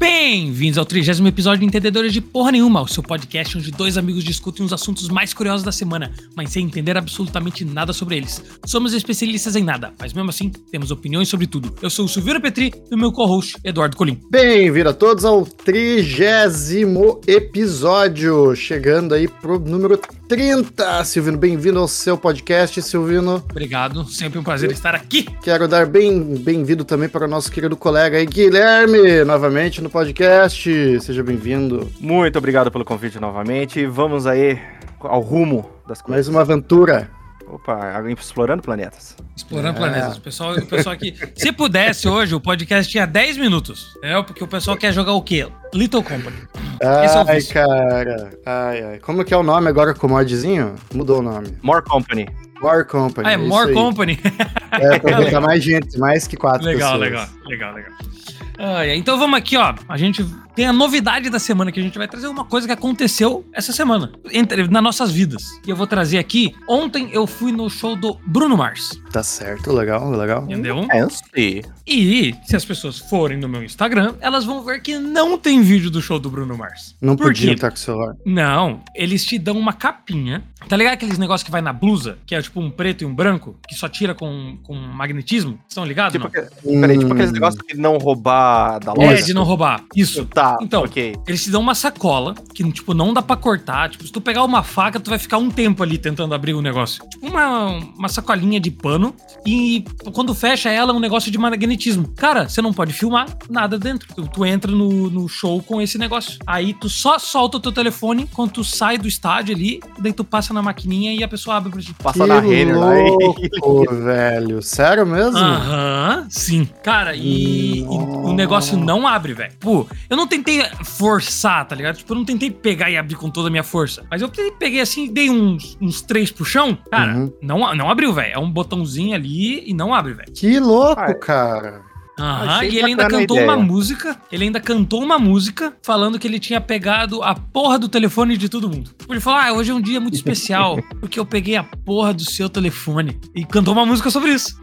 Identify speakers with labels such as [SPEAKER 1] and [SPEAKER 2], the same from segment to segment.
[SPEAKER 1] bem-vindos ao trigésimo episódio de Entendedores de Porra Nenhuma, o seu podcast onde dois amigos discutem os assuntos mais curiosos da semana, mas sem entender absolutamente nada sobre eles. Somos especialistas em nada, mas mesmo assim temos opiniões sobre tudo. Eu sou o Silveiro Petri e o meu co-host, Eduardo Colim.
[SPEAKER 2] Bem-vindo a todos ao trigésimo episódio, chegando aí pro número 30. Silvino, bem-vindo ao seu podcast, Silvino.
[SPEAKER 1] Obrigado, sempre um prazer estar aqui.
[SPEAKER 2] Quero dar bem- bem-vindo também para o nosso querido colega aí, Guilherme, novamente no podcast. Seja bem-vindo.
[SPEAKER 3] Muito obrigado pelo convite novamente. e Vamos aí ao rumo das
[SPEAKER 2] Mais
[SPEAKER 3] coisas.
[SPEAKER 2] uma aventura.
[SPEAKER 3] Opa, alguém explorando planetas.
[SPEAKER 1] Explorando
[SPEAKER 2] É.
[SPEAKER 1] planetas. O pessoal, o pessoal aqui. Se pudesse hoje, o podcast tinha 10 minutos. É, porque o pessoal quer jogar o quê? Little Company. Esse é o
[SPEAKER 2] Ai,
[SPEAKER 1] vício.
[SPEAKER 2] cara. Ai, ai. Como que é o nome agora com o modzinho? Mudou o nome.
[SPEAKER 3] More Company.
[SPEAKER 2] More Company.
[SPEAKER 1] Ah, é
[SPEAKER 2] isso
[SPEAKER 1] More
[SPEAKER 2] aí.
[SPEAKER 1] Company.
[SPEAKER 2] É, pra botar mais gente, mais que quatro
[SPEAKER 1] Legal,
[SPEAKER 2] pessoas.
[SPEAKER 1] legal, legal, legal. Ah, é. então vamos aqui, ó. A gente tem a novidade da semana que a gente vai trazer uma coisa que aconteceu essa semana, entre, nas nossas vidas. E eu vou trazer aqui. Ontem eu fui no show do Bruno Mars,
[SPEAKER 2] Tá certo, legal, legal.
[SPEAKER 1] entendeu?
[SPEAKER 3] É, eu sei.
[SPEAKER 1] E se as pessoas forem no meu Instagram, elas vão ver que não tem vídeo do show do Bruno Mars.
[SPEAKER 2] Não
[SPEAKER 1] Por
[SPEAKER 2] podia tá?
[SPEAKER 1] quê?
[SPEAKER 2] estar com o celular.
[SPEAKER 1] Não, eles te dão uma capinha. Tá ligado aqueles negócios que vai na blusa, que é tipo um preto e um branco, que só tira com, com magnetismo? Estão ligados?
[SPEAKER 3] Tipo,
[SPEAKER 1] não?
[SPEAKER 3] aque- peraí, tipo aqueles
[SPEAKER 2] Hum.
[SPEAKER 3] negócios de não roubar da loja.
[SPEAKER 1] É, de não roubar. Isso.
[SPEAKER 3] Tá,
[SPEAKER 1] Então.
[SPEAKER 3] ok.
[SPEAKER 1] Eles te dão uma sacola que, tipo, não dá pra cortar. Tipo, se tu pegar uma faca, tu vai ficar um tempo ali tentando abrir o negócio. Tipo, uma, uma sacolinha de pano e quando fecha ela, é um negócio de magnetismo. Cara, você não pode filmar nada dentro. Tu, tu entra no, no show com esse negócio. Aí tu só solta o teu telefone quando tu sai do estádio ali, daí tu passa na maquininha e a pessoa abre pra ti.
[SPEAKER 3] Passar na
[SPEAKER 2] Que
[SPEAKER 3] rede né? lá e...
[SPEAKER 2] louco, velho. Sério mesmo?
[SPEAKER 1] Ah, Aham, sim. Cara, e, e o negócio não abre, velho. Pô, eu não tentei forçar, tá ligado? Tipo, eu não tentei pegar e abrir com toda a minha força. Mas eu tentei- peguei assim, dei uns, uns três puxão. Cara,
[SPEAKER 2] Uhum.
[SPEAKER 1] não, não abriu, velho. É um botãozinho ali e não abre, velho.
[SPEAKER 2] Que louco,
[SPEAKER 3] Ah,
[SPEAKER 2] cara.
[SPEAKER 1] Aham,
[SPEAKER 3] Achei
[SPEAKER 1] e ele ainda
[SPEAKER 3] bacana a
[SPEAKER 1] cantou
[SPEAKER 3] ideia.
[SPEAKER 1] uma música. Ele ainda cantou uma música falando que ele tinha pegado a porra do telefone de todo mundo. Ele falou: Ah, hoje é um dia muito especial, porque eu peguei a porra do seu telefone. E cantou uma música sobre isso.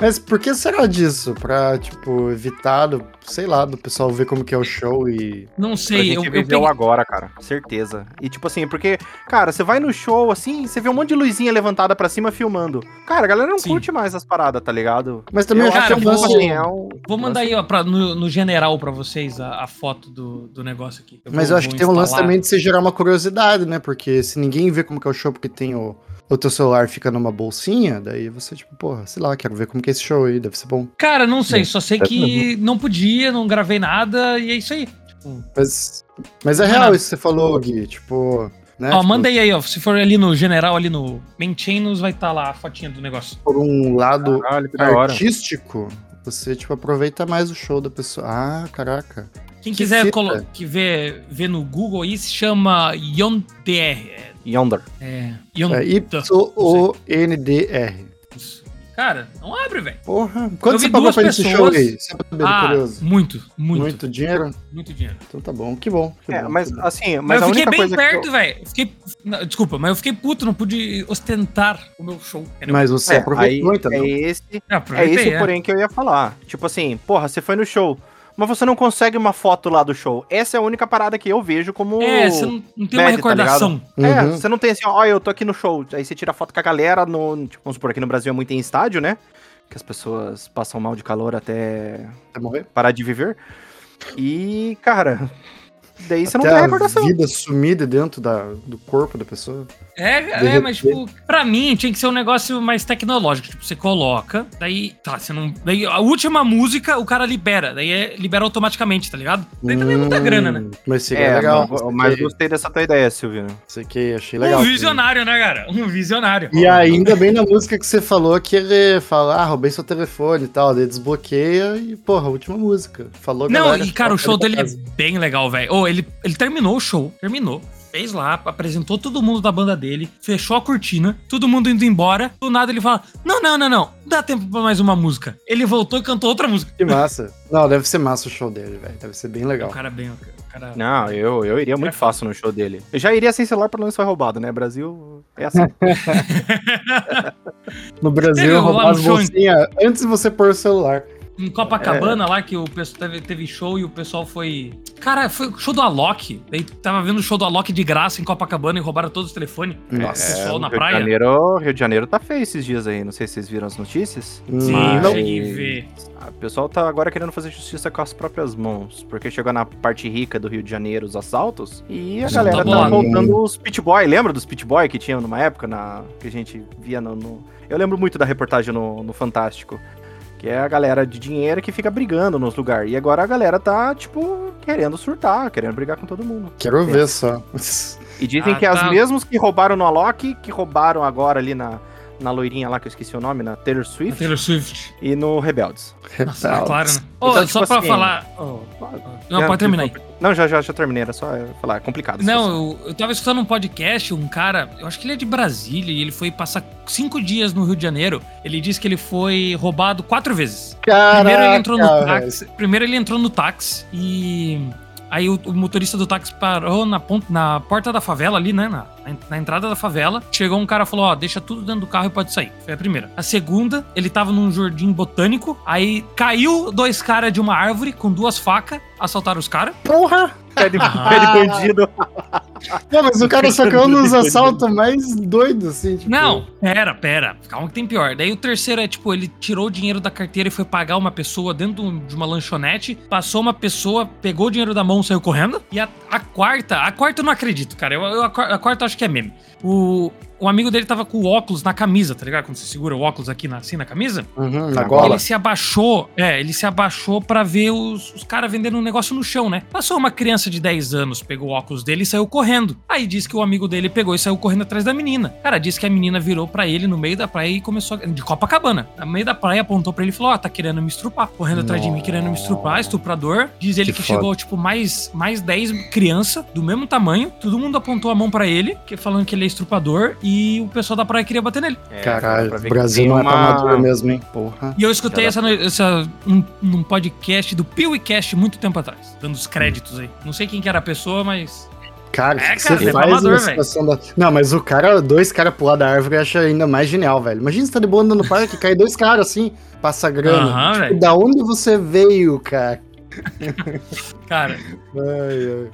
[SPEAKER 2] Mas por que será disso? Pra, tipo, evitar, do- sei lá, do pessoal ver como que é o show e...
[SPEAKER 1] Não
[SPEAKER 3] Pra
[SPEAKER 1] sei, eu,
[SPEAKER 3] gente
[SPEAKER 1] eu
[SPEAKER 3] viver o agora, cara. Certeza. E tipo assim, porque, cara, você vai no show assim, você vê um monte de luzinha levantada pra cima filmando. Cara, a galera não
[SPEAKER 1] Sim.
[SPEAKER 3] curte mais as paradas, tá ligado?
[SPEAKER 2] Mas também
[SPEAKER 3] eu
[SPEAKER 2] eu acho que é
[SPEAKER 1] cara,
[SPEAKER 2] um
[SPEAKER 3] que é um
[SPEAKER 1] vou-
[SPEAKER 2] lance...
[SPEAKER 3] assim, é um-
[SPEAKER 1] Vou mandar aí, ó, pra- no, no general pra vocês a, a foto do, do negócio aqui.
[SPEAKER 2] Mas
[SPEAKER 1] vou-
[SPEAKER 2] eu acho
[SPEAKER 1] vou
[SPEAKER 2] que tem um lance
[SPEAKER 1] instalar.
[SPEAKER 2] também de você gerar uma curiosidade, né? Porque se ninguém vê como que é o show, porque tem o... O teu celular fica numa bolsinha, daí você, tipo, porra, sei lá, quero ver como que é esse show aí, deve ser bom.
[SPEAKER 1] Cara, não sei, só sei que não podia, não gravei nada e é isso aí. Tipo,
[SPEAKER 2] Mas, mas é
[SPEAKER 1] Não,
[SPEAKER 2] real
[SPEAKER 1] não.
[SPEAKER 2] isso que você falou, Gui, tipo... Né?
[SPEAKER 1] ó,
[SPEAKER 2] tipo,
[SPEAKER 1] manda aí, aí, ó. Se for ali no general, ali no Maintainers, vai estar lá a fotinha do negócio.
[SPEAKER 2] Por um lado
[SPEAKER 3] Caralho, que da hora.
[SPEAKER 2] artístico, você, tipo, aproveita mais o show da pessoa. Ah, caraca.
[SPEAKER 1] Quem
[SPEAKER 2] Que
[SPEAKER 1] quiser
[SPEAKER 2] fita.
[SPEAKER 1] colo- que ver, ver no Google aí, se chama YonDR.
[SPEAKER 3] Yonder.
[SPEAKER 1] É,
[SPEAKER 2] É
[SPEAKER 1] Yonta.
[SPEAKER 2] Y-O-N-D-R.
[SPEAKER 1] Cara, não abre, velho.
[SPEAKER 2] Porra,
[SPEAKER 1] Eu
[SPEAKER 2] quanto
[SPEAKER 1] vi
[SPEAKER 2] você pagou
[SPEAKER 1] duas
[SPEAKER 2] pra esse
[SPEAKER 1] pessoas-
[SPEAKER 2] show aí? Você tá sabendo,
[SPEAKER 1] Ah,
[SPEAKER 2] curioso.
[SPEAKER 1] muito, muito,
[SPEAKER 2] Muito.
[SPEAKER 1] muito,
[SPEAKER 2] dinheiro?
[SPEAKER 1] dinheiro.
[SPEAKER 2] Então tá bom, que bom. que
[SPEAKER 3] É,
[SPEAKER 2] bom,
[SPEAKER 3] mas
[SPEAKER 2] que bom.
[SPEAKER 3] assim, mas,
[SPEAKER 1] Mas,
[SPEAKER 3] a
[SPEAKER 1] eu fiquei
[SPEAKER 3] única
[SPEAKER 1] bem
[SPEAKER 3] coisa que
[SPEAKER 1] perto,
[SPEAKER 3] eu-
[SPEAKER 1] velho. Eu Fiquei. não, Desculpa, mas eu fiquei puto, não pude ostentar o meu show. entendeu?
[SPEAKER 2] Mas você
[SPEAKER 3] É,
[SPEAKER 2] aproveitou,
[SPEAKER 3] aí,
[SPEAKER 2] então.
[SPEAKER 3] é esse,
[SPEAKER 1] Eu
[SPEAKER 3] é
[SPEAKER 1] aproveitei,
[SPEAKER 3] esse
[SPEAKER 1] é.
[SPEAKER 3] porém que eu ia falar. Tipo assim, porra, você foi no show, mas você não consegue uma foto lá do show. Essa é a única parada que eu vejo como...
[SPEAKER 1] É, você não, não tem uma
[SPEAKER 3] Bad, tá
[SPEAKER 1] recordação.
[SPEAKER 3] É,
[SPEAKER 2] Uhum.
[SPEAKER 3] você não tem assim, ó, eu tô aqui no show. Aí você tira foto com a galera, no, tipo, vamos supor, aqui no Brasil é muito em estádio, né? Que as pessoas passam mal de calor até
[SPEAKER 2] Quer morrer?
[SPEAKER 3] parar de viver. E, cara, daí você não
[SPEAKER 2] Até
[SPEAKER 3] tem
[SPEAKER 2] a
[SPEAKER 3] recordação.
[SPEAKER 2] vida sumida dentro da, do corpo da pessoa.
[SPEAKER 1] é, é, mas tipo, pra mim tinha que ser um negócio mais tecnológico. Tipo, você coloca, daí, tá, você não. Daí a última música o cara libera, daí é, libera automaticamente, tá ligado? Daí também é muita
[SPEAKER 2] Hum,
[SPEAKER 1] grana, né?
[SPEAKER 2] Mas seria
[SPEAKER 3] É,
[SPEAKER 2] legal.
[SPEAKER 3] mas-
[SPEAKER 2] Mas,
[SPEAKER 3] mas gostei dessa tua ideia, Silvio.
[SPEAKER 2] Sei que achei legal.
[SPEAKER 1] um visionário, né, cara? Um visionário.
[SPEAKER 2] E ainda bem na música que você falou que ele fala, ah, roubei seu telefone e tal, daí desbloqueia e, porra, a última música. Falou
[SPEAKER 1] Não,
[SPEAKER 2] galera, tipo, "Ah,
[SPEAKER 1] e cara, o
[SPEAKER 2] fala,
[SPEAKER 1] show dele é
[SPEAKER 2] casa.
[SPEAKER 1] bem legal, velho. Ô, ele, ele terminou o show, terminou. Fez lá, apresentou todo mundo da banda dele, fechou a cortina, todo mundo indo embora. Do nada ele fala: Não, não, não, não, dá tempo pra mais uma música. Ele voltou e cantou outra música.
[SPEAKER 2] Que massa. Não, deve ser massa o show dele, velho. Deve ser bem
[SPEAKER 1] O
[SPEAKER 2] legal.
[SPEAKER 1] cara bem, o cara.
[SPEAKER 3] Não, eu, eu iria
[SPEAKER 1] É.
[SPEAKER 3] muito fácil no show dele. Eu já iria sem celular pra não ser roubado, né? Brasil é assim.
[SPEAKER 1] Teve
[SPEAKER 2] No Brasil,
[SPEAKER 1] lá
[SPEAKER 2] roubar
[SPEAKER 1] no
[SPEAKER 2] as
[SPEAKER 1] show,
[SPEAKER 2] bolsinhas antes de você pôr o celular.
[SPEAKER 1] Em
[SPEAKER 3] É.
[SPEAKER 1] Copacabana, lá que o pessoal teve, teve show e o pessoal foi. Cara, foi o show do Alok. Daí tava vendo o show do Alok de graça em Copacabana e roubaram todos os telefones.
[SPEAKER 2] Nossa.
[SPEAKER 1] Pessoal na
[SPEAKER 3] Então, É,
[SPEAKER 1] praia.
[SPEAKER 3] Rio De Janeiro, Rio de Janeiro tá feio esses dias aí, não sei se vocês viram as notícias.
[SPEAKER 1] Sim,
[SPEAKER 2] Mas-
[SPEAKER 1] eu cheguei a ver.
[SPEAKER 3] Ah, O pessoal tá agora querendo fazer justiça com as próprias mãos, porque chegou na parte rica do Rio de Janeiro os assaltos e a
[SPEAKER 2] Sim,
[SPEAKER 3] galera
[SPEAKER 1] tá
[SPEAKER 3] tá
[SPEAKER 1] bolado.
[SPEAKER 3] voltando os pit boy. Lembra dos pit boy que tinha numa época na que a gente via no, no- Eu lembro muito da reportagem no, no Fantástico, que é a galera de dinheiro que fica brigando nos lugares. E agora a galera tá tipo querendo surtar, querendo brigar com todo mundo.
[SPEAKER 2] Quero ver só.
[SPEAKER 3] E dizem
[SPEAKER 1] Ah,
[SPEAKER 3] que é
[SPEAKER 1] tá.
[SPEAKER 3] as mesmos que roubaram no Alok, que roubaram agora ali na, na loirinha lá, que eu esqueci o nome, na Taylor
[SPEAKER 1] A
[SPEAKER 3] Swift
[SPEAKER 1] Taylor Swift.
[SPEAKER 3] e no Rebeldes.
[SPEAKER 1] Nossa, é claro, né? Ô,
[SPEAKER 3] Então,
[SPEAKER 1] só
[SPEAKER 3] tipo
[SPEAKER 1] pra
[SPEAKER 3] assim,
[SPEAKER 1] falar. Ô, não,
[SPEAKER 3] Já-
[SPEAKER 1] pode terminar aí.
[SPEAKER 3] Não, já, já, já terminei, era só eu falar, é complicado. isso.
[SPEAKER 1] Não, eu, eu tava escutando um podcast, um cara, eu acho que ele é de Brasília, e ele foi passar cinco dias no Rio de Janeiro. Ele disse que ele foi roubado quatro vezes. primeiro ele entrou no táxi. Primeiro ele entrou no táxi e. Aí o, o motorista do táxi parou na, ponta, na porta da favela ali, né? Na, na en- na entrada da favela. Chegou um cara e falou: ó, deixa tudo dentro do carro e pode sair. Foi a primeira. A segunda, ele tava num jardim botânico. Aí caiu dois caras de uma árvore com duas facas, assaltaram os caras.
[SPEAKER 2] Porra!
[SPEAKER 3] Pé de, pé
[SPEAKER 1] Ah.
[SPEAKER 3] de bandido.
[SPEAKER 2] Não, mas o cara sacou nos assaltos mais doidos, assim. tipo-
[SPEAKER 1] Não, pera, pera. Calma que tem pior. Daí o terceiro é, tipo, ele tirou o dinheiro da carteira e foi pagar uma pessoa dentro de um- de uma lanchonete, passou uma pessoa, pegou o dinheiro da mão e saiu correndo. E a, a quarta, a quarta eu não acredito, cara. Eu, eu- a, quar- a quarta eu acho que é meme. O, o amigo dele tava com o óculos na camisa, tá ligado? Quando você segura o óculos aqui na, assim na camisa.
[SPEAKER 2] Uhum, na
[SPEAKER 3] Fala.
[SPEAKER 2] gola.
[SPEAKER 1] Ele se abaixou, é, ele se abaixou pra ver os, os caras vendendo um negócio no chão, né? Passou uma criança de 10 anos, pegou o óculos dele e saiu correndo. Aí disse que o amigo dele pegou e saiu correndo atrás da menina. Cara, disse que a menina virou pra ele no meio da praia e começou a... de Copacabana. No meio da praia apontou pra ele e falou: "Ó, tá querendo me estrupar, correndo atrás de mim querendo me estrupar, estuprador". Diz ele
[SPEAKER 2] Que
[SPEAKER 1] que,
[SPEAKER 2] foda.
[SPEAKER 1] chegou tipo mais mais 10 criança do mesmo tamanho. Todo mundo apontou a mão pra ele, que- falando que ele é estrupador e o pessoal da praia queria bater nele.
[SPEAKER 3] É, dá
[SPEAKER 2] Caralho,
[SPEAKER 3] pra ver
[SPEAKER 2] o
[SPEAKER 3] que
[SPEAKER 2] Brasil
[SPEAKER 3] tem
[SPEAKER 2] não é
[SPEAKER 3] uma-
[SPEAKER 2] amador mesmo, hein? Porra.
[SPEAKER 1] E eu escutei
[SPEAKER 3] Já
[SPEAKER 1] essa, essa num, num podcast do PeeWeeCast muito tempo atrás, dando os créditos aí. Não sei quem que era a pessoa, mas.
[SPEAKER 2] Cara,
[SPEAKER 1] É,
[SPEAKER 2] o que
[SPEAKER 1] cara,
[SPEAKER 2] você
[SPEAKER 1] ele é
[SPEAKER 2] faz
[SPEAKER 1] amador,
[SPEAKER 2] uma situação da... Não, mas o cara, dois caras pular da árvore, eu acho ainda mais genial, velho. Imagina você tá de boa andando no parque, cai dois caras assim, passa grana. Tipo,
[SPEAKER 1] Aham, velho.
[SPEAKER 2] Da onde você veio, cara?
[SPEAKER 1] Cara,
[SPEAKER 2] Ai,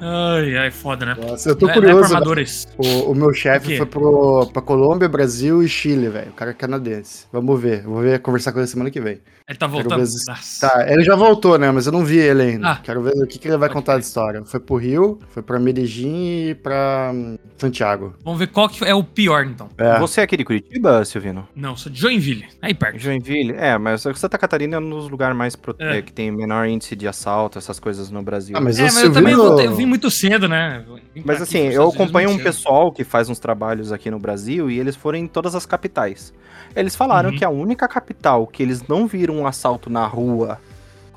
[SPEAKER 1] ai, ai, foda, né?
[SPEAKER 2] ai. Nossa, eu tô
[SPEAKER 1] Não é- não é pra
[SPEAKER 2] curioso. né?
[SPEAKER 1] amadores.
[SPEAKER 2] O, o meu chefe
[SPEAKER 1] quê?
[SPEAKER 2] foi pro, pra Colômbia, Brasil e Chile, velho. O cara é canadense. Vamos ver. Vou ver conversar com ele semana que vem.
[SPEAKER 1] Ele tá
[SPEAKER 2] Quero
[SPEAKER 1] voltando.
[SPEAKER 2] ver se-
[SPEAKER 1] Nossa.
[SPEAKER 2] Tá, ele já voltou, né? Mas eu não vi ele ainda.
[SPEAKER 1] Ah.
[SPEAKER 2] Quero ver o que, que ele vai
[SPEAKER 1] Pode
[SPEAKER 2] contar
[SPEAKER 1] crer.
[SPEAKER 2] da história. Foi pro Rio, foi pra Medellín e pra hum, Santiago.
[SPEAKER 1] Vamos ver qual que é o pior, então.
[SPEAKER 2] É.
[SPEAKER 3] Você é aqui de Curitiba, Silvino?
[SPEAKER 1] Não, sou de Joinville. Aí perto.
[SPEAKER 3] Joinville? É, mas Santa Catarina é um dos lugares mais prote...
[SPEAKER 1] É.
[SPEAKER 3] que tem menor índice de assalto, essas coisas no Brasil.
[SPEAKER 2] Ah, mas
[SPEAKER 1] é,
[SPEAKER 2] o
[SPEAKER 1] mas eu também
[SPEAKER 2] Silvino...
[SPEAKER 1] voltei, eu vim muito cedo, né? Eu vim pra aqui, pros
[SPEAKER 3] Mas assim, eu
[SPEAKER 1] Estados Unidos
[SPEAKER 3] acompanho um
[SPEAKER 1] muito cedo.
[SPEAKER 3] pessoal que faz uns trabalhos aqui no Brasil e eles foram em todas as capitais. Eles falaram
[SPEAKER 1] Uhum.
[SPEAKER 3] que a única capital que eles não viram um assalto na rua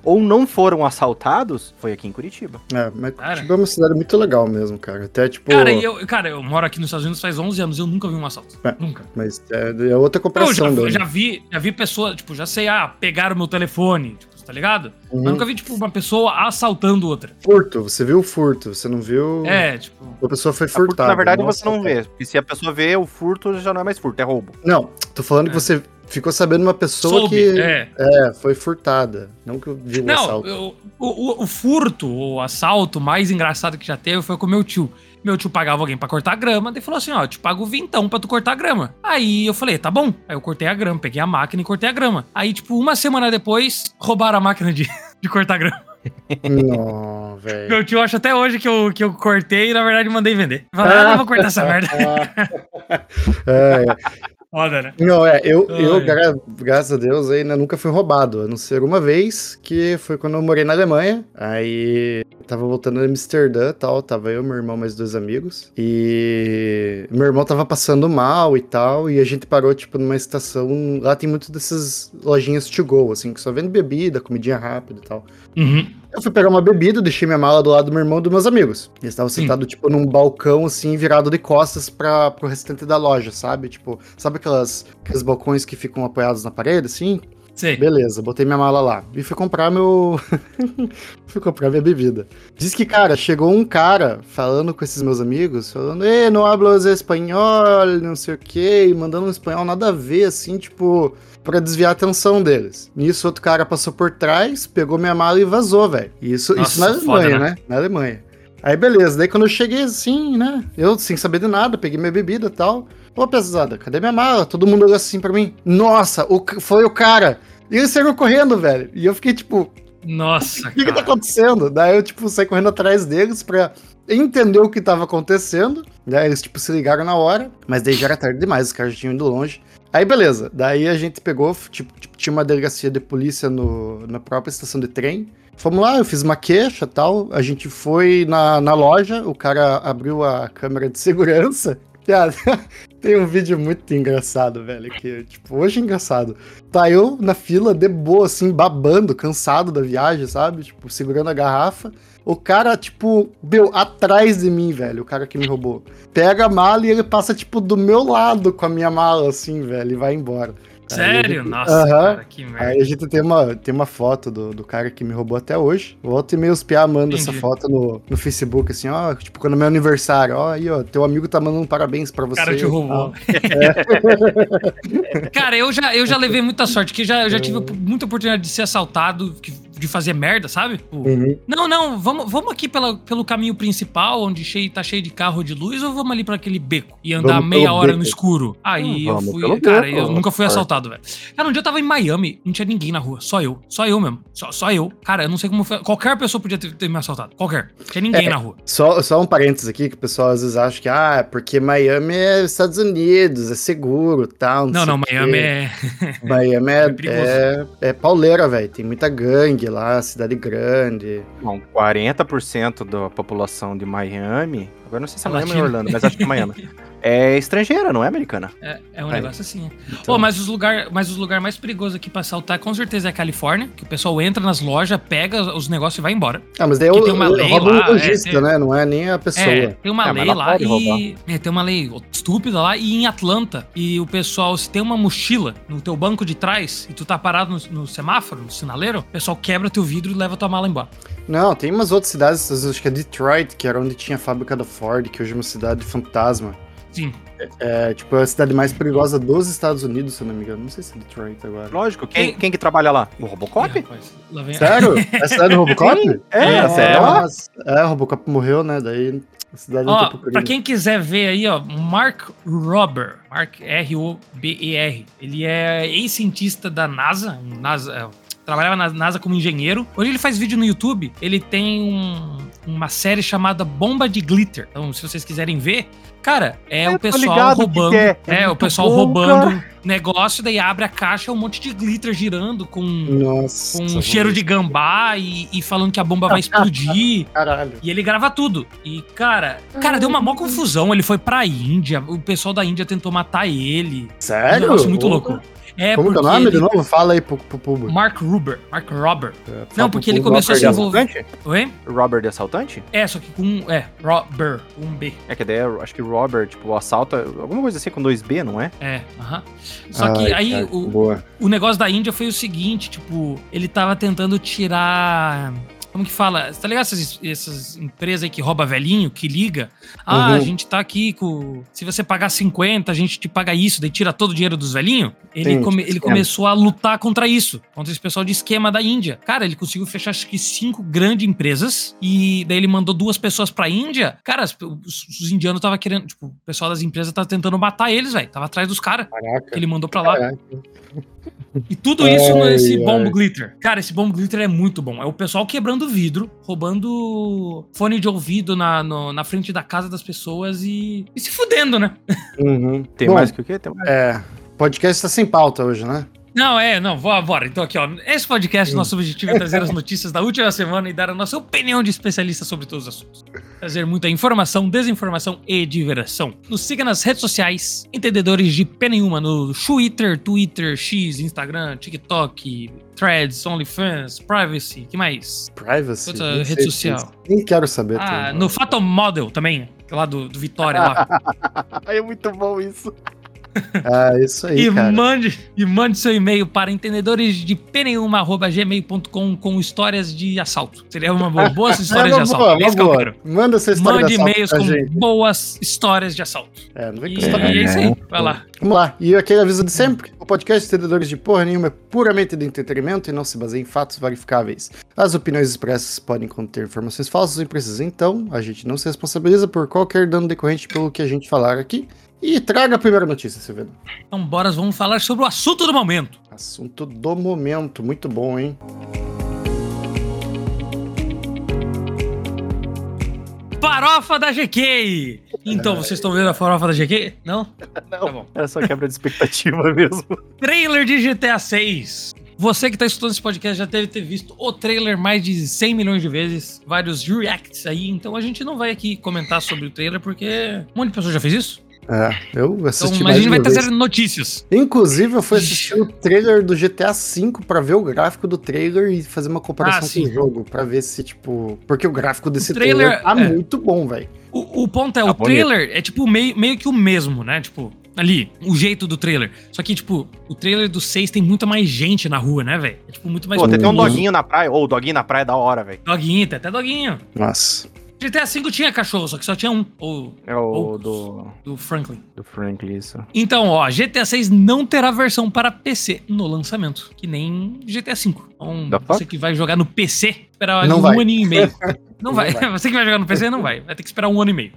[SPEAKER 3] ou não foram assaltados foi aqui em Curitiba.
[SPEAKER 2] É, mas
[SPEAKER 1] Cara.
[SPEAKER 2] Curitiba é uma cidade muito legal mesmo, cara. Até, tipo...
[SPEAKER 1] Cara, e eu, cara, eu moro aqui nos Estados Unidos faz 11 anos e eu nunca vi um assalto.
[SPEAKER 2] É.
[SPEAKER 1] Nunca.
[SPEAKER 2] Mas é, é outra
[SPEAKER 1] Eu
[SPEAKER 2] comparação.
[SPEAKER 1] já,
[SPEAKER 2] daí.
[SPEAKER 1] já vi, já vi pessoas, tipo, já sei, ah, pegaram meu telefone, tipo, tá ligado?
[SPEAKER 2] Uhum.
[SPEAKER 1] Mas nunca vi, tipo, uma pessoa assaltando outra.
[SPEAKER 2] Furto, você viu o furto, você não viu...
[SPEAKER 1] É, tipo.
[SPEAKER 2] A pessoa foi
[SPEAKER 3] A Ah, furto,
[SPEAKER 2] furtada.
[SPEAKER 3] na verdade,
[SPEAKER 2] Nossa,
[SPEAKER 3] você não
[SPEAKER 2] cara.
[SPEAKER 3] vê. Porque se a pessoa vê, o furto já não é mais furto, é roubo.
[SPEAKER 2] Não, tô falando que
[SPEAKER 1] É.
[SPEAKER 2] você ficou sabendo uma pessoa
[SPEAKER 1] Soube,
[SPEAKER 2] que...
[SPEAKER 1] é.
[SPEAKER 2] É, foi furtada. Não que eu diga
[SPEAKER 1] Não,
[SPEAKER 2] assalto.
[SPEAKER 1] eu- o, o- o furto, o assalto mais engraçado que já teve foi com meu tio. Meu tio pagava alguém pra cortar a grama, daí falou assim: ó, eu te pago vintão pra tu cortar a grama. Aí eu falei, tá bom. Aí eu cortei a grama, peguei a máquina e cortei a grama. Aí, tipo, uma semana depois, roubaram a máquina de, de cortar grama.
[SPEAKER 2] Não, velho.
[SPEAKER 1] Meu tio acha até hoje que eu, que eu cortei e, na verdade, mandei vender. Falei, ah, não vou cortar essa merda.
[SPEAKER 2] É,
[SPEAKER 1] Foda, né?
[SPEAKER 2] não, é, eu, eu
[SPEAKER 1] Ai.
[SPEAKER 2] gra- graças a Deus, ainda nunca fui roubado, a não ser uma vez, que foi quando eu morei na Alemanha. Aí eu tava voltando de Amsterdã e tal, tava eu, meu irmão, mais dois amigos. E meu irmão tava passando mal e tal, e a gente parou, tipo, numa estação. Lá tem muito dessas lojinhas to go, assim, que só vende bebida, comidinha rápida e tal.
[SPEAKER 1] Uhum.
[SPEAKER 2] Eu fui pegar uma bebida, deixei minha mala do lado do meu irmão e dos meus amigos. Eles estavam sentados, tipo, num balcão, assim, virado de costas pra, pro restante da loja, sabe? Tipo, sabe aquelas, aqueles balcões que ficam apoiados na parede, assim?
[SPEAKER 1] Sei.
[SPEAKER 2] Beleza, botei minha mala lá. E fui comprar meu. fui comprar minha bebida. Diz que, cara, chegou um cara falando com esses meus amigos, falando, ei, não hablas espanhol, não sei o quê, e mandando um espanhol nada a ver, assim, tipo, pra desviar a atenção deles. Nisso, outro cara passou por trás, pegou minha mala e vazou, velho. E Isso, isso na
[SPEAKER 1] Nossa, foda,
[SPEAKER 2] Alemanha,
[SPEAKER 1] né?
[SPEAKER 2] né? Na Alemanha. Aí beleza, daí quando eu cheguei assim, né? Eu sem saber de nada, peguei minha bebida e tal. Pô, pesada, cadê minha mala? Todo mundo olhou assim pra mim. Nossa, o ca- foi o cara. E ele saiu correndo, velho. E eu fiquei tipo, o
[SPEAKER 1] Nossa,
[SPEAKER 2] que, que tá
[SPEAKER 1] cara.
[SPEAKER 2] acontecendo? Daí eu, tipo, saí correndo atrás deles pra entender o que tava acontecendo. Daí eles, tipo, se ligaram na hora. Mas daí já era tarde demais, os caras já tinham ido longe. Aí beleza, daí a gente pegou, f- tipo, tipo, tinha uma delegacia de polícia no, na própria estação de trem. Fomos lá, eu fiz uma queixa e tal. A gente foi na, na loja, o cara abriu a câmera de segurança. Cara, Tem um vídeo muito engraçado, velho, que, tipo, hoje é engraçado. Tá eu na fila, de boa, assim, babando, cansado da viagem, sabe? Tipo, segurando a garrafa. O cara, tipo, meu, atrás de mim, velho, o cara que me roubou. Pega a mala e ele passa, tipo, do meu lado com a minha mala, assim, velho, e vai embora. Aí
[SPEAKER 1] Sério?
[SPEAKER 2] ele-
[SPEAKER 1] Nossa,
[SPEAKER 2] Aham.
[SPEAKER 1] cara, que merda.
[SPEAKER 2] Aí a gente tem uma, tem uma foto do, do cara que me roubou até hoje. Volta e meio os piá mandam essa
[SPEAKER 1] Entendi.
[SPEAKER 2] foto no, no Facebook, assim, ó, tipo, quando é meu aniversário, ó, aí, ó, teu amigo tá mandando parabéns pra
[SPEAKER 1] O
[SPEAKER 2] você.
[SPEAKER 1] cara te
[SPEAKER 2] e
[SPEAKER 1] roubou.
[SPEAKER 2] tal.
[SPEAKER 1] Cara, eu já, eu já levei muita sorte, que já, eu já tive muita oportunidade de ser assaltado, que- de fazer merda, sabe? Tipo,
[SPEAKER 2] Uhum.
[SPEAKER 1] Não, não, vamos, vamos aqui pela, pelo caminho principal, onde cheio, tá cheio de carro de luz, ou vamos ali pra aquele beco e andar
[SPEAKER 2] Vamos
[SPEAKER 1] meia
[SPEAKER 2] pelo
[SPEAKER 1] hora no
[SPEAKER 2] beco.
[SPEAKER 1] escuro? Aí
[SPEAKER 3] Não,
[SPEAKER 1] eu
[SPEAKER 3] vamos
[SPEAKER 1] fui.
[SPEAKER 3] pelo
[SPEAKER 1] Cara,
[SPEAKER 3] beco,
[SPEAKER 1] eu nunca fui
[SPEAKER 3] rapaz.
[SPEAKER 1] assaltado, velho. Cara, um dia eu tava em Miami, não tinha ninguém na rua, só eu. Só eu mesmo. Só, só eu. Cara, eu não sei como foi. Qualquer pessoa podia ter, ter me assaltado. Qualquer. Não tinha ninguém na rua.
[SPEAKER 2] Só, só um parênteses aqui, que o pessoal às vezes acha que, ah, é porque Miami é Estados Unidos, é seguro, tal.
[SPEAKER 1] Não, não, Miami é.
[SPEAKER 2] é... Miami é,
[SPEAKER 1] é perigoso.
[SPEAKER 2] é, é pauleira, velho, tem muita gangue lá, cidade grande.
[SPEAKER 3] Bom, 40% da população de Miami, agora não sei se é Miami ou
[SPEAKER 1] Latina.
[SPEAKER 3] Orlando, mas acho que é Miami, é estrangeira, não é americana.
[SPEAKER 1] É, é um
[SPEAKER 3] Aí.
[SPEAKER 1] negócio assim, né?
[SPEAKER 2] então.
[SPEAKER 3] Então.
[SPEAKER 1] Pô, mas os lugar, mas os lugar mais perigosos aqui pra assaltar com certeza é a Califórnia, que o pessoal entra nas lojas, pega os negócios e vai embora.
[SPEAKER 2] Ah, mas daí
[SPEAKER 1] Que
[SPEAKER 2] eu,
[SPEAKER 1] tem uma
[SPEAKER 2] eu
[SPEAKER 1] lei
[SPEAKER 2] roubo
[SPEAKER 1] lá,
[SPEAKER 2] o lojista,
[SPEAKER 1] é, tem-
[SPEAKER 2] né? Não é nem a pessoa.
[SPEAKER 1] É, tem uma
[SPEAKER 3] É, mas
[SPEAKER 1] lei
[SPEAKER 3] não
[SPEAKER 1] lá
[SPEAKER 3] pode
[SPEAKER 1] e.
[SPEAKER 3] roubar.
[SPEAKER 1] É, tem uma lei estúpida lá e em Atlanta. E o pessoal, se tem uma mochila no teu banco de trás e tu tá parado no, no semáforo, no sinaleiro, o pessoal quebra teu vidro e leva tua mala embora.
[SPEAKER 2] Não, tem umas outras cidades, acho que é Detroit, que era onde tinha a fábrica da Ford, que hoje é uma cidade fantasma.
[SPEAKER 1] Sim.
[SPEAKER 2] É, tipo, é a cidade mais perigosa dos Estados Unidos, se eu não me engano. Não sei se é Detroit agora.
[SPEAKER 3] Lógico, quem, quem que trabalha lá? O Robocop?
[SPEAKER 1] Ih, rapaz, lá vem-
[SPEAKER 2] Sério? É a cidade do Robocop?
[SPEAKER 3] É,
[SPEAKER 1] É,
[SPEAKER 3] sério. lá?
[SPEAKER 2] Nossa, É, o Robocop morreu, né? Daí a cidade
[SPEAKER 3] um
[SPEAKER 2] não
[SPEAKER 1] Ó,
[SPEAKER 2] tem
[SPEAKER 1] pra
[SPEAKER 2] procurando.
[SPEAKER 1] quem quiser ver aí, ó, Mark Robber, Mark R-O-B-E-R, ele é ex-cientista da NASA, um NASA é, trabalhava na NASA como engenheiro. Hoje ele faz vídeo no YouTube, ele tem um- uma série chamada Bomba de Glitter. Então, se vocês quiserem ver, cara, é
[SPEAKER 3] Eu
[SPEAKER 1] o
[SPEAKER 3] tô
[SPEAKER 1] pessoal
[SPEAKER 3] ligado que
[SPEAKER 1] roubando,
[SPEAKER 3] que é.
[SPEAKER 1] é,
[SPEAKER 3] É
[SPEAKER 1] o
[SPEAKER 3] muito
[SPEAKER 1] pessoal
[SPEAKER 3] bom,
[SPEAKER 1] roubando um negócio, daí abre a caixa, um monte de glitter girando com...
[SPEAKER 2] Nossa.
[SPEAKER 1] Com cheiro de gambá e, e falando que a bomba vai explodir.
[SPEAKER 2] Caralho.
[SPEAKER 1] E ele grava tudo. E, cara, cara, deu uma mó confusão. Ele foi pra Índia, o pessoal da Índia tentou matar ele. Um
[SPEAKER 2] Sério?
[SPEAKER 1] negócio muito louco. É
[SPEAKER 2] Como que é o
[SPEAKER 1] porque
[SPEAKER 2] nome de
[SPEAKER 1] ele...
[SPEAKER 2] novo? Fala aí pro, pro público.
[SPEAKER 1] Mark Ruber, Mark Robber.
[SPEAKER 2] É, fala
[SPEAKER 1] Não,
[SPEAKER 2] pro
[SPEAKER 1] porque ele
[SPEAKER 2] público.
[SPEAKER 1] começou a se envolver.
[SPEAKER 2] Robert.
[SPEAKER 3] Assaltante?
[SPEAKER 1] Oi?
[SPEAKER 3] Robert de assaltante?
[SPEAKER 1] É, só que com um. É, Robber, um B.
[SPEAKER 3] É que daí é- acho que Robert, tipo, assalta, alguma coisa assim com 2B, não é?
[SPEAKER 1] É, aham. Só que
[SPEAKER 2] Ai,
[SPEAKER 1] aí
[SPEAKER 2] Ah, é, cara,
[SPEAKER 1] o,
[SPEAKER 2] Boa.
[SPEAKER 1] O negócio da Índia foi o seguinte, tipo, ele tava tentando tirar. Como que fala? Tá ligado essas, essas empresas aí que rouba velhinho, que liga? Ah,
[SPEAKER 2] Uhum.
[SPEAKER 1] a gente tá aqui com. Se você pagar 50, a gente te paga isso, daí tira todo o dinheiro dos velhinhos. Ele,
[SPEAKER 2] Sim, tipo
[SPEAKER 1] come- ele
[SPEAKER 2] esquema.
[SPEAKER 1] começou a lutar contra isso, contra esse pessoal de esquema da Índia. Cara, ele conseguiu fechar acho que cinco grandes empresas e daí ele mandou duas pessoas pra Índia. Cara, as- os, os indianos tava querendo. Tipo, o pessoal das empresas tava tentando matar eles, velho. Tava atrás dos caras que
[SPEAKER 2] Caraca.
[SPEAKER 1] ele mandou pra lá.
[SPEAKER 2] Caraca.
[SPEAKER 1] E tudo isso
[SPEAKER 2] Ai,
[SPEAKER 1] nesse
[SPEAKER 2] ai.
[SPEAKER 1] bombo glitter. Cara, esse bombo glitter é muito bom. É o pessoal quebrando vidro, roubando fone de ouvido na, no- na frente da casa das pessoas e, e se fudendo, né?
[SPEAKER 2] Uhum.
[SPEAKER 3] Tem
[SPEAKER 2] Bom,
[SPEAKER 3] mais que o quê? Tem mais.
[SPEAKER 2] É. Podcast tá sem pauta hoje, né?
[SPEAKER 1] Não, é, não, bora, bora. Então aqui, ó. Esse podcast,
[SPEAKER 2] Hum.
[SPEAKER 1] nosso objetivo é trazer as notícias da última semana e dar a nossa opinião de especialista sobre todos os assuntos. Trazer muita informação, desinformação e diversão. Nos siga nas redes sociais, entendedores de pé nenhuma, no Twitter, Twitter, X, Instagram, TikTok, Threads, OnlyFans, Privacy, que mais?
[SPEAKER 2] Privacy.
[SPEAKER 1] Outra
[SPEAKER 2] nem
[SPEAKER 1] rede
[SPEAKER 2] sei se-
[SPEAKER 1] social.
[SPEAKER 2] Nem quero saber.
[SPEAKER 1] Ah,
[SPEAKER 2] também.
[SPEAKER 1] no Fatal Model também, lá do, do Vitória lá.
[SPEAKER 3] É muito bom isso.
[SPEAKER 2] Ah, isso aí,
[SPEAKER 1] e,
[SPEAKER 2] cara.
[SPEAKER 1] mande, e mande seu e-mail para entendedores de gmail.com com histórias de assalto. Seria uma boa. Boas histórias
[SPEAKER 2] É
[SPEAKER 1] de
[SPEAKER 2] uma boa,
[SPEAKER 1] assalto. É
[SPEAKER 2] uma
[SPEAKER 1] isso que eu
[SPEAKER 2] boa.
[SPEAKER 1] quero.
[SPEAKER 2] Manda essa história
[SPEAKER 1] Mande
[SPEAKER 2] da
[SPEAKER 1] e-mails
[SPEAKER 2] pra
[SPEAKER 1] com
[SPEAKER 2] gente.
[SPEAKER 1] boas histórias de assalto.
[SPEAKER 2] É, não vem
[SPEAKER 1] E,
[SPEAKER 2] com história.
[SPEAKER 1] e é isso aí. Vai lá.
[SPEAKER 2] Vamos lá. E aquele aviso de sempre: o podcast Entendedores de Porra Nenhuma é puramente de entretenimento e não se baseia em fatos verificáveis. As opiniões expressas podem conter informações falsas e imprecisas, então a gente não se responsabiliza por qualquer dano decorrente pelo que a gente falar aqui. E traga a primeira notícia, Silvino.
[SPEAKER 1] Então, bora, vamos falar sobre o assunto do momento.
[SPEAKER 2] Assunto do momento, muito bom, hein?
[SPEAKER 1] Farofa da GK!
[SPEAKER 2] É.
[SPEAKER 1] Então, vocês estão vendo a farofa da GK? Não? Tá bom.
[SPEAKER 3] Era só quebra de expectativa mesmo.
[SPEAKER 1] Trailer de GTA 6. Você que tá escutando esse podcast já deve ter visto o trailer mais de 100 milhões de vezes, vários reacts aí, então a gente não vai aqui comentar sobre o trailer porque um monte de pessoas já fez isso.
[SPEAKER 2] É, eu
[SPEAKER 1] Então, mas
[SPEAKER 2] assisti
[SPEAKER 1] a
[SPEAKER 2] mais de
[SPEAKER 1] gente vai
[SPEAKER 2] uma vez.
[SPEAKER 1] trazer notícias.
[SPEAKER 2] Inclusive, eu fui assistir o trailer do GTA V pra ver o gráfico do trailer e fazer uma
[SPEAKER 1] Ah,
[SPEAKER 2] comparação
[SPEAKER 1] sim.
[SPEAKER 2] com o jogo, pra ver se, tipo. Porque o gráfico desse
[SPEAKER 1] trailer-
[SPEAKER 2] trailer, tá
[SPEAKER 1] é.
[SPEAKER 2] muito bom, velho.
[SPEAKER 1] O, o ponto é,
[SPEAKER 3] Tá
[SPEAKER 1] o
[SPEAKER 3] bonito.
[SPEAKER 1] trailer é tipo meio, meio que o mesmo, né? Tipo, ali, o jeito do trailer. Só que, tipo, o trailer do 6 tem muita mais gente na rua, né, velho? É tipo muito mais.
[SPEAKER 3] Pô, tem até um
[SPEAKER 2] Uhum.
[SPEAKER 3] doguinho na praia. Ô, o doguinho na praia é da hora, velho.
[SPEAKER 1] Doguinho, tem até doguinho.
[SPEAKER 2] Nossa.
[SPEAKER 1] GTA V tinha cachorro, só que só tinha um, o
[SPEAKER 3] É o
[SPEAKER 1] Poucos.
[SPEAKER 3] do,
[SPEAKER 1] do Franklin.
[SPEAKER 3] do Frank, isso.
[SPEAKER 1] Então, ó, GTA 6 não terá versão para PC no lançamento, que nem GTA V. Então,
[SPEAKER 3] The fuck?
[SPEAKER 1] você que vai jogar no PC, esperar
[SPEAKER 2] Não
[SPEAKER 1] um
[SPEAKER 2] vai.
[SPEAKER 1] ano e meio. Não,
[SPEAKER 2] Não
[SPEAKER 1] vai.
[SPEAKER 2] vai.
[SPEAKER 1] Você que vai jogar no PC, não vai. Vai ter que esperar um ano e meio.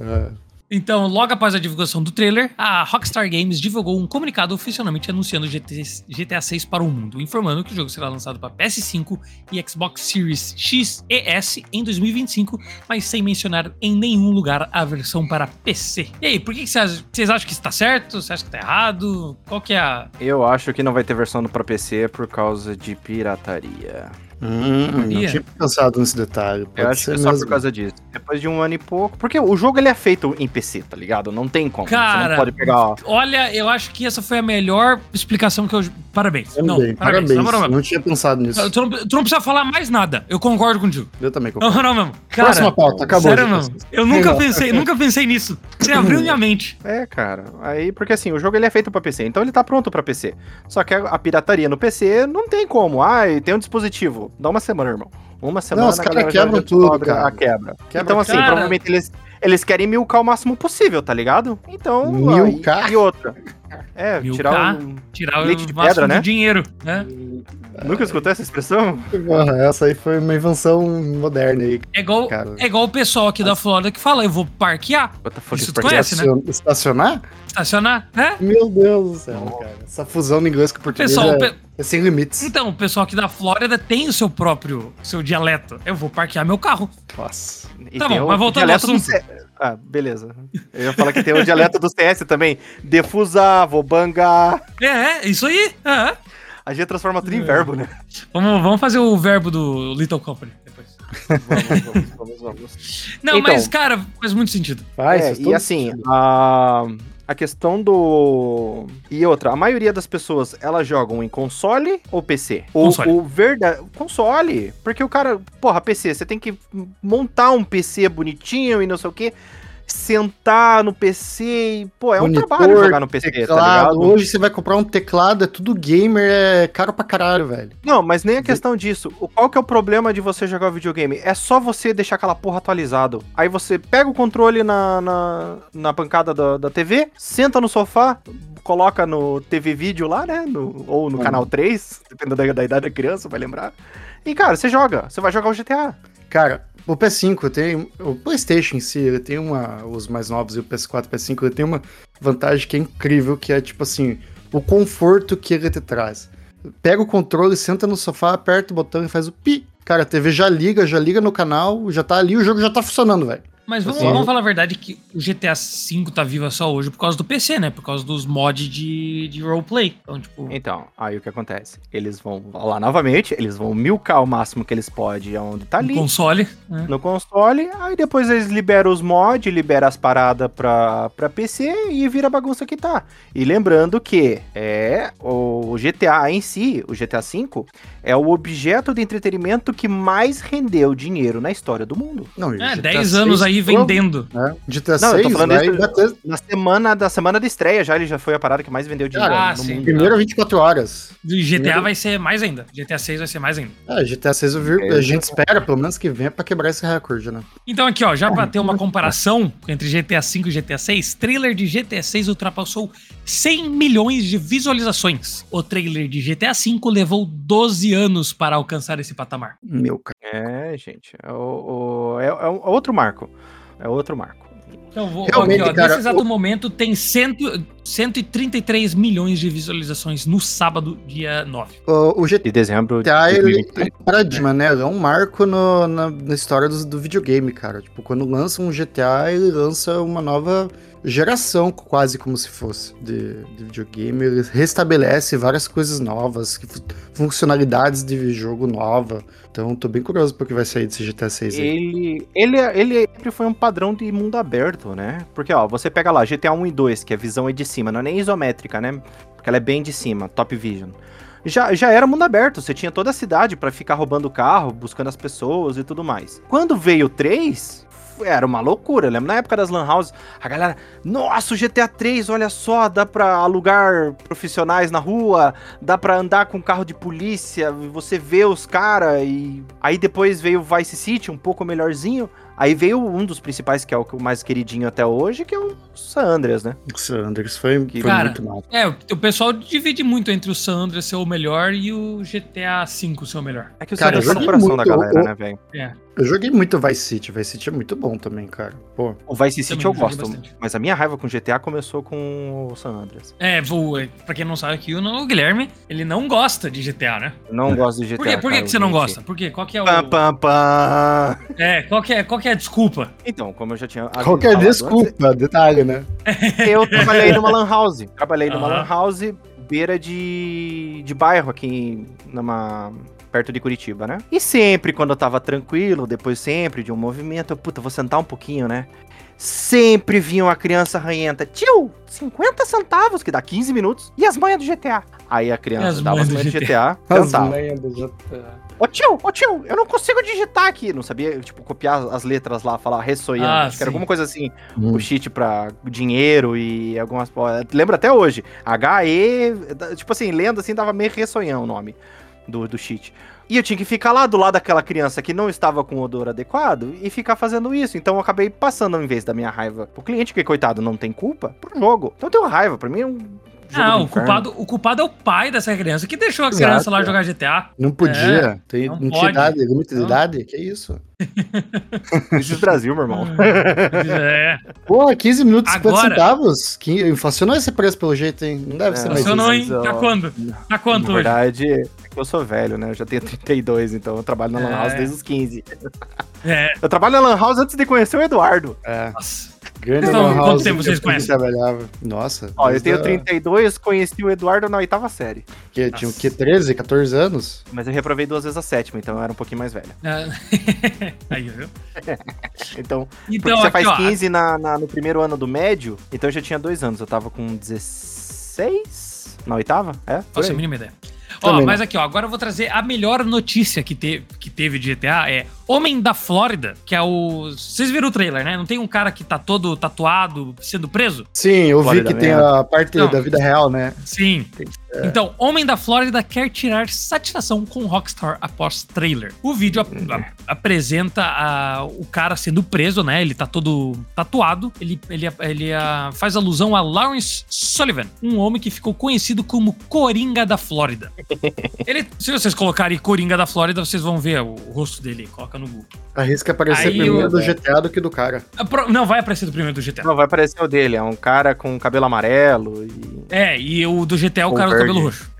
[SPEAKER 2] É.
[SPEAKER 1] Então, logo após a divulgação do trailer, a Rockstar Games divulgou um comunicado oficialmente anunciando GT GTA 6 para o mundo, informando que o jogo será lançado para PS5 e Xbox Series X e S em 2025, mas sem mencionar em nenhum lugar a versão para PC. E aí, por que que vocês vocês acham que está certo? Você acha que está errado? Qual que é a...
[SPEAKER 3] Eu acho que não vai ter versão pra PC por causa de pirataria.
[SPEAKER 2] Hum, não
[SPEAKER 1] Sabia?
[SPEAKER 2] tinha pensado nesse detalhe. Pode
[SPEAKER 3] eu acho que é
[SPEAKER 2] ser
[SPEAKER 3] só por
[SPEAKER 2] mesmo.
[SPEAKER 3] causa disso. Depois de um ano e pouco. Porque o jogo ele é feito em PC, tá ligado? Não tem como. Você
[SPEAKER 1] Cara,
[SPEAKER 3] não pode pegar. ó,
[SPEAKER 1] Olha, eu acho que essa foi a melhor explicação que eu... Parabéns. não,
[SPEAKER 2] Também,
[SPEAKER 1] parabéns.
[SPEAKER 2] parabéns.
[SPEAKER 1] Na moral mesmo.
[SPEAKER 2] Não tinha pensado nisso.
[SPEAKER 1] Tu não, tu não precisa falar mais nada. Eu concordo contigo.
[SPEAKER 2] Eu também
[SPEAKER 1] Não,
[SPEAKER 2] concordo.
[SPEAKER 1] não, mesmo. Cara,
[SPEAKER 2] Próxima pauta, acabou.
[SPEAKER 1] Sério,
[SPEAKER 2] gente.
[SPEAKER 1] mano? Eu nunca
[SPEAKER 2] Legal.
[SPEAKER 1] pensei, nunca pensei nisso. Você abriu minha mente.
[SPEAKER 3] É, cara. Aí, porque assim, o jogo ele é feito pra PC, então ele tá pronto pra PC. Só que a, a pirataria no PC não tem como. Ai, tem um dispositivo. Dá uma semana, irmão. Uma semana
[SPEAKER 2] os
[SPEAKER 3] a
[SPEAKER 2] caras
[SPEAKER 3] galera já-
[SPEAKER 2] quebram
[SPEAKER 3] já
[SPEAKER 2] tudo,
[SPEAKER 3] descobre
[SPEAKER 2] cara.
[SPEAKER 3] a quebra.
[SPEAKER 2] Quebra
[SPEAKER 3] então, assim,
[SPEAKER 1] tudo.
[SPEAKER 3] provavelmente eles, eles querem milcar o máximo possível, tá ligado? Então,
[SPEAKER 2] Milcar?
[SPEAKER 3] aí- e outra. É, tirar
[SPEAKER 1] Milcar?
[SPEAKER 3] o.
[SPEAKER 1] Tirar
[SPEAKER 3] Leite
[SPEAKER 1] o
[SPEAKER 3] de
[SPEAKER 1] máximo
[SPEAKER 3] pedra,
[SPEAKER 1] do
[SPEAKER 3] né?
[SPEAKER 1] dinheiro, né?
[SPEAKER 3] Nunca escutou essa expressão?
[SPEAKER 2] Porra, essa aí foi uma invenção moderna aí,
[SPEAKER 1] É igual,
[SPEAKER 2] cara.
[SPEAKER 1] é igual o pessoal aqui da Flórida que fala, eu vou parquear,
[SPEAKER 3] What the
[SPEAKER 1] Isso tu conhece, né?
[SPEAKER 2] Estacion- Estacionar?
[SPEAKER 1] estacionar, né?
[SPEAKER 2] Meu Deus do céu, cara. Essa fusão do inglês com o português
[SPEAKER 1] Pessoal,
[SPEAKER 2] é,
[SPEAKER 1] o pe-
[SPEAKER 2] é sem limites.
[SPEAKER 1] então, o pessoal aqui da Flórida tem o seu próprio, seu dialeto. Eu vou parquear meu carro.
[SPEAKER 2] Nossa.
[SPEAKER 3] E
[SPEAKER 1] Tá
[SPEAKER 3] tem
[SPEAKER 1] bom,
[SPEAKER 3] o
[SPEAKER 1] mas voltando ao
[SPEAKER 3] dialeto do
[SPEAKER 1] assunto.
[SPEAKER 3] C- Ah, beleza. Eu ia falar que tem o dialeto do CS também. Defusar, vobanga.
[SPEAKER 1] É, é, isso aí. é, é.
[SPEAKER 3] A gente transforma tudo em verbo, né?
[SPEAKER 1] Vamos, vamos fazer o verbo do Little Company depois.
[SPEAKER 3] Vamos, vamos, vamos, vamos.
[SPEAKER 1] Não,
[SPEAKER 3] Então.
[SPEAKER 1] mas, cara, faz muito sentido.
[SPEAKER 2] Faz,
[SPEAKER 3] É,
[SPEAKER 2] faz
[SPEAKER 3] e
[SPEAKER 2] todo
[SPEAKER 3] assim,
[SPEAKER 2] sentido.
[SPEAKER 3] a, a questão do. E outra, a maioria das pessoas elas jogam em console ou PC? O,
[SPEAKER 1] Console.
[SPEAKER 3] O verda... Console. Porque o cara, porra, PC, você tem que montar um PC bonitinho e não sei o quê. Sentar no PC e, pô, é um
[SPEAKER 2] Monitor,
[SPEAKER 3] trabalho jogar no PC, tá
[SPEAKER 2] teclado.
[SPEAKER 3] ligado?
[SPEAKER 2] Hoje você vai comprar um teclado, é tudo gamer, é caro pra caralho, velho.
[SPEAKER 3] Não, mas nem a questão disso. O- Qual que é o problema de você jogar videogame? É só você deixar aquela porra atualizado. Aí você pega o controle na, na, na bancada da, da TV, senta no sofá, coloca no TV vídeo lá, né? No- ou no
[SPEAKER 2] Uhum.
[SPEAKER 3] canal 3, dependendo da, da idade da criança, vai lembrar. E, cara, você joga. Você vai jogar o GTA.
[SPEAKER 2] Cara, o PS5 tem. O PlayStation em si, ele tem uma. Os mais novos e o PS4 e PS5, ele tem uma vantagem que é incrível, que é tipo assim: o conforto que ele te traz. Pega o controle, senta no sofá, aperta o botão e faz o pi. Cara, a TV já liga, já liga no canal, já tá ali, o jogo já tá funcionando, velho.
[SPEAKER 1] Mas vamos,
[SPEAKER 2] Assim,
[SPEAKER 1] vamos
[SPEAKER 2] eu-
[SPEAKER 1] falar a verdade que o GTA V tá viva só hoje por causa do PC, né? Por causa dos mods de, de roleplay. Então, tipo,
[SPEAKER 3] Então, aí o que acontece? Eles vão lá novamente, eles vão milcar o máximo que eles podem onde tá
[SPEAKER 1] no
[SPEAKER 3] ali.
[SPEAKER 1] Um console. né?
[SPEAKER 3] no console, aí depois eles liberam os mods, liberam as paradas pra, pra PC e vira a bagunça que tá. E lembrando que é o GTA em si, o GTA V, é o objeto de entretenimento que mais rendeu dinheiro na história do mundo.
[SPEAKER 2] Não,
[SPEAKER 1] É, 10 anos aí sair vendendo.
[SPEAKER 2] né? Dita
[SPEAKER 3] Não, eu tô
[SPEAKER 2] 6
[SPEAKER 3] falando
[SPEAKER 2] vai
[SPEAKER 3] isso-
[SPEAKER 2] bater
[SPEAKER 3] Na semana da semana da estreia já ele já foi a parada que mais vendeu dinheiro
[SPEAKER 1] Cara,
[SPEAKER 3] no
[SPEAKER 1] sim.
[SPEAKER 3] mundo.
[SPEAKER 2] primeiro 24 horas.
[SPEAKER 1] E GTA
[SPEAKER 2] Primeiro-
[SPEAKER 1] vai ser mais ainda. GTA 6 vai ser mais ainda.
[SPEAKER 2] É, GTA 6 eu vi- a gente espera, pelo menos que venha pra quebrar esse recorde, né?
[SPEAKER 1] Então aqui, ó, já pra ter uma comparação entre GTA V e GTA 6, trailer de GTA 6 ultrapassou 100 milhões de visualizações. O trailer de GTA V levou 12 anos para alcançar esse patamar.
[SPEAKER 2] Meu cara.
[SPEAKER 3] É, gente. É, o- o- é- é um- é outro marco. É outro marco.
[SPEAKER 1] Então, vou,
[SPEAKER 2] Realmente,
[SPEAKER 1] aqui, ó,
[SPEAKER 2] cara,
[SPEAKER 1] nesse exato
[SPEAKER 2] o-
[SPEAKER 1] momento tem cento, 133 milhões de visualizações no sábado, dia 9.
[SPEAKER 2] O, o GTA,
[SPEAKER 3] De dezembro de
[SPEAKER 2] ele
[SPEAKER 3] 2023.
[SPEAKER 2] é um paradigma, né? Ele é um marco no- na, na história dos- do, videogame, cara. Tipo, quando lança um GTA, ele lança uma nova geração, quase como se fosse, de, de videogame. Ele restabelece várias coisas novas, que fu- funcionalidades de jogo nova. Então, tô bem curioso pro que vai sair desse GTA 6 aí.
[SPEAKER 3] Ele, ele, ele sempre foi um padrão de mundo aberto, né? Porque, ó, você pega lá GTA 1 e 2, que a visão é de cima, não é nem isométrica, né? Porque ela é bem de cima, top vision. Já, já era mundo aberto, você tinha toda a cidade pra ficar roubando carro, buscando as pessoas e tudo mais. Quando veio o 3, era uma loucura. Eu lembro na época das Lan Houses, a galera, nossa, o GTA 3, olha só, dá pra alugar profissionais na rua, dá pra andar com carro de polícia, você vê os caras e aí depois veio o Vice City, um pouco melhorzinho. Aí veio um dos principais que é o que eu mais queridinho até hoje, que é o San Andreas, né?
[SPEAKER 2] Nossa, Anders, foi,
[SPEAKER 3] Que-
[SPEAKER 2] foi
[SPEAKER 1] Cara,
[SPEAKER 2] muito mal.
[SPEAKER 1] É, o o pessoal divide muito entre o San Andreas ser o melhor e o GTA V ser o melhor.
[SPEAKER 3] É que o San
[SPEAKER 2] Cara,
[SPEAKER 3] Andreas tá no
[SPEAKER 2] eu
[SPEAKER 3] coração
[SPEAKER 2] joguei
[SPEAKER 3] da
[SPEAKER 2] muito,
[SPEAKER 3] galera,
[SPEAKER 2] eu-
[SPEAKER 3] né, velho?
[SPEAKER 1] É,
[SPEAKER 2] Eu joguei muito Vice City. Vice City é muito bom também, cara. Pô,
[SPEAKER 3] O Vice City
[SPEAKER 1] Também
[SPEAKER 3] eu
[SPEAKER 1] joguei
[SPEAKER 3] gosto,
[SPEAKER 1] bastante.
[SPEAKER 3] mas a minha raiva com GTA começou com o San Andreas.
[SPEAKER 1] é voa. Pra quem não sabe aqui, o o Guilherme, ele não gosta de GTA, né?
[SPEAKER 3] Eu
[SPEAKER 2] É.
[SPEAKER 3] não gosto de GTA.
[SPEAKER 1] Por quê? Por que,
[SPEAKER 3] cara,
[SPEAKER 1] que você não
[SPEAKER 3] gente.
[SPEAKER 1] gosta? Por quê? Qual que é o.
[SPEAKER 3] Pam, pam, pam.
[SPEAKER 1] É, qual que é, qual que é a desculpa?
[SPEAKER 3] Então, como eu já tinha.
[SPEAKER 2] qualquer
[SPEAKER 3] falado
[SPEAKER 2] desculpa, detalhe, né?
[SPEAKER 3] Eu trabalhei numa lan house. Trabalhei numa
[SPEAKER 1] Aham.
[SPEAKER 3] lan house beira de, de bairro aqui em- numa perto de Curitiba, né? E sempre quando eu tava tranquilo, depois sempre de um movimento, eu, puta, vou sentar um pouquinho, né? Sempre vinha uma criança arranhenta, tio, 50 centavos, que dá 15 minutos, e as manhas do GTA. Aí a
[SPEAKER 1] E
[SPEAKER 3] criança
[SPEAKER 1] as
[SPEAKER 3] dava as manhas do GTA,
[SPEAKER 2] As
[SPEAKER 3] cantava.
[SPEAKER 2] lendas já
[SPEAKER 3] Ô tio, ô tio, eu não consigo digitar aqui. Não sabia, tipo, copiar as letras lá, falar ressoiando.
[SPEAKER 1] Ah,
[SPEAKER 3] acho que
[SPEAKER 1] sim.
[SPEAKER 3] era alguma coisa assim.
[SPEAKER 2] Hum.
[SPEAKER 3] O cheat pra dinheiro e algumas. po- Lembro até hoje. HE. da- Tipo assim, lendo assim, dava meio ressonhão o nome do, do cheat. E eu tinha que ficar lá do lado daquela criança que não estava com o odor adequado e ficar fazendo isso. Então eu acabei passando, em vez da minha raiva pro cliente, que coitado não tem culpa, pro jogo. Então eu tenho raiva. Pra mim é um. Jogo
[SPEAKER 1] ah,
[SPEAKER 3] do
[SPEAKER 1] o
[SPEAKER 3] inferno.
[SPEAKER 1] culpado, o culpado é o pai dessa criança que deixou a
[SPEAKER 2] Exato.
[SPEAKER 1] criança lá jogar GTA.
[SPEAKER 2] Não podia. tem,
[SPEAKER 1] É, não
[SPEAKER 2] não
[SPEAKER 1] pode.
[SPEAKER 2] tinha idade, limite de
[SPEAKER 1] Não.
[SPEAKER 2] idade? Que isso?
[SPEAKER 3] Esse Brasil, meu irmão.
[SPEAKER 1] é,
[SPEAKER 2] Pô, 15 minutos e 50
[SPEAKER 1] Agora-
[SPEAKER 2] centavos? Que inflacionou esse preço pelo jeito, hein? Não deve
[SPEAKER 3] É,
[SPEAKER 2] ser mais isso.
[SPEAKER 1] funcionou, hein?
[SPEAKER 3] mas, ó,
[SPEAKER 1] Tá quando? Tá quanto
[SPEAKER 3] Na
[SPEAKER 1] hoje?
[SPEAKER 3] verdade, é que eu sou velho, né? Eu já tenho 32, então eu trabalho na Lan House
[SPEAKER 1] É.
[SPEAKER 3] desde os 15.
[SPEAKER 1] É,
[SPEAKER 3] Eu trabalho na Lan House antes de conhecer o Eduardo.
[SPEAKER 2] É,
[SPEAKER 1] nossa.
[SPEAKER 2] grande
[SPEAKER 1] Então,
[SPEAKER 2] lan
[SPEAKER 1] quanto
[SPEAKER 2] house
[SPEAKER 1] tempo
[SPEAKER 2] que
[SPEAKER 1] vocês
[SPEAKER 2] eu
[SPEAKER 1] conhecem?
[SPEAKER 2] Trabalhava. Nossa.
[SPEAKER 3] Ó, eu
[SPEAKER 2] desde
[SPEAKER 3] tenho
[SPEAKER 2] a-
[SPEAKER 3] 32, conheci o Eduardo na oitava série.
[SPEAKER 2] ah, Que, eu tinha o quê? 13, 14 anos?
[SPEAKER 3] Mas eu reprovei duas vezes a sétima, então eu era um pouquinho mais velho.
[SPEAKER 1] É. Aí, viu?
[SPEAKER 3] Então, porque
[SPEAKER 1] Então,
[SPEAKER 3] você
[SPEAKER 1] aqui,
[SPEAKER 3] faz
[SPEAKER 1] ó.
[SPEAKER 3] 15 na, na- no primeiro ano do médio, então eu já tinha dois anos. Eu tava com 16 na oitava? É? por
[SPEAKER 1] Faço a
[SPEAKER 3] aí.
[SPEAKER 1] mínima ideia. Ó,
[SPEAKER 2] Também
[SPEAKER 1] mas aqui, ó, agora eu vou trazer a melhor notícia que, te, que teve de GTA, é Homem da Flórida, que é o... Vocês viram o trailer, né? Não tem um cara que tá todo tatuado sendo preso?
[SPEAKER 2] Sim, eu vi
[SPEAKER 3] Flórida
[SPEAKER 2] que tem
[SPEAKER 3] mesmo.
[SPEAKER 2] a parte
[SPEAKER 1] Não.
[SPEAKER 2] da vida real, né?
[SPEAKER 1] Sim. Então, Homem da Flórida quer tirar satisfação com Rockstar após trailer. O vídeo ap- a- apresenta a- o cara sendo preso, né? Ele tá todo tatuado. Ele, ele, ele ah, faz alusão a Lawrence Sullivan, um homem que ficou conhecido como Coringa da Flórida. Ele, se vocês colocarem Coringa da Flórida, vocês vão ver o rosto dele. Coloca no Google.
[SPEAKER 2] Arrisca aparecer
[SPEAKER 1] Aí
[SPEAKER 2] primeiro
[SPEAKER 1] eu-
[SPEAKER 2] do GTA do que do cara.
[SPEAKER 1] Ah, pro- Não, vai aparecer do primeiro do GTA.
[SPEAKER 3] Não, vai aparecer o dele. É um cara com cabelo amarelo e
[SPEAKER 1] É, e o do GTA é o
[SPEAKER 3] Com
[SPEAKER 1] cara do
[SPEAKER 3] verde.
[SPEAKER 1] cabelo roxo.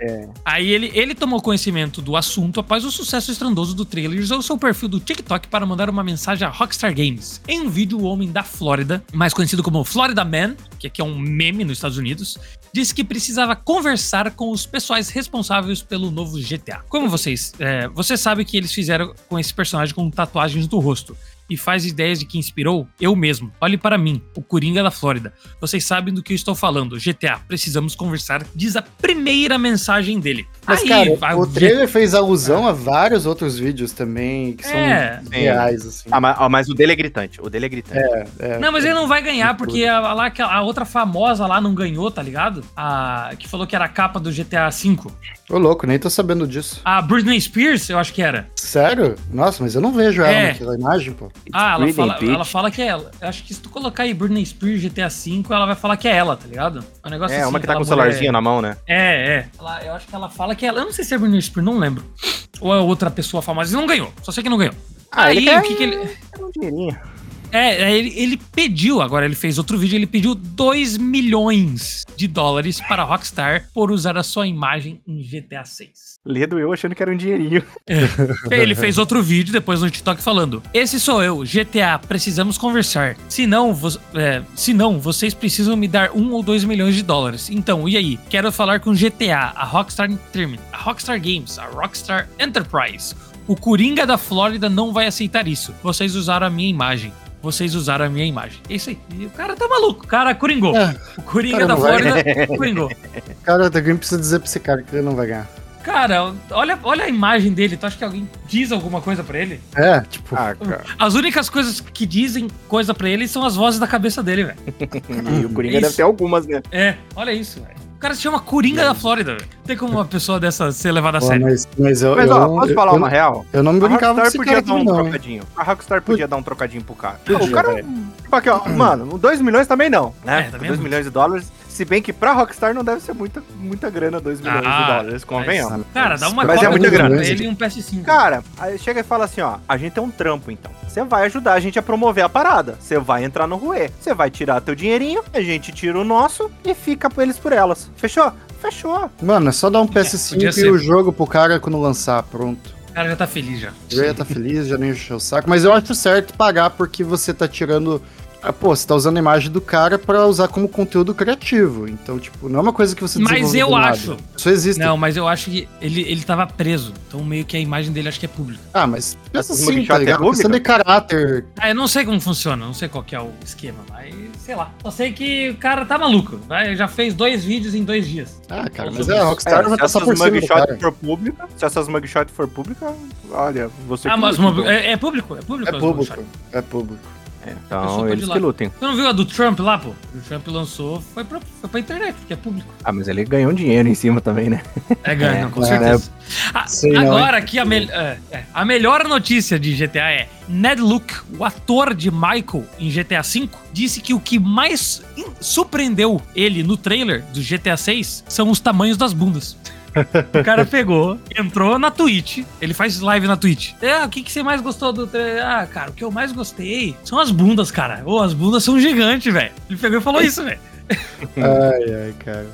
[SPEAKER 1] Aí ele, ele tomou conhecimento do assunto após o sucesso estrondoso do trailer e usou seu perfil do TikTok para mandar uma mensagem a Rockstar Games. Em um vídeo, o homem da Flórida, mais conhecido como Florida Man, que aqui é um meme nos Estados Unidos, disse que precisava conversar com os pessoais responsáveis pelo novo GTA. Como vocês, é, você sabe que eles fizeram com esse personagem com tatuagens no rosto. e faz ideias de que inspirou? Eu mesmo. Olhe para mim, o Coringa da Flórida. Vocês sabem do que eu estou falando. GTA, precisamos conversar, diz a primeira mensagem dele.
[SPEAKER 2] Mas,
[SPEAKER 1] Aí,
[SPEAKER 2] cara,
[SPEAKER 1] a-
[SPEAKER 2] o trailer fez alusão a vários outros vídeos também que são
[SPEAKER 1] É.
[SPEAKER 2] reais, assim.
[SPEAKER 3] Ah, mas, ó, mas o dele é gritante. O dele é gritante.
[SPEAKER 2] É,
[SPEAKER 1] Não, mas ele não vai ganhar, porque a, a lá, que a- a outra famosa lá não ganhou, tá ligado? A, que falou que era a capa do GTA V.
[SPEAKER 2] Ô, louco, nem tô sabendo disso.
[SPEAKER 1] A Britney Spears, eu acho que era.
[SPEAKER 2] Sério? Nossa, mas eu não vejo ela
[SPEAKER 1] É.
[SPEAKER 2] naquela imagem, pô.
[SPEAKER 1] Ah, ela
[SPEAKER 3] Britney,
[SPEAKER 1] fala,
[SPEAKER 3] bitch.
[SPEAKER 1] ela fala que é ela. Eu acho que se tu colocar aí Britney Spears GTA V, ela vai falar que é ela, tá ligado? É um negócio
[SPEAKER 3] É,
[SPEAKER 1] assim,
[SPEAKER 3] uma que tá com
[SPEAKER 1] aquela
[SPEAKER 3] o celularzinho na mão, né?
[SPEAKER 1] mulher- É, é. Ela- eu acho que ela fala que é ela. Eu não sei se é Britney Spears, não lembro. Ou é outra pessoa famosa. Ele não ganhou, só sei que não ganhou.
[SPEAKER 3] Ah, ele
[SPEAKER 1] aí,
[SPEAKER 3] quer-
[SPEAKER 1] o que que ele...
[SPEAKER 3] É um dinheirinho.
[SPEAKER 1] É, é, ele, ele pediu, agora ele fez outro vídeo, ele pediu 2 milhões de dólares para a Rockstar por usar a sua imagem em GTA 6.
[SPEAKER 3] Ledo eu achando que era um dinheirinho.
[SPEAKER 1] Ele fez outro vídeo depois no TikTok falando: Esse sou eu, GTA, precisamos conversar. Se não, vo- é, se não, vocês precisam me dar um ou dois milhões de dólares. Então, e aí? Quero falar com GTA, a Rockstar Entertainment, a Rockstar Games, a Rockstar Enterprise. O Coringa da Flórida não vai aceitar isso. Vocês usaram a minha imagem. Vocês usaram a minha imagem. É isso aí. E o cara tá maluco. O cara coringou.
[SPEAKER 2] É,
[SPEAKER 1] o Coringa
[SPEAKER 2] cara
[SPEAKER 1] da
[SPEAKER 2] não vai.
[SPEAKER 1] Flórida coringou.
[SPEAKER 2] Cara, o The Green precisa dizer pra esse cara que ele não vai ganhar.
[SPEAKER 1] Cara, olha, olha a imagem dele. Tu acha que alguém diz alguma coisa pra ele?
[SPEAKER 2] É, tipo,
[SPEAKER 3] Ah, cara.
[SPEAKER 1] As únicas coisas que dizem coisa pra ele são as vozes da cabeça dele, velho.
[SPEAKER 3] E o Coringa
[SPEAKER 1] Isso.
[SPEAKER 3] deve ter algumas, né?
[SPEAKER 1] É, olha isso, velho. O cara se chama Coringa da Flórida, velho. Tem como uma pessoa dessa ser levada a
[SPEAKER 2] pô,
[SPEAKER 1] sério.
[SPEAKER 2] mas, mas eu,
[SPEAKER 3] Mas
[SPEAKER 2] eu,
[SPEAKER 3] ó,
[SPEAKER 2] não-
[SPEAKER 3] posso
[SPEAKER 2] eu,
[SPEAKER 3] falar
[SPEAKER 2] eu,
[SPEAKER 3] uma real?
[SPEAKER 2] eu não
[SPEAKER 3] A
[SPEAKER 2] brincava
[SPEAKER 3] Rockstar
[SPEAKER 2] desse
[SPEAKER 3] podia
[SPEAKER 2] cara
[SPEAKER 3] dar
[SPEAKER 2] aqui,
[SPEAKER 3] um
[SPEAKER 2] não. hein?
[SPEAKER 3] trocadinho. A Rockstar podia dar um trocadinho pro cara.
[SPEAKER 2] Podia,
[SPEAKER 3] o cara.
[SPEAKER 2] velho. Hum.
[SPEAKER 3] Tipo aqui, ó. Mano, 2 milhões também não,
[SPEAKER 1] É,
[SPEAKER 3] né?
[SPEAKER 1] também é
[SPEAKER 3] 2
[SPEAKER 1] muito.
[SPEAKER 3] milhões de dólares. Se bem que pra Rockstar não deve ser muita, muita grana 2 milhões
[SPEAKER 1] Ah,
[SPEAKER 3] de dólares, convenhamos.
[SPEAKER 1] Cara, dá uma
[SPEAKER 3] Mas é
[SPEAKER 1] cópia
[SPEAKER 3] muita
[SPEAKER 1] do-
[SPEAKER 3] grana.
[SPEAKER 1] pra ele e um PS5.
[SPEAKER 3] Cara, aí chega e fala assim, ó, a gente é um trampo então. Você vai ajudar a gente a promover a parada. Você vai entrar no ruê. Você vai tirar teu dinheirinho, a gente tira o nosso e fica por eles por elas. Fechou? Fechou.
[SPEAKER 2] Mano, é só dar um
[SPEAKER 1] podia
[SPEAKER 2] PS5 e
[SPEAKER 1] ser.
[SPEAKER 2] o jogo pro cara quando lançar, pronto.
[SPEAKER 1] o cara já tá feliz já.
[SPEAKER 2] Já ia tá feliz, já nem encheu o saco. Mas eu acho certo pagar porque você tá tirando. ah, Pô, você tá usando a imagem do cara pra usar como conteúdo criativo. Então, tipo, não é uma coisa que você
[SPEAKER 1] Mas
[SPEAKER 2] desenvolveu
[SPEAKER 1] eu
[SPEAKER 2] do nada.
[SPEAKER 1] acho.
[SPEAKER 2] Isso existe.
[SPEAKER 1] Não, mas eu acho que ele, ele tava preso. Então meio que a imagem dele acho que é pública.
[SPEAKER 2] Ah, mas pensa
[SPEAKER 3] Essa
[SPEAKER 2] assim,
[SPEAKER 3] screenshot
[SPEAKER 2] tá
[SPEAKER 3] é
[SPEAKER 2] ligado?
[SPEAKER 3] pública?
[SPEAKER 2] Questão de caráter.
[SPEAKER 1] Ah, eu não sei como funciona, não sei qual que é o esquema, mas sei lá. Só sei que o cara tá maluco. Vai, já fez dois vídeos em dois dias.
[SPEAKER 2] Ah, cara,
[SPEAKER 1] Os
[SPEAKER 2] mas é,
[SPEAKER 1] outros.
[SPEAKER 2] a Rockstar vai
[SPEAKER 3] se
[SPEAKER 2] passar por
[SPEAKER 3] essas é
[SPEAKER 2] cima do cara.
[SPEAKER 3] mugshots for pública, se essas mugshots for pública, olha, você
[SPEAKER 1] Ah,
[SPEAKER 3] que
[SPEAKER 1] mas
[SPEAKER 3] lute,
[SPEAKER 1] uma- é, é público? É público?
[SPEAKER 2] É
[SPEAKER 1] as
[SPEAKER 2] público,
[SPEAKER 1] Moonshot?
[SPEAKER 2] é público.
[SPEAKER 1] Eu
[SPEAKER 3] então.
[SPEAKER 1] sou
[SPEAKER 3] Então,
[SPEAKER 1] pra
[SPEAKER 3] eles
[SPEAKER 1] de
[SPEAKER 3] que
[SPEAKER 1] lá.
[SPEAKER 3] lutem.
[SPEAKER 1] Tu não viu a do Trump lá, pô? O Trump lançou, foi pra, foi pra internet, porque é público.
[SPEAKER 3] Ah, mas ele ganhou um dinheiro em cima também, né?
[SPEAKER 1] É ganho,
[SPEAKER 3] É,
[SPEAKER 1] não, com
[SPEAKER 2] claro.
[SPEAKER 1] certeza. A-
[SPEAKER 2] é- Sei não,
[SPEAKER 1] agora aqui, a, mel- é, é. a melhor notícia de GTA é Ned Luke, o ator de Michael em GTA V, disse que o que mais in- surpreendeu ele no trailer do GTA VI são os tamanhos das bundas. O cara pegou, entrou na Twitch, ele faz live na Twitch. Ah, o que, que você mais gostou do trailer? Ah, cara, o que eu mais gostei são as bundas, cara. Ô, as bundas são gigantes, velho. Ele pegou e falou isso, velho.
[SPEAKER 2] Ai, ai, cara.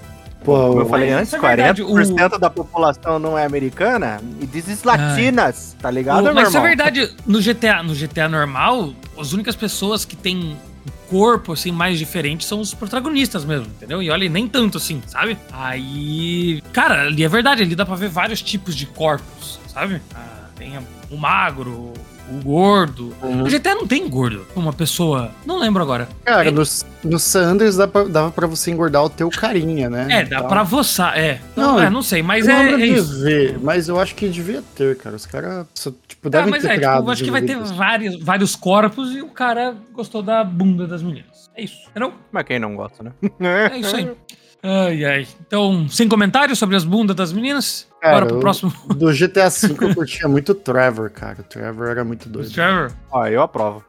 [SPEAKER 2] Porra,
[SPEAKER 3] Como eu
[SPEAKER 2] o-
[SPEAKER 3] falei
[SPEAKER 1] Mas
[SPEAKER 3] antes,
[SPEAKER 1] isso é verdade,
[SPEAKER 3] 40% da população não é americana e dizes latinas, tá ligado,
[SPEAKER 1] O-
[SPEAKER 3] meu
[SPEAKER 1] mas isso é
[SPEAKER 3] irmão?
[SPEAKER 1] verdade, no GTA, no GTA normal, as únicas pessoas que têm um corpo assim mais diferente são os protagonistas mesmo, entendeu? E olha, nem tanto assim, sabe? Aí, cara, ali é verdade, ali dá pra ver vários tipos de corpos, sabe? Ah, tem o magro, o gordo.
[SPEAKER 2] Uhum.
[SPEAKER 1] No GTA não tem gordo, uma pessoa, não lembro agora.
[SPEAKER 2] Cara,
[SPEAKER 1] É.
[SPEAKER 2] no, no Sanders dá pra, dava pra você engordar o teu carinha, né?
[SPEAKER 1] É, dá
[SPEAKER 2] Então,
[SPEAKER 1] pra voçar, é. Não,
[SPEAKER 2] Não,
[SPEAKER 1] é, não sei, mas
[SPEAKER 2] eu
[SPEAKER 1] é,
[SPEAKER 2] lembro
[SPEAKER 1] é
[SPEAKER 2] de
[SPEAKER 1] isso.
[SPEAKER 2] ver, mas eu acho que devia ter, cara. Os caras, tipo,
[SPEAKER 1] Tá,
[SPEAKER 2] devem
[SPEAKER 1] mas
[SPEAKER 2] ter
[SPEAKER 1] é, tipo,
[SPEAKER 2] criado
[SPEAKER 1] eu acho que vai ter
[SPEAKER 2] indivíduos.
[SPEAKER 1] vários, vários corpos e o cara gostou da bunda das meninas. É isso, entendeu?
[SPEAKER 3] Mas quem não gosta, né?
[SPEAKER 1] É isso aí. Ai, ai. Então, sem comentários sobre as bundas das meninas?
[SPEAKER 2] Cara,
[SPEAKER 1] Bora pro
[SPEAKER 2] eu-
[SPEAKER 1] próximo.
[SPEAKER 2] Do GTA V eu curtia muito o Trevor, cara. O Trevor era muito doido.
[SPEAKER 1] Trevor.
[SPEAKER 3] Ó, eu aprovo.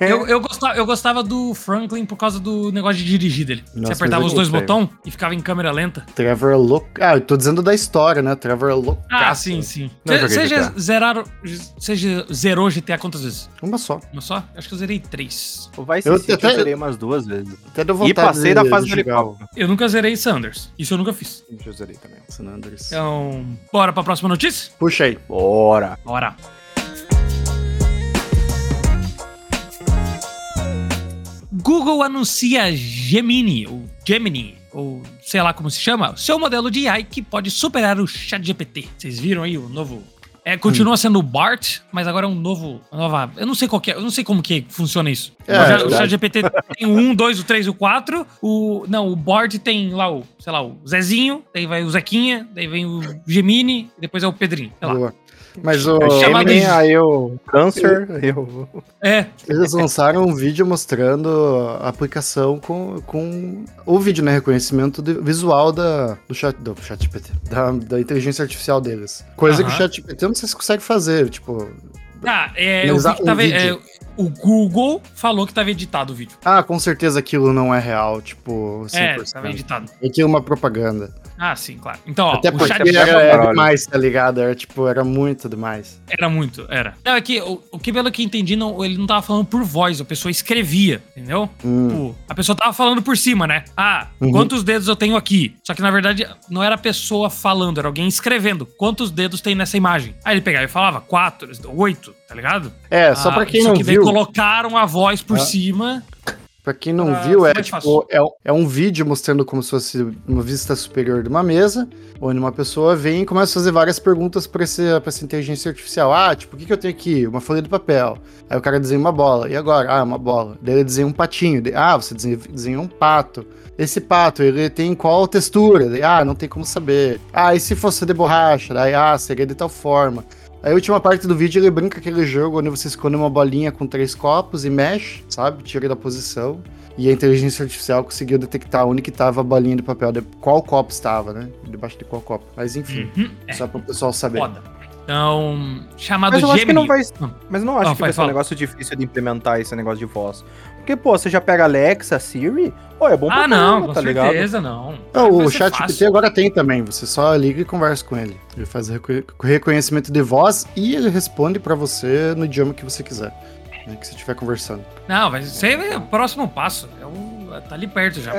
[SPEAKER 1] Eu, eu, gostava, eu gostava do Franklin por causa do negócio de dirigir dele.
[SPEAKER 2] Nossa,
[SPEAKER 1] Você
[SPEAKER 2] mas
[SPEAKER 1] apertava
[SPEAKER 2] eu
[SPEAKER 1] os dois
[SPEAKER 3] gostei.
[SPEAKER 1] botões e ficava em câmera lenta.
[SPEAKER 2] O Trevor é louco. Ah, eu tô dizendo da história, né? O Trevor é louco.
[SPEAKER 1] Ah, sim, sim.
[SPEAKER 3] Não joguei
[SPEAKER 1] Você já
[SPEAKER 3] GTA.
[SPEAKER 1] zeraram. Você já zerou GTA quantas vezes?
[SPEAKER 2] Uma só.
[SPEAKER 1] Uma só? Acho que eu zerei três.
[SPEAKER 3] Vai se
[SPEAKER 2] Eu
[SPEAKER 3] sentir,
[SPEAKER 2] até-
[SPEAKER 3] eu zerei umas duas vezes.
[SPEAKER 2] Até deu vontade
[SPEAKER 3] E passei da
[SPEAKER 2] de-
[SPEAKER 3] fase
[SPEAKER 2] de
[SPEAKER 3] do
[SPEAKER 2] jogar
[SPEAKER 3] helicóptero.
[SPEAKER 1] Eu nunca zerei Sanders. Isso eu nunca fiz.
[SPEAKER 3] Eu zerei também.
[SPEAKER 2] o Sanders.
[SPEAKER 1] Então, bora pra próxima notícia?
[SPEAKER 2] Puxa aí.
[SPEAKER 3] Bora!
[SPEAKER 1] Bora. Google anuncia Gemini, ou Gemini, ou sei lá como se chama, seu modelo de AI que pode superar o ChatGPT. Vocês viram aí o novo É,
[SPEAKER 2] Hum.
[SPEAKER 1] continua sendo o Bart, mas agora é um novo. uma Nova, eu não sei qual que é, eu não sei como que funciona isso.
[SPEAKER 2] É,
[SPEAKER 1] O
[SPEAKER 2] é
[SPEAKER 1] Chat- o
[SPEAKER 2] verdade.
[SPEAKER 1] ChatGPT tem o 1, 2, o 3, o 4. O, não, o Bart tem lá o, sei lá, o Zezinho, daí vai o Zequinha, daí vem o Gemini, e depois é o Pedrinho. Sei lá.
[SPEAKER 2] Boa. Mas o,
[SPEAKER 3] Eu
[SPEAKER 1] Chamado
[SPEAKER 3] Gemini,
[SPEAKER 1] de-
[SPEAKER 3] aí o Câncer, eu...
[SPEAKER 1] É,
[SPEAKER 2] eles lançaram um vídeo mostrando a aplicação com, com o vídeo, né? Reconhecimento de- visual da, do chat, do chat GPT, da, da inteligência artificial deles. Coisa que
[SPEAKER 1] Aham.
[SPEAKER 2] o chat GPT não sei se consegue fazer, tipo...
[SPEAKER 1] ah, é, eu
[SPEAKER 2] Mas
[SPEAKER 1] vi
[SPEAKER 2] a-
[SPEAKER 1] que
[SPEAKER 2] o
[SPEAKER 1] tava.
[SPEAKER 2] um vídeo.
[SPEAKER 1] é, o Google falou que tava editado o vídeo.
[SPEAKER 2] Ah, com certeza aquilo não é real, tipo,
[SPEAKER 1] É,
[SPEAKER 2] 100%.
[SPEAKER 1] tava editado.
[SPEAKER 2] Aquilo é uma propaganda.
[SPEAKER 1] Ah, sim, claro. Então, ó,
[SPEAKER 2] Até
[SPEAKER 1] o chat
[SPEAKER 2] porque era,
[SPEAKER 3] é
[SPEAKER 2] era
[SPEAKER 3] maior.
[SPEAKER 2] demais, tá ligado? Era tipo, era muito demais.
[SPEAKER 1] Era muito, era. Não, é que o, o que pelo que entendi, não, ele não tava falando por voz, a pessoa escrevia, entendeu?
[SPEAKER 2] Hum.
[SPEAKER 1] Tipo, a pessoa tava falando por cima, né? Ah,
[SPEAKER 2] Uhum.
[SPEAKER 1] quantos dedos eu tenho aqui? Só que na verdade não era a pessoa falando, era alguém escrevendo. Quantos dedos tem nessa imagem? Aí ele pegava e falava quatro, oito, tá ligado?
[SPEAKER 2] É, só pra quem não
[SPEAKER 1] que daí
[SPEAKER 2] viu.
[SPEAKER 1] colocaram a voz por
[SPEAKER 2] Ah.
[SPEAKER 1] cima.
[SPEAKER 2] Pra quem não
[SPEAKER 1] Ah,
[SPEAKER 2] viu, é
[SPEAKER 1] mais
[SPEAKER 2] tipo, é, um- é um vídeo mostrando como se fosse uma vista superior de uma mesa, onde uma pessoa vem e começa a fazer várias perguntas pra, esse, pra essa inteligência artificial. Ah, tipo, o que, que eu tenho aqui? Uma folha de papel. Aí o cara desenha uma bola. E agora? Ah, uma bola. Daí ele desenha um patinho. Daí, ah, você desenha, desenha um pato. Esse pato, ele tem qual textura? Daí, ah, não tem como saber. Ah, e se fosse de borracha? Daí, ah, seria de tal forma. Aí a última parte do vídeo ele brinca aquele jogo onde você esconde uma bolinha com três copos e mexe, sabe? Tira da posição. E a inteligência artificial conseguiu detectar onde que tava a bolinha de papel, de qual copo estava, né? Debaixo de qual copo. Mas enfim,
[SPEAKER 1] Uhum, é,
[SPEAKER 2] só para o pessoal saber.
[SPEAKER 1] foda. Então, chamado
[SPEAKER 3] Mas eu acho que não
[SPEAKER 1] Gemini.
[SPEAKER 3] vai...
[SPEAKER 1] Não.
[SPEAKER 3] Mas não acho
[SPEAKER 1] Não,
[SPEAKER 3] que
[SPEAKER 1] vai,
[SPEAKER 3] vai ser um
[SPEAKER 1] fala.
[SPEAKER 3] negócio difícil de implementar esse negócio de voz. Porque, pô, você já pega Alexa, Siri, pô, é bom
[SPEAKER 1] Ah,
[SPEAKER 3] caramba,
[SPEAKER 1] não, com certeza, não.
[SPEAKER 2] Ah,
[SPEAKER 1] Vai
[SPEAKER 2] o
[SPEAKER 1] ser
[SPEAKER 2] chat
[SPEAKER 1] fácil.
[SPEAKER 2] GPT agora tem também, você só liga e conversa com ele. Ele faz reco- reconhecimento de voz e ele responde para você no idioma que você quiser, né, que você estiver conversando.
[SPEAKER 1] Não, mas isso aí é o próximo passo. É o, tá ali perto já.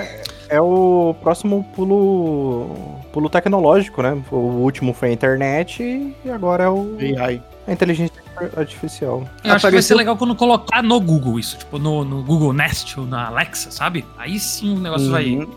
[SPEAKER 3] É o próximo pulo pulo tecnológico, né? O último foi a internet e agora é o,
[SPEAKER 2] AI.
[SPEAKER 3] a inteligência artificial.
[SPEAKER 1] Eu acho que vai ser
[SPEAKER 2] Apareceu-
[SPEAKER 1] legal quando colocar no Google isso, tipo no, no Google Nest ou na Alexa, sabe? Aí sim o negócio vai.
[SPEAKER 2] Uhum.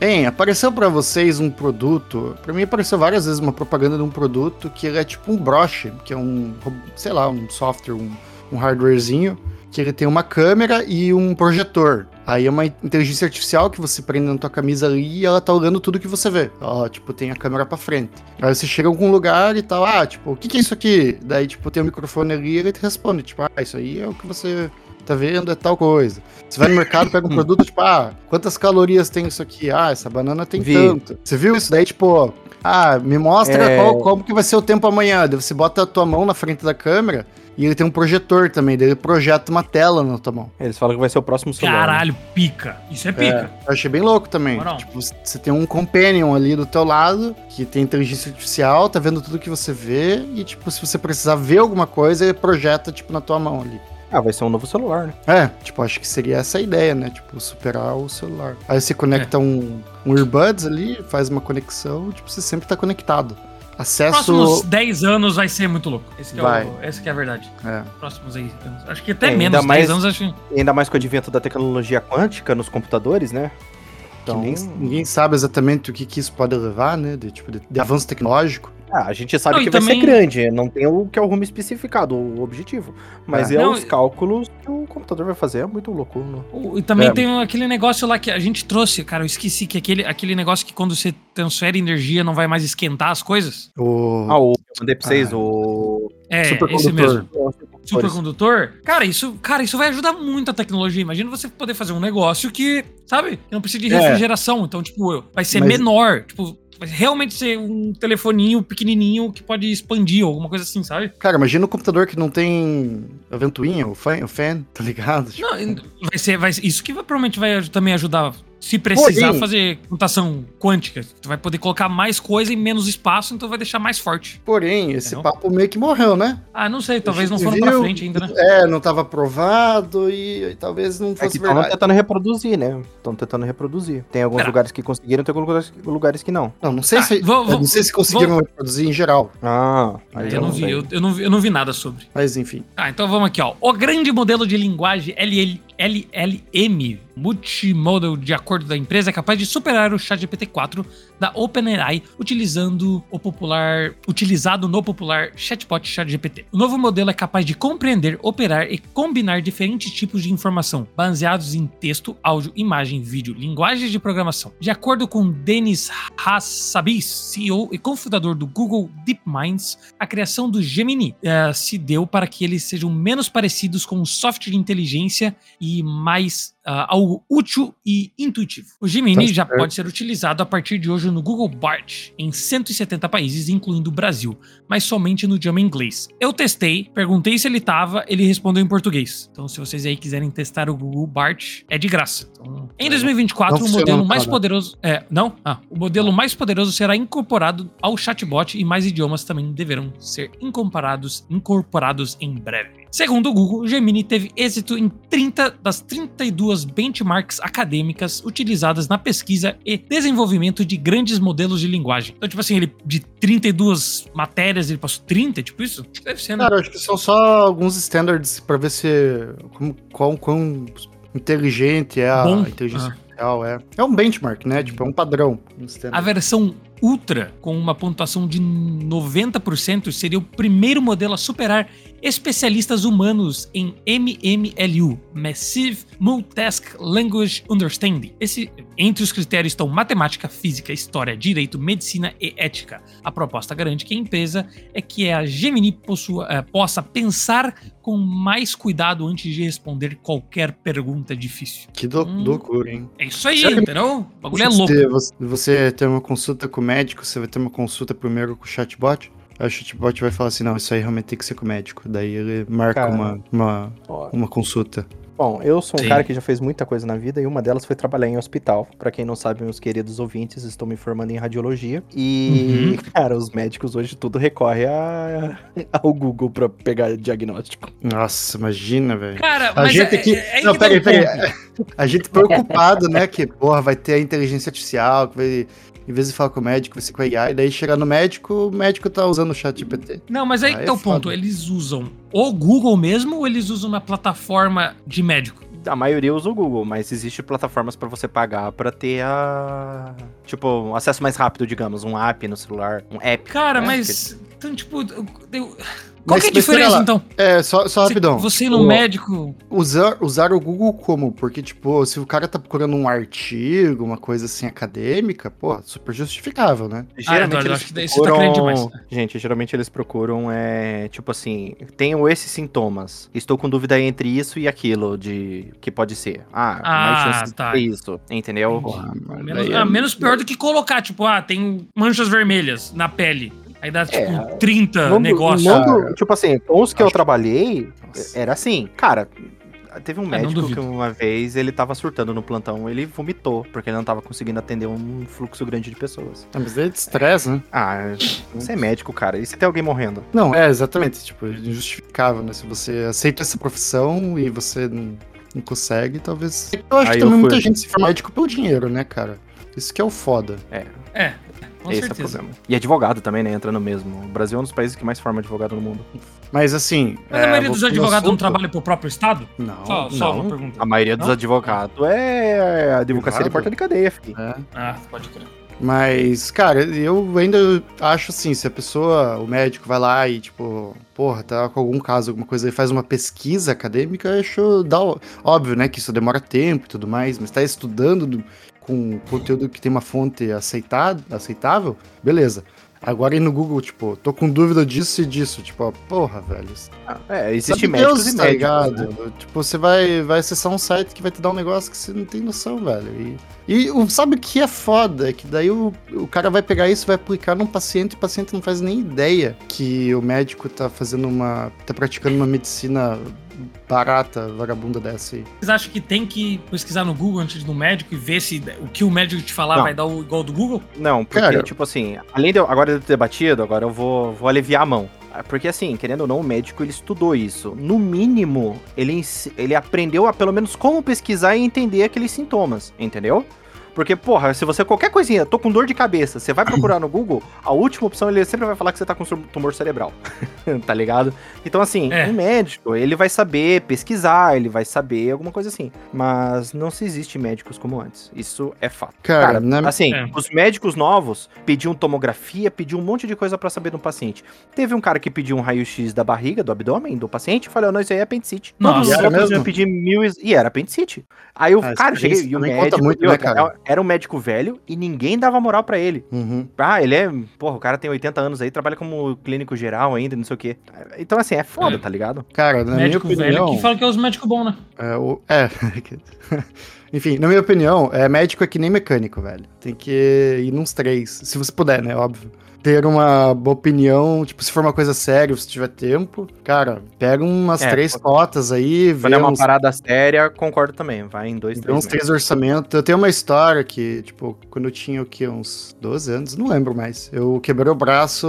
[SPEAKER 2] Bem, apareceu pra vocês um produto. Pra mim apareceu várias vezes uma propaganda de um produto que ele é tipo um broche, que é um, ro- sei lá, um software, um, um hardwarezinho, que ele tem uma câmera e um projetor. Aí é uma inteligência artificial que você prende na tua camisa ali e ela tá olhando tudo que você vê. Ó, tipo, tem a câmera pra frente. Aí você chega em algum lugar e tal, ah, tipo, o que que é isso aqui? Daí, tipo, tem um microfone ali e ele te responde, tipo, ah, isso aí é o que você tá vendo, é tal coisa. Você vai no mercado, pega um produto, tipo, ah, quantas calorias tem isso aqui? Ah, essa banana tem
[SPEAKER 3] Vi.
[SPEAKER 2] tanto. Você viu isso daí, tipo, ah, me mostra
[SPEAKER 3] É.
[SPEAKER 2] qual, como que vai ser o tempo amanhã. Daí você bota a tua mão na frente da câmera e ele tem um projetor também, daí ele projeta uma tela na tua mão.
[SPEAKER 3] Eles falam que vai ser o próximo celular. né?
[SPEAKER 1] Caralho, pica. Isso é pica.
[SPEAKER 2] Eu achei bem louco também.
[SPEAKER 1] Moral.
[SPEAKER 2] Tipo, você tem um companion ali do teu lado, que tem inteligência artificial, tá vendo tudo que você vê, e tipo, se você precisar ver alguma coisa, ele projeta, tipo, na tua mão ali.
[SPEAKER 3] Ah, vai ser um novo celular, né?
[SPEAKER 2] É, tipo, acho que seria essa a ideia, né? Tipo, superar o celular. Aí você conecta
[SPEAKER 1] É.
[SPEAKER 2] um, um earbuds ali, faz uma conexão, tipo, você sempre tá conectado.
[SPEAKER 1] Próximos
[SPEAKER 3] É,
[SPEAKER 2] Acesso.
[SPEAKER 1] 10 anos vai ser muito louco. Esse que é,
[SPEAKER 2] Vai.
[SPEAKER 1] o, esse que é a verdade.
[SPEAKER 2] É.
[SPEAKER 1] Próximos aí anos. Acho que até
[SPEAKER 3] É, ainda
[SPEAKER 1] menos, 10
[SPEAKER 3] mais-
[SPEAKER 1] anos acho que.
[SPEAKER 3] E ainda mais com o advento da tecnologia quântica nos computadores, né? Então,
[SPEAKER 2] que nem- ninguém sabe exatamente o que, que isso pode levar, né? De, tipo, de, de avanço tecnológico.
[SPEAKER 3] ah, a gente sabe
[SPEAKER 1] Não, e
[SPEAKER 3] que vai
[SPEAKER 1] também-
[SPEAKER 3] ser grande, não tem o que é o rumo especificado, o objetivo. Mas
[SPEAKER 2] É.
[SPEAKER 3] é,
[SPEAKER 1] Não,
[SPEAKER 3] os cálculos que o computador vai fazer, é muito louco. né?
[SPEAKER 1] O- E também
[SPEAKER 2] É.
[SPEAKER 1] tem um, aquele negócio lá que a gente trouxe, cara. Eu esqueci que é aquele, aquele negócio que quando você transfere energia não vai mais esquentar as coisas.
[SPEAKER 2] O...
[SPEAKER 3] Ah, o, eu mandei pra vocês
[SPEAKER 2] Ah.
[SPEAKER 3] o...
[SPEAKER 1] É, esse
[SPEAKER 2] Supercondutor.
[SPEAKER 1] mesmo.
[SPEAKER 3] Super...
[SPEAKER 1] supercondutor, cara, isso, cara, isso vai ajudar muito a tecnologia. Imagina você poder fazer um negócio que, sabe, que não precisa de
[SPEAKER 2] É.
[SPEAKER 1] refrigeração. Então, tipo, vai ser
[SPEAKER 2] Mas-
[SPEAKER 1] menor. Tipo, vai realmente ser um telefoninho pequenininho que pode expandir, alguma coisa assim, sabe?
[SPEAKER 2] Cara, imagina um computador que não tem a ventoinha, o fan, o fan tá ligado? Tipo,
[SPEAKER 1] Não, vai ser, vai, ser- isso que vai- provavelmente vai aj- também ajudar. Se precisar
[SPEAKER 2] Porém-
[SPEAKER 1] fazer computação quântica, tu vai poder colocar mais coisa em menos espaço, então vai deixar mais forte.
[SPEAKER 2] Porém, esse
[SPEAKER 1] É, Não.
[SPEAKER 2] papo meio que morreu, né?
[SPEAKER 1] Ah, não sei, talvez não
[SPEAKER 2] gente
[SPEAKER 1] foram pra
[SPEAKER 2] viu-
[SPEAKER 1] frente ainda, né?
[SPEAKER 2] É, não tava aprovado e, e talvez não
[SPEAKER 3] É
[SPEAKER 2] fosse
[SPEAKER 3] que estão
[SPEAKER 2] verdade.
[SPEAKER 3] tentando reproduzir, né? Estão tentando reproduzir. Tem alguns
[SPEAKER 1] Pera.
[SPEAKER 3] lugares que conseguiram, tem alguns lugares- lugares que não.
[SPEAKER 2] Não, não sei
[SPEAKER 1] Ah,
[SPEAKER 2] se.
[SPEAKER 1] vou-
[SPEAKER 2] eu
[SPEAKER 1] vou-
[SPEAKER 2] não sei se conseguiram reproduzir em geral,
[SPEAKER 3] Ah,
[SPEAKER 2] aí
[SPEAKER 1] Eu não vi,
[SPEAKER 3] sei.
[SPEAKER 1] eu, eu não vi, eu não vi nada sobre.
[SPEAKER 2] mas enfim.
[SPEAKER 1] Ah, então vamos aqui, ó. O grande modelo de linguagem LL LLM, multimodal de acordo da empresa, é capaz de superar o ChatGPT-4 da OpenAI, utilizando o popular, utilizado no popular chatbot ChatGPT. O novo modelo é capaz de compreender, operar e combinar diferentes tipos de informação, baseados em texto, áudio, imagem, vídeo, linguagens de programação. De acordo com Denis Hassabis, CEO e cofundador do Google DeepMinds, a criação do Gemini eh, se deu para que eles sejam menos parecidos com um software de inteligência e mais ah, algo útil e intuitivo. O Gemini
[SPEAKER 2] Tá
[SPEAKER 1] já
[SPEAKER 2] certo.
[SPEAKER 1] pode ser utilizado a partir de hoje no Google Bard em 170 países, incluindo o Brasil, mas somente no idioma inglês. Eu testei, perguntei se ele tava, ele respondeu em português. Então, se vocês aí quiserem testar o Google Bard, é de graça. Então, em 2024,
[SPEAKER 2] Não
[SPEAKER 1] o
[SPEAKER 2] funciona né?
[SPEAKER 1] modelo
[SPEAKER 2] no
[SPEAKER 1] mais
[SPEAKER 2] Canadá.
[SPEAKER 1] poderoso. É, não? Ah, o modelo mais poderoso será incorporado ao chatbot e mais idiomas também deverão ser incorporados, incorporados em breve. Segundo o Google, o Gemini teve êxito em 30 das 32 benchmarks acadêmicas utilizadas na pesquisa e desenvolvimento de grandes modelos de linguagem. Então, tipo assim, ele de 32 matérias, ele passou 30, tipo isso? Acho que Deve ser, né?
[SPEAKER 2] Cara, eu acho que são só alguns standards pra ver se. Como, quão, quão inteligente é a
[SPEAKER 1] Bom.
[SPEAKER 2] inteligência
[SPEAKER 1] Ah.
[SPEAKER 2] artificial. É. é um benchmark, né? Tipo, é um padrão. Um standard.
[SPEAKER 1] A versão Ultra, com uma pontuação de 90%, seria o primeiro modelo a superar especialistas humanos em MMLU, Massive Multitask Language Understanding. Esse, entre os critérios estão matemática, física, história, direito, medicina e ética. A proposta garante que a empresa é que a Gemini possua- eh, possa pensar com mais cuidado antes de responder qualquer pergunta difícil.
[SPEAKER 2] Que do-
[SPEAKER 1] Hum.
[SPEAKER 2] loucura, hein?
[SPEAKER 1] É isso aí,
[SPEAKER 2] Será que-
[SPEAKER 1] entendeu? O bagulho é
[SPEAKER 2] Se
[SPEAKER 1] louco.
[SPEAKER 2] você- Você, você tem uma consulta com o médico, você vai ter uma consulta primeiro com o chatbot. Aí o chatbot vai falar assim: não, isso aí realmente tem que ser com o médico. Daí ele marca
[SPEAKER 3] Cara.
[SPEAKER 2] uma, uma,
[SPEAKER 3] Ó,
[SPEAKER 2] uma consulta.
[SPEAKER 3] Bom, eu sou um
[SPEAKER 1] Sim.
[SPEAKER 3] cara que já fez muita coisa na vida e uma delas foi trabalhar em hospital. Pra quem não sabe, meus queridos ouvintes, estou me formando em radiologia.
[SPEAKER 1] Uhum.
[SPEAKER 3] E, cara, os médicos hoje tudo recorre a- ao Google pra pegar diagnóstico.
[SPEAKER 2] Nossa, imagina, velho.
[SPEAKER 1] Cara,
[SPEAKER 2] A
[SPEAKER 1] mas
[SPEAKER 2] gente
[SPEAKER 1] é,
[SPEAKER 2] aqui.
[SPEAKER 1] é, é aí
[SPEAKER 2] não,
[SPEAKER 1] que tá
[SPEAKER 2] peraí,
[SPEAKER 1] o
[SPEAKER 2] peraí.
[SPEAKER 1] ponto.
[SPEAKER 2] A gente preocupado, né? Que, porra, vai ter a inteligência artificial, que vai. Em vez de falar com o médico, vai ser com a IA. E daí chegar no médico, o médico tá usando o chat GPT.
[SPEAKER 1] Não, mas aí
[SPEAKER 2] Ah,
[SPEAKER 1] que
[SPEAKER 2] é
[SPEAKER 1] tá o
[SPEAKER 2] foda.
[SPEAKER 1] ponto. Eles usam o Google mesmo ou eles usam uma plataforma de médico?
[SPEAKER 3] A maioria usa o Google, mas existe plataformas pra você pagar pra ter a. Tipo, um acesso mais rápido, digamos, um app no celular, um app.
[SPEAKER 1] Cara,
[SPEAKER 3] né?
[SPEAKER 1] mas. Então, tipo. eu- eu- Qual
[SPEAKER 2] É, Mas-
[SPEAKER 1] que é a
[SPEAKER 2] mas pera
[SPEAKER 1] diferença,
[SPEAKER 2] lá.
[SPEAKER 1] então?
[SPEAKER 2] É, só, só
[SPEAKER 1] Você-
[SPEAKER 2] rapidão.
[SPEAKER 1] Você ir no
[SPEAKER 2] O-
[SPEAKER 1] médico.
[SPEAKER 2] Usar, usar o Google como? Porque, tipo, se o cara tá procurando um artigo, uma coisa assim acadêmica, pô, super justificável, né?
[SPEAKER 3] Porque
[SPEAKER 1] Ah, Eduardo, eu
[SPEAKER 3] eles
[SPEAKER 1] acho que daí você tá crendo demais.
[SPEAKER 3] Gente, geralmente eles procuram, é, tipo assim, tenho esses sintomas. Estou com dúvida entre isso e aquilo de que pode ser. Ah, mais
[SPEAKER 1] Ah,
[SPEAKER 3] chance de
[SPEAKER 1] tá.
[SPEAKER 3] ser isso, entendeu?
[SPEAKER 1] Entendi.
[SPEAKER 2] Ah, mas
[SPEAKER 1] Menos,
[SPEAKER 2] daí é-
[SPEAKER 1] ah, menos pior do que colocar, tipo, ah, tem manchas vermelhas na pele. Aí dá, tipo,
[SPEAKER 2] É,
[SPEAKER 1] 30
[SPEAKER 3] Não-
[SPEAKER 1] negócios.
[SPEAKER 3] não du- tipo assim, os que eu
[SPEAKER 2] Acho-
[SPEAKER 3] trabalhei,
[SPEAKER 2] é-
[SPEAKER 3] era assim, cara... Teve um
[SPEAKER 1] Ah, não
[SPEAKER 3] médico que
[SPEAKER 1] duvido.
[SPEAKER 3] uma vez ele tava surtando no plantão, ele vomitou, porque ele não tava conseguindo atender um fluxo grande de pessoas.
[SPEAKER 2] Ah, mas daí é de estresse, né?
[SPEAKER 3] Ah, você é médico, cara. E se tem alguém morrendo?
[SPEAKER 2] Não, é, exatamente. Tipo, injustificável, né? Se você aceita essa profissão e você não, não consegue, talvez. Eu acho
[SPEAKER 3] Aí
[SPEAKER 2] que
[SPEAKER 3] eu
[SPEAKER 2] também muita
[SPEAKER 3] fui.
[SPEAKER 2] gente se forma médico pelo dinheiro, né, cara? Isso que é o foda.
[SPEAKER 1] É, com
[SPEAKER 3] Esse é o
[SPEAKER 1] certeza.
[SPEAKER 3] problema. E advogado também, né? Entra no mesmo. O Brasil é um dos países que mais forma advogado no mundo.
[SPEAKER 2] Mas assim.
[SPEAKER 1] mas
[SPEAKER 2] é,
[SPEAKER 1] a maioria dos
[SPEAKER 2] voltando ao
[SPEAKER 1] advogados não
[SPEAKER 2] assunto-
[SPEAKER 1] trabalha pro próprio Estado?
[SPEAKER 2] Não.
[SPEAKER 1] Só, só
[SPEAKER 3] não.
[SPEAKER 1] uma pergunta.
[SPEAKER 3] A maioria dos
[SPEAKER 1] Não?
[SPEAKER 3] advogados é advocacia de
[SPEAKER 2] Privado?
[SPEAKER 3] porta de cadeia, filho.
[SPEAKER 2] É.
[SPEAKER 1] Ah, pode crer.
[SPEAKER 2] Mas, cara, eu ainda acho assim, se a pessoa, o médico vai lá e, tipo, porra, tá com algum caso, alguma coisa, e faz uma pesquisa acadêmica, eu acho da... ho- óbvio, né, que isso demora tempo e tudo mais, mas tá estudando do- com um conteúdo que tem uma fonte aceitado, aceitável, beleza. Agora ir no Google, tipo, tô com dúvida disso e disso, tipo, ó, porra, velho.
[SPEAKER 3] É, existe
[SPEAKER 2] sabe
[SPEAKER 3] médicos
[SPEAKER 2] Deus,
[SPEAKER 3] e
[SPEAKER 2] tá
[SPEAKER 3] médicos. né?
[SPEAKER 2] ligado? Tipo, você vai, vai acessar um site que vai te dar um negócio que você não tem noção, velho. E, e o- sabe o que é foda? É que daí o, o cara vai pegar isso, vai aplicar num paciente e o paciente não faz nem ideia que o médico tá fazendo uma. tá praticando uma medicina barata, vagabunda dessa aí.
[SPEAKER 1] Vocês acham que tem que pesquisar no Google antes do médico e ver se o que o médico te falar
[SPEAKER 3] Não.
[SPEAKER 1] vai dar o igual do Google?
[SPEAKER 3] Não, porque,
[SPEAKER 2] Cara.
[SPEAKER 3] tipo assim, além de eu, agora de eu ter debatido, agora eu vou, vou aliviar a mão. Ah, Porque assim, querendo ou não, o médico ele estudou isso. No mínimo, ele, ens- ele aprendeu a pelo menos como pesquisar e entender aqueles sintomas, entendeu? Porque, porra, se você qualquer coisinha, tô com dor de cabeça, você vai procurar no Google, a última opção ele sempre vai falar que você tá com tumor cerebral. tá ligado? Então, assim,
[SPEAKER 1] É.
[SPEAKER 3] um médico, ele vai saber pesquisar, ele vai saber alguma coisa assim. Mas não se existe médicos como antes. Isso é fato.
[SPEAKER 2] Cara, né?
[SPEAKER 3] Cara,
[SPEAKER 2] na-
[SPEAKER 3] assim,
[SPEAKER 1] É.
[SPEAKER 3] os médicos novos pediam tomografia, pediam um monte de coisa pra saber do paciente. Teve um cara que pediu um raio-x da barriga, do abdômen, do paciente, e falou, não, isso aí é apendicite.
[SPEAKER 1] Nossa.
[SPEAKER 3] Todos
[SPEAKER 2] E
[SPEAKER 3] os
[SPEAKER 2] era
[SPEAKER 3] outros
[SPEAKER 2] mesmo?
[SPEAKER 3] iam pedir mil e... e era apendicite. Aí o
[SPEAKER 2] Ah,
[SPEAKER 3] cara, cheguei,
[SPEAKER 2] experiência
[SPEAKER 3] e o
[SPEAKER 2] também conta
[SPEAKER 3] médico,
[SPEAKER 2] muito,
[SPEAKER 3] e
[SPEAKER 2] né,
[SPEAKER 3] outra,
[SPEAKER 2] cara?
[SPEAKER 3] era um médico velho e ninguém dava moral pra ele.
[SPEAKER 2] Uhum.
[SPEAKER 3] Ah, ele é, porra, o cara tem 80 anos aí, trabalha como clínico geral ainda, não sei o quê. Então, assim, é foda,
[SPEAKER 1] É.
[SPEAKER 3] tá ligado?
[SPEAKER 2] Cara, na minha
[SPEAKER 1] médico velho
[SPEAKER 2] opinião...
[SPEAKER 1] que fala que é os médicos bons, né?
[SPEAKER 2] É, o- é. Enfim, na minha opinião, é, médico é que nem mecânico, velho. Tem que ir nos três, se você puder, né? Óbvio. Ter uma boa opinião, tipo, se for uma coisa séria, se tiver tempo, cara, pega umas
[SPEAKER 3] É,
[SPEAKER 2] três
[SPEAKER 3] pô.
[SPEAKER 2] cotas aí, vê
[SPEAKER 3] Quando é uma
[SPEAKER 2] uns,
[SPEAKER 3] parada séria, concordo também. Vai em dois,
[SPEAKER 2] vê uns
[SPEAKER 3] três. meses.
[SPEAKER 2] três orçamentos. Então, Eu tenho uma história que, tipo, quando eu tinha o quê? Uns 12 anos, não lembro mais. Eu quebrei o braço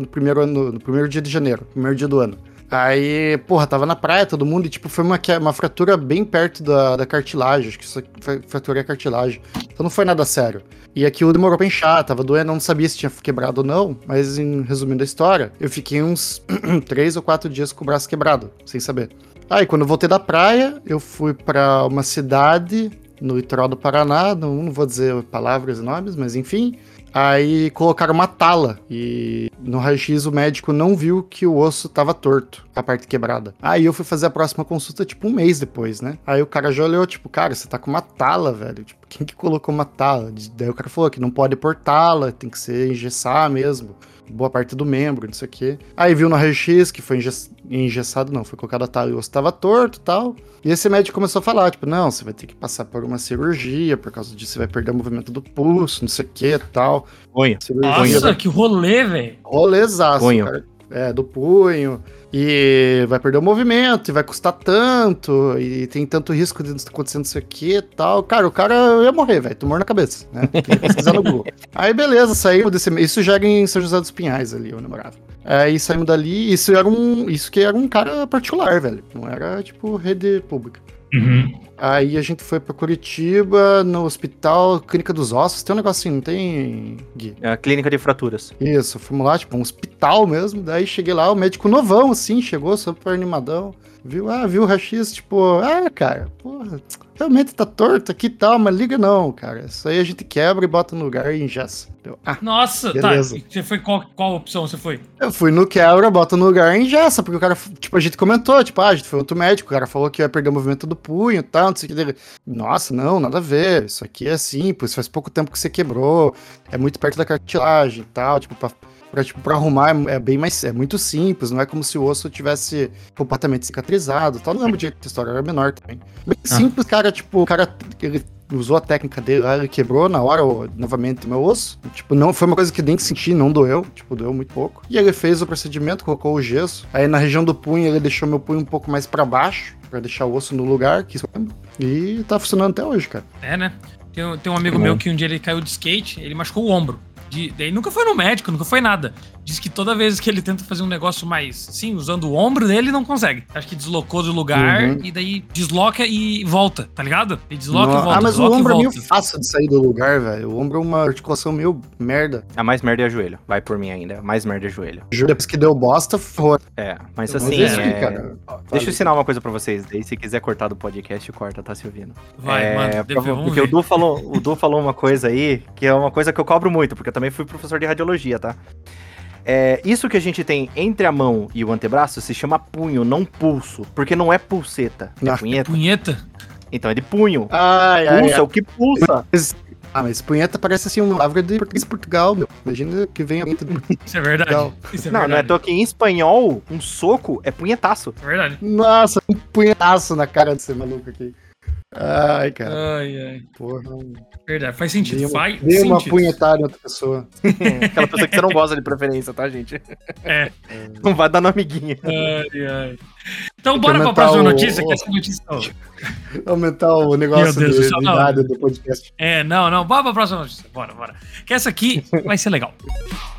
[SPEAKER 2] no primeiro ano, no primeiro dia de janeiro, primeiro dia do ano. Aí, porra, tava na praia todo mundo e, tipo, foi uma, que- uma fratura bem perto da, da cartilagem. Acho que isso foi fratura é cartilagem. Então não foi nada sério. E aquilo demorou pra inchar, tava doendo, eu não sabia se tinha quebrado ou não. Mas, em resumindo a história, eu fiquei uns três ou quatro dias com o braço quebrado, sem saber. Aí, quando eu voltei da praia, eu fui pra uma cidade no litoral do Paraná, não, não vou dizer palavras e nomes, mas enfim. Aí colocaram uma tala e no raio-x o médico não viu que o osso tava torto, a parte quebrada. Aí eu fui fazer a próxima consulta, tipo, um mês depois, né? Aí o cara já olhou, tipo, cara, você tá com uma tala, velho. Tipo, quem que colocou uma tala? Daí o cara falou que não pode pôr tala, tem que ser engessar mesmo. Boa parte do membro, não sei o quê. Aí viu no raio-x que foi engess- engessado, não, foi colocado a tala e o osso tava torto e tal. E esse médico começou a falar, tipo, não, você vai ter que passar por uma cirurgia, por causa disso você vai perder o movimento do pulso, não sei o que tal.
[SPEAKER 3] Punho.
[SPEAKER 2] Cirurgia
[SPEAKER 1] Nossa,
[SPEAKER 2] do
[SPEAKER 1] que rolê, velho.
[SPEAKER 2] rolezaço,
[SPEAKER 3] Punho.
[SPEAKER 2] cara. É, do punho. E vai perder o movimento, e vai custar tanto, e tem tanto risco de acontecer não sei o que e tal. Cara, o cara ia morrer, velho, tumor na cabeça, né? Tem que pesquisar no Google. Aí beleza, saímos desse. Isso já era em São José dos Pinhais ali, eu namorava. Aí saímos dali, isso era um. Isso que era um cara particular, velho. Não era, tipo, rede pública. Aí a gente foi pra Curitiba, no hospital Clínica dos Ossos. Tem um negócio assim, não tem, Gui?
[SPEAKER 3] É a clínica de fraturas.
[SPEAKER 2] Isso, fomos lá, tipo, um hospital mesmo. Daí cheguei lá, o médico novão, assim, chegou, super animadão. Viu, ah, viu o rachis, tipo, ah, cara, porra, realmente tá torto aqui e tal, mas liga não, cara. Isso aí a gente quebra e bota no lugar e ingessa. Eu, ah,
[SPEAKER 1] Nossa,
[SPEAKER 2] Beleza.
[SPEAKER 1] tá. Você foi qual, qual opção você foi?
[SPEAKER 2] eu fui no quebra, bota no lugar e ingessa, porque o cara, tipo, a gente comentou, tipo, ah, a gente foi outro médico, o cara falou que ia perder o movimento do punho e tal, não sei o que dele. Nossa, não, nada a ver, isso aqui é simples, faz pouco tempo que você quebrou, é muito perto da cartilagem e tal, tipo, pra, pra, tipo, pra arrumar é, é bem mais, é muito simples, não é como se o osso tivesse completamente cicatrizado e tal, não lembro direito da história, era menor também. Bem
[SPEAKER 1] Ah.
[SPEAKER 2] simples, cara, tipo, o cara, ele usou a técnica dele lá, ele quebrou na hora, o- novamente, o meu osso. Tipo, não foi uma coisa que nem senti, não doeu. Tipo, doeu muito pouco. E ele fez o procedimento, colocou o gesso. Aí na região do punho, ele deixou meu punho um pouco mais pra baixo, pra deixar o osso no lugar. Que... é E tá funcionando até hoje, cara.
[SPEAKER 1] É, né? Tem, um- tem um
[SPEAKER 2] Uhum.
[SPEAKER 1] amigo
[SPEAKER 3] Bom.
[SPEAKER 1] meu que um dia ele caiu de skate, ele machucou o ombro. De, daí nunca foi no médico, nunca foi nada. Diz que toda vez que ele tenta fazer um negócio mais, sim, usando o ombro dele, não consegue. Acho que deslocou do lugar
[SPEAKER 2] Uhum.
[SPEAKER 1] e daí desloca e volta, tá ligado? Ele desloca e
[SPEAKER 2] Não-
[SPEAKER 1] volta.
[SPEAKER 2] ah, mas o
[SPEAKER 1] desloca e
[SPEAKER 2] ombro é meio
[SPEAKER 1] volta.
[SPEAKER 2] fácil de sair do lugar, velho. O ombro é uma articulação meio merda.
[SPEAKER 3] A mais merda é joelho. Vai por mim ainda. A mais merda é joelho.
[SPEAKER 2] Juro, depois que deu bosta, foi.
[SPEAKER 3] É, mas
[SPEAKER 2] Então, Eu não
[SPEAKER 3] assim.
[SPEAKER 2] desisti,
[SPEAKER 3] é-
[SPEAKER 2] cara.
[SPEAKER 3] Deixa eu ensinar uma coisa pra vocês. Daí, se quiser cortar do podcast, corta, tá se ouvindo.
[SPEAKER 1] Vai,
[SPEAKER 3] é,
[SPEAKER 1] mano, um
[SPEAKER 3] prova-
[SPEAKER 1] depois, vamos
[SPEAKER 3] Porque o
[SPEAKER 1] ver.
[SPEAKER 3] Du, falou, o Du falou uma coisa aí, que é uma coisa que eu cobro muito, porque eu também fui professor de radiologia, tá? É, isso que a gente tem entre a mão e o antebraço se chama punho, não pulso. Porque não é pulseta, é
[SPEAKER 2] Não.
[SPEAKER 3] punheta.
[SPEAKER 1] Punheta?
[SPEAKER 3] Então é de punho.
[SPEAKER 2] Ai, ai,
[SPEAKER 3] Pulsa,
[SPEAKER 2] ai.
[SPEAKER 3] o que pulsa?
[SPEAKER 2] Ah, mas punheta parece assim uma palavra de português de Portugal, meu. Imagina que vem alguém do
[SPEAKER 1] Isso é verdade.
[SPEAKER 2] Portugal.
[SPEAKER 1] Isso é
[SPEAKER 3] Não, não é
[SPEAKER 1] verdade.
[SPEAKER 3] toque. Em espanhol, um soco é punhetaço.
[SPEAKER 1] É verdade.
[SPEAKER 2] Nossa, um punhetaço na cara desse maluco aqui. Ai, cara,
[SPEAKER 1] Ai, ai.
[SPEAKER 2] porra.
[SPEAKER 1] Verdade. Faz
[SPEAKER 2] É. Dei
[SPEAKER 1] sentido.
[SPEAKER 2] uma,
[SPEAKER 1] Faz
[SPEAKER 2] dei uma
[SPEAKER 1] sentido.
[SPEAKER 2] punhetada em outra pessoa.
[SPEAKER 3] Aquela pessoa que você não gosta de preferência, tá, gente?
[SPEAKER 1] É.
[SPEAKER 3] Não vai dar no amiguinho.
[SPEAKER 1] Ai, ai. Então,
[SPEAKER 2] Tem que
[SPEAKER 1] bora pra
[SPEAKER 2] aumentar
[SPEAKER 1] próxima
[SPEAKER 2] o-
[SPEAKER 1] notícia, que essa notícia.
[SPEAKER 2] Aumentar o negócio
[SPEAKER 1] Meu Deus do
[SPEAKER 2] de,
[SPEAKER 1] céu,
[SPEAKER 2] de
[SPEAKER 1] não.
[SPEAKER 2] idade do podcast.
[SPEAKER 1] É, não, não. Bora pra próxima notícia. Bora, bora. Que essa aqui vai ser legal. Wiki-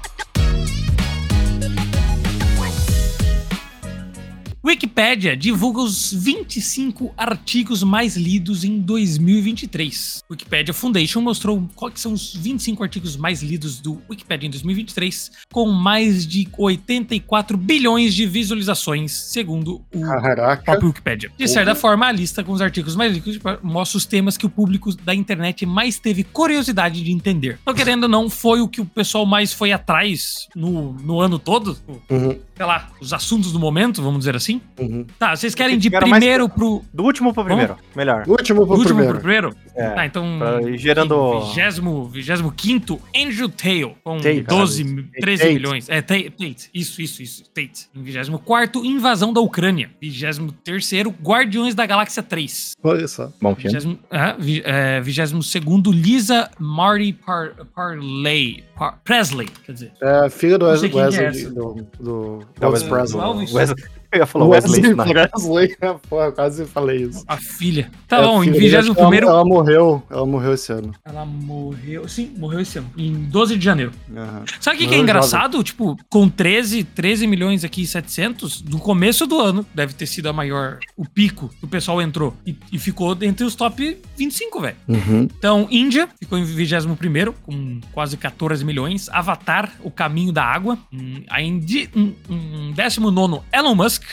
[SPEAKER 1] Wikipédia divulga os 25 artigos mais lidos em 2023. O Wikipedia Foundation mostrou quais são os 25 artigos mais lidos do Wikipedia em 2023, com mais de 84 bilhões de visualizações, segundo o
[SPEAKER 2] Caraca.
[SPEAKER 1] próprio Wikipedia. De certa forma, a lista com os artigos mais ricos tipo, mostra os temas que o público da internet mais teve curiosidade de entender. Então, querendo ou não, foi o que o pessoal mais foi atrás no, no ano todo. Tipo,
[SPEAKER 2] Uhum,
[SPEAKER 1] Sei lá, os assuntos do momento, vamos dizer assim.
[SPEAKER 2] uhum.
[SPEAKER 1] Tá, vocês querem de
[SPEAKER 3] Tiveram mais-
[SPEAKER 1] primeiro pro.
[SPEAKER 3] Do último pro primeiro. Melhor.
[SPEAKER 2] Último
[SPEAKER 1] do
[SPEAKER 2] pro
[SPEAKER 1] último
[SPEAKER 2] primeiro.
[SPEAKER 1] pro primeiro?
[SPEAKER 3] É,
[SPEAKER 1] Tá, então.
[SPEAKER 3] pra ir gerando-
[SPEAKER 1] 20, 25 Andrew Tail, com
[SPEAKER 2] Tate,
[SPEAKER 1] 12,
[SPEAKER 2] cara.
[SPEAKER 1] mi- 13
[SPEAKER 2] Tate.
[SPEAKER 1] milhões. É, Tate, Tate, isso, isso, isso, Tate. Em 24, Invasão da Ucrânia. 23, Guardiões da Galáxia 3.
[SPEAKER 2] Olha só.
[SPEAKER 3] Bom
[SPEAKER 1] 20, ah, vi- é, 22 Lisa Marty Par, Parley. Par- Presley, quer dizer.
[SPEAKER 2] É, filho do
[SPEAKER 1] Não sei
[SPEAKER 2] Wesley,
[SPEAKER 1] quem que é essa.
[SPEAKER 2] do, do,
[SPEAKER 3] Da
[SPEAKER 2] Elvis
[SPEAKER 3] Wesley.
[SPEAKER 2] Presley.
[SPEAKER 1] Do Elvis.
[SPEAKER 3] Wesley, eu ia falar Wesley. Snipes.
[SPEAKER 2] Presley. Porra, quase falei isso.
[SPEAKER 1] A filha. Tá
[SPEAKER 2] É,
[SPEAKER 1] bom, em
[SPEAKER 2] filho dele, acho que
[SPEAKER 1] 21
[SPEAKER 2] ela, ela morreu, ela morreu esse ano.
[SPEAKER 1] Ela morreu. Sim, morreu esse ano. Em 12 de janeiro.
[SPEAKER 2] Aham.
[SPEAKER 1] Sabe o que, que é
[SPEAKER 2] Morreu
[SPEAKER 1] engraçado? Tipo, com 13, 13 milhões aqui e 700, no começo do ano, deve ter sido a maior, o pico que o pessoal entrou. E, e ficou entre os top 25, velho. Então, Índia ficou em 21 com quase 14 milhões. Avatar, O Caminho da Água. Hum, aí em di- hum, hum, 19, Elon Musk.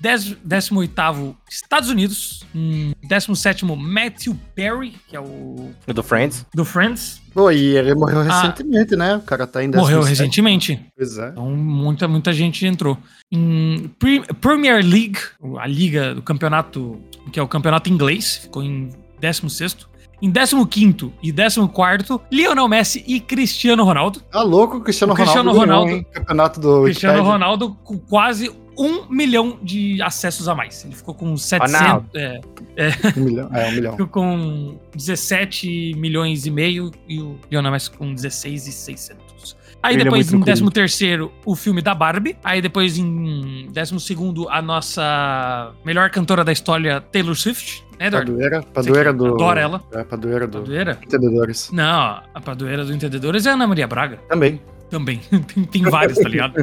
[SPEAKER 1] Dez- 18, Estados Unidos. Hum, 17, Matthew Perry, que é o
[SPEAKER 3] Do Friends.
[SPEAKER 1] do Friends.
[SPEAKER 2] Pô, e ele morreu
[SPEAKER 1] Ah.
[SPEAKER 2] recentemente, né? O cara tá em
[SPEAKER 1] Morreu
[SPEAKER 2] 17.
[SPEAKER 1] recentemente.
[SPEAKER 2] Pois é.
[SPEAKER 1] Então, muita, muita gente entrou. Em Pre- Premier League, a liga do campeonato, que é o campeonato inglês, ficou em 16º. Em 15º e 14º, Lionel Messi e Cristiano Ronaldo.
[SPEAKER 2] Tá louco o Cristiano
[SPEAKER 1] O
[SPEAKER 2] Ronaldo.
[SPEAKER 1] Cristiano
[SPEAKER 2] ganhou,
[SPEAKER 1] Ronaldo-
[SPEAKER 2] hein? Campeonato do
[SPEAKER 1] Cristiano
[SPEAKER 2] Wikipedia.
[SPEAKER 1] Ronaldo com quase um milhão de acessos a mais. Ele ficou com 700...
[SPEAKER 3] Ronaldo.
[SPEAKER 1] É,
[SPEAKER 2] Um milhão. É, um milhão.
[SPEAKER 1] ficou com 17 milhões e meio e o Lionel Messi com 16 e 600. Aí
[SPEAKER 3] Ele é
[SPEAKER 1] depois,
[SPEAKER 3] muito
[SPEAKER 1] em
[SPEAKER 3] cool.
[SPEAKER 1] 13 terceiro, o filme da Barbie. Aí depois, em 12 segundo, a nossa melhor cantora da história, Taylor Swift. Né, Eduardo?
[SPEAKER 2] Padoeira, padoeira
[SPEAKER 1] Você que
[SPEAKER 2] do...
[SPEAKER 1] adora ela.
[SPEAKER 2] É, padoeira do...
[SPEAKER 1] Padoeira?
[SPEAKER 2] Entendedores.
[SPEAKER 1] Não, a padoeira do Entendedores é a Ana Maria Braga.
[SPEAKER 2] Também.
[SPEAKER 1] Também. tem, tem vários, tá ligado?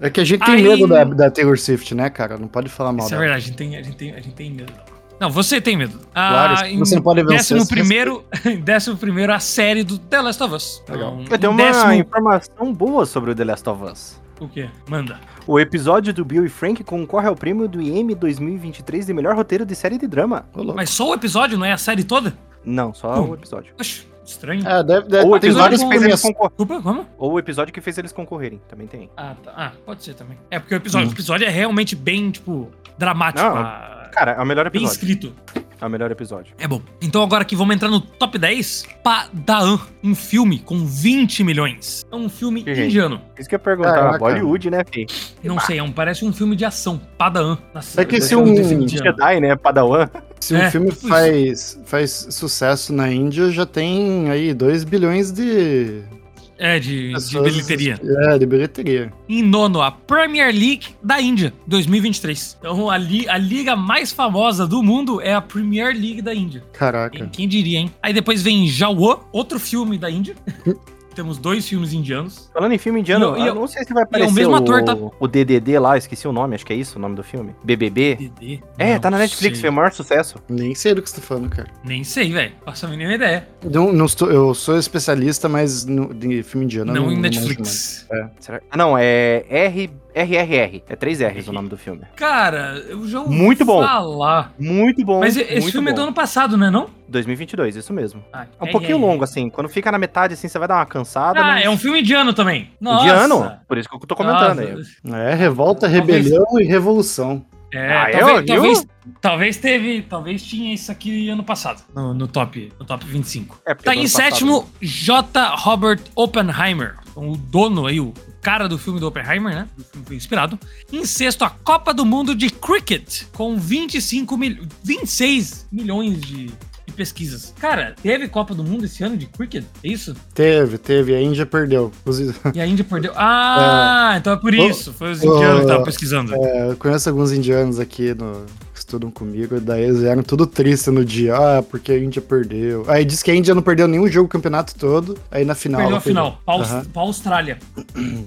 [SPEAKER 2] É que a gente tem
[SPEAKER 1] Aí-
[SPEAKER 2] medo da, da Taylor Swift, né, cara? Não pode falar mal
[SPEAKER 1] Isso é
[SPEAKER 2] dela.
[SPEAKER 1] verdade, a gente tem, a gente tem, a gente tem medo. Não, você tem medo.
[SPEAKER 2] Claro,
[SPEAKER 1] Ah, em
[SPEAKER 2] você não pode ver o
[SPEAKER 1] décimo
[SPEAKER 2] sexto, né?
[SPEAKER 1] primeiro, décimo primeiro, a série do The Last of Us.
[SPEAKER 2] Tá Legal.
[SPEAKER 1] Então,
[SPEAKER 3] Eu tenho
[SPEAKER 1] em
[SPEAKER 3] uma
[SPEAKER 1] décimo-
[SPEAKER 3] informação boa sobre o The Last of Us.
[SPEAKER 1] O quê? Manda.
[SPEAKER 3] O episódio do Bill e Frank concorre ao prêmio do IM 2023 de melhor roteiro de série de drama.
[SPEAKER 2] Ô, louco.
[SPEAKER 1] Mas só o episódio, não é a série toda?
[SPEAKER 3] Não, só
[SPEAKER 1] Hum.
[SPEAKER 3] um episódio.
[SPEAKER 1] Oxe, estranho.
[SPEAKER 2] É, deve, deve,
[SPEAKER 3] Ou o
[SPEAKER 2] tem
[SPEAKER 3] episódio
[SPEAKER 2] várias
[SPEAKER 3] que fez eles
[SPEAKER 2] premiações.
[SPEAKER 3] concor-
[SPEAKER 1] Desculpa, como?
[SPEAKER 3] Ou o episódio que fez eles concorrerem, também tem.
[SPEAKER 1] Ah, tá. Ah, pode ser também. É porque o episódio,
[SPEAKER 2] Hum.
[SPEAKER 1] o episódio é realmente bem, tipo, dramático.
[SPEAKER 3] Não,
[SPEAKER 1] ah,
[SPEAKER 3] Cara, é o melhor
[SPEAKER 1] bem
[SPEAKER 3] episódio.
[SPEAKER 1] escrito.
[SPEAKER 3] É o melhor episódio.
[SPEAKER 1] É bom. Então agora que vamos entrar no top 10, Padawan, um filme com 20 milhões. É um filme
[SPEAKER 3] Que gente.
[SPEAKER 1] indiano.
[SPEAKER 3] Isso que eu ia perguntar,
[SPEAKER 2] Caraca.
[SPEAKER 3] Bollywood, né, Fê?
[SPEAKER 1] Não sei, é um, parece um filme de ação. Padawan. Nossa,
[SPEAKER 2] É que
[SPEAKER 1] eu
[SPEAKER 2] esse
[SPEAKER 1] não
[SPEAKER 2] é um-
[SPEAKER 1] sei se é indiano.
[SPEAKER 3] Jedi, né, Padawan.
[SPEAKER 2] Se o
[SPEAKER 1] É,
[SPEAKER 2] filme
[SPEAKER 1] tipo
[SPEAKER 2] faz, faz sucesso na Índia, já tem aí 2 bilhões de.
[SPEAKER 1] É, de, de
[SPEAKER 2] pessoas-
[SPEAKER 1] bilheteria.
[SPEAKER 2] É, de bilheteria.
[SPEAKER 1] Em nono, a Premier League da Índia, 2023. Então, a, li- a liga mais famosa do mundo é a Premier League da Índia. Quem,
[SPEAKER 2] Caraca.
[SPEAKER 1] quem diria, hein? Aí depois vem Jawo, outro filme da Índia. Temos dois filmes indianos.
[SPEAKER 3] Falando em filme indiano,
[SPEAKER 1] E eu-
[SPEAKER 3] eu não sei se vai aparecer
[SPEAKER 1] mesmo ator, tá?
[SPEAKER 3] o DDD lá, esqueci o nome, acho que é isso o nome do filme. BBB.
[SPEAKER 1] DD?
[SPEAKER 3] É,
[SPEAKER 1] Não
[SPEAKER 3] tá na Netflix,
[SPEAKER 1] sei.
[SPEAKER 3] foi o maior sucesso.
[SPEAKER 2] Nem sei do que você tá falando, cara.
[SPEAKER 1] Nem sei, velho. Faço a mínima ideia.
[SPEAKER 2] Não, não estou- eu sou especialista, mas no, de filme indiano.
[SPEAKER 1] Não,
[SPEAKER 2] eu
[SPEAKER 1] em
[SPEAKER 2] manjo
[SPEAKER 1] Netflix.
[SPEAKER 3] Será? Ah, não, é R, RRR. É três R's o nome do filme.
[SPEAKER 1] Cara, eu já ouvi
[SPEAKER 3] Muito bom.
[SPEAKER 1] falar.
[SPEAKER 3] Muito bom.
[SPEAKER 1] Mas esse
[SPEAKER 3] muito
[SPEAKER 1] filme é do
[SPEAKER 3] bom.
[SPEAKER 1] ano passado, né, não?
[SPEAKER 3] 2022, isso mesmo.
[SPEAKER 1] Ah,
[SPEAKER 3] É um pouquinho longo, assim. Quando fica na metade, assim, você vai dar uma cansada.
[SPEAKER 1] Ah,
[SPEAKER 3] mas-
[SPEAKER 1] é um filme indiano também. Nossa.
[SPEAKER 3] Indiano? Por isso que eu tô comentando aí.
[SPEAKER 1] Nossa.
[SPEAKER 2] muito. É, revolta,
[SPEAKER 1] Talvez-
[SPEAKER 2] rebelião e revolução.
[SPEAKER 1] É,
[SPEAKER 3] Ah, eu-
[SPEAKER 1] talvez,
[SPEAKER 3] eu-
[SPEAKER 1] talvez, talvez teve, talvez tinha isso aqui ano passado, no, no top, no top 25.
[SPEAKER 3] É, porque
[SPEAKER 1] Tá
[SPEAKER 3] do
[SPEAKER 1] em
[SPEAKER 3] ano passado,
[SPEAKER 1] sétimo, J. Robert Oppenheimer. O dono aí, o cara do filme do Oppenheimer, né? O filme foi inspirado. Em sexto, a Copa do Mundo de Cricket, com 25 mil... 26 milhões de, de pesquisas. Cara, teve Copa do Mundo esse ano de cricket? É isso?
[SPEAKER 2] Teve, teve. A Índia perdeu. Os-
[SPEAKER 1] E a Índia perdeu. Ah, então é por
[SPEAKER 2] O-
[SPEAKER 3] é,
[SPEAKER 1] isso. Foi os indianos que estavam pesquisando.
[SPEAKER 2] é, eu conheço alguns indianos aqui no, que estudam comigo, daí eles eram tudo triste no dia. Ah, porque a Índia perdeu. Aí diz que a Índia não perdeu nenhum jogo o campeonato todo, aí na final.
[SPEAKER 1] Perdeu
[SPEAKER 2] ela
[SPEAKER 1] a final. Pra, Aus-
[SPEAKER 2] Aham.
[SPEAKER 1] pra Austrália.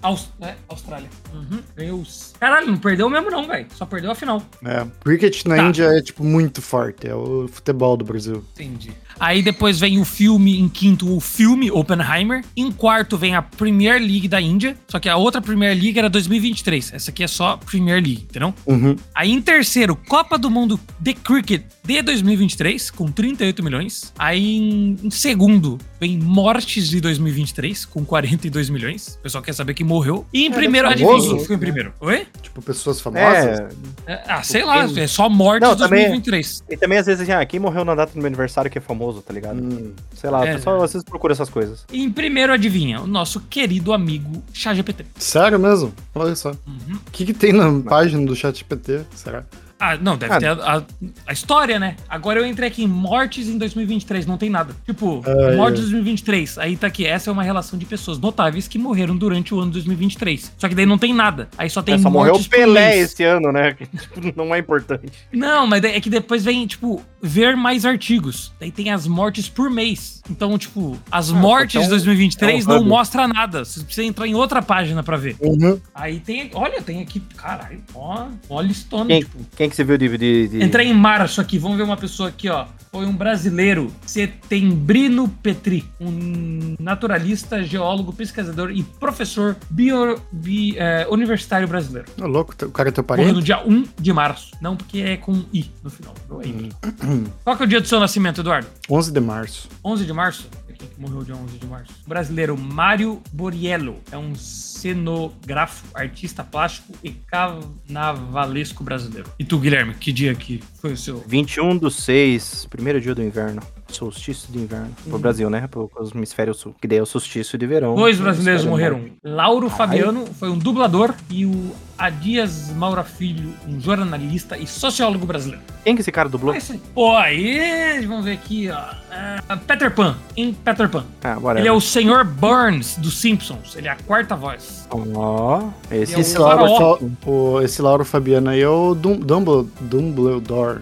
[SPEAKER 1] Aus- é, Austrália. Uhum. Ganhou os- Caralho, não perdeu mesmo, não, velho. Só perdeu a final.
[SPEAKER 2] É, cricket na
[SPEAKER 1] Tá.
[SPEAKER 2] Índia é, tipo, muito forte. É o futebol do Brasil.
[SPEAKER 1] Entendi. Aí depois vem o filme, em quinto, o filme Oppenheimer. Em quarto vem a Premier League da Índia. Só que a outra Premier League era 2023. Essa aqui é só Premier League, entendeu?
[SPEAKER 2] Uhum.
[SPEAKER 1] Aí em terceiro, Copa do Mundo de Cricket de 2023, com 38 milhões. Aí em, em segundo, vem Mortes de 2023, com 42 milhões. O pessoal quer saber quem morreu. E em primeiro,
[SPEAKER 2] famoso,
[SPEAKER 1] adivinha quem ficou em
[SPEAKER 2] né?
[SPEAKER 1] primeiro? Oi?
[SPEAKER 2] Tipo, pessoas famosas.
[SPEAKER 3] É,
[SPEAKER 1] É, Ah, sei lá, é só Mortes
[SPEAKER 3] Não,
[SPEAKER 1] de
[SPEAKER 3] também-
[SPEAKER 1] 2023.
[SPEAKER 3] e também às vezes, assim, ah, quem morreu na data do meu aniversário que é famoso, tá ligado?
[SPEAKER 2] Hum,
[SPEAKER 3] Sei lá,
[SPEAKER 1] É.
[SPEAKER 3] o pessoal às vezes procura essas coisas.
[SPEAKER 1] E em primeiro, adivinha, o nosso querido amigo ChatGPT.
[SPEAKER 2] sério mesmo? Olha só. O
[SPEAKER 1] Uhum.
[SPEAKER 2] que, que tem na página do chat PT? Será?
[SPEAKER 1] Ah, não, deve
[SPEAKER 3] Ah,
[SPEAKER 1] ter a, a- a história, né? Agora eu entrei aqui em mortes em 2023, não tem nada. Tipo,
[SPEAKER 2] Ah,
[SPEAKER 1] mortes
[SPEAKER 2] é.
[SPEAKER 1] em 2023, aí tá aqui, essa é uma relação de pessoas notáveis que morreram durante o ano de 2023. Só que daí não tem nada, aí só tem
[SPEAKER 3] É, só morreu
[SPEAKER 1] mortes
[SPEAKER 3] o
[SPEAKER 1] por
[SPEAKER 3] Pelé
[SPEAKER 1] mês.
[SPEAKER 3] esse ano, né? Que, tipo, não é importante.
[SPEAKER 1] Não, mas é que depois vem, tipo, ver mais artigos. Daí tem as mortes por mês. Então, tipo, as mortes
[SPEAKER 3] então
[SPEAKER 1] de 2023
[SPEAKER 3] é um
[SPEAKER 1] não
[SPEAKER 3] hub.
[SPEAKER 1] mostra nada. Você precisa entrar em outra página pra ver.
[SPEAKER 2] Uhum.
[SPEAKER 1] Aí tem, olha, tem aqui, caralho, ó, ó listona,
[SPEAKER 3] Quem,
[SPEAKER 1] tipo.
[SPEAKER 3] quem que se viu de. de, de...
[SPEAKER 1] Entrei em março aqui, vamos ver uma pessoa aqui, ó. Foi um brasileiro, Setembrino Petri, um naturalista, geólogo, pesquisador e professor bio, bi- eh, universitário brasileiro.
[SPEAKER 2] Ô, louco, o cara é teu
[SPEAKER 1] Morreu no
[SPEAKER 2] parente?
[SPEAKER 1] dia 1 de março. Não, porque é com I no final. não é I. Qual que é o dia do seu nascimento, Eduardo?
[SPEAKER 2] 11 de março.
[SPEAKER 1] 11 de março? É Quem que morreu dia 11 de março? O brasileiro Mário Boriello é um cenógrafo, artista plástico e carnavalesco brasileiro. E tu, Guilherme, que dia que foi o seu
[SPEAKER 3] 21 do 6, primeiro dia do inverno. Solstício de inverno. Pro Brasil, né? Pro pro hemisfério sul. Que daí é o solstício de verão.
[SPEAKER 1] Hum. Dois brasileiros
[SPEAKER 3] Hemisfério
[SPEAKER 1] morreram. Lauro
[SPEAKER 3] Ai.
[SPEAKER 1] Fabiano foi um dublador e o Adias Maura Filho, um jornalista e sociólogo brasileiro.
[SPEAKER 3] norte. Quem que esse cara dublou?
[SPEAKER 1] É isso aí. Pô, aí, vamos ver aqui, ó. Ah, Peter Pan, em Peter Pan.
[SPEAKER 3] Ah, bora.
[SPEAKER 1] Ele é o Sr. Burns dos Simpsons, ele é a quarta voz.
[SPEAKER 3] Ó, esse.
[SPEAKER 1] Ele é
[SPEAKER 2] Esse
[SPEAKER 1] um
[SPEAKER 2] Lauro,
[SPEAKER 1] faraó.
[SPEAKER 2] Fa- o- esse Lauro Fabiano aí é o Dum- Dumbledore. Dumbledore.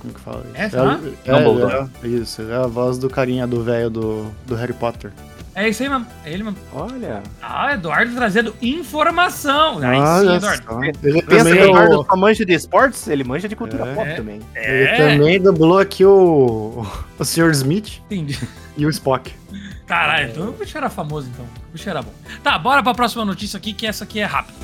[SPEAKER 2] Como que fala isso?
[SPEAKER 1] É, será?
[SPEAKER 2] é, é,
[SPEAKER 3] Dumbledore.
[SPEAKER 2] é, isso, é a voz do carinha do velho do, do Harry Potter.
[SPEAKER 1] É isso aí mesmo, é ele mesmo.
[SPEAKER 3] Olha.
[SPEAKER 1] Ah, Eduardo trazendo informação. Aí sim,
[SPEAKER 2] Olha
[SPEAKER 1] Eduardo.
[SPEAKER 2] só. Ele também,
[SPEAKER 3] Pensa que
[SPEAKER 2] é
[SPEAKER 3] o
[SPEAKER 2] o-
[SPEAKER 3] Eduardo só manja de esportes, ele manja de cultura
[SPEAKER 2] É.
[SPEAKER 3] pop também.
[SPEAKER 2] ele
[SPEAKER 1] É,
[SPEAKER 2] também dublou aqui o, o Sr. Smith
[SPEAKER 1] entendi.
[SPEAKER 2] e o Spock.
[SPEAKER 1] Caralho, então o bicho era famoso, então. O bicho era bom. Tá, bora pra próxima notícia aqui, que essa aqui é rápida.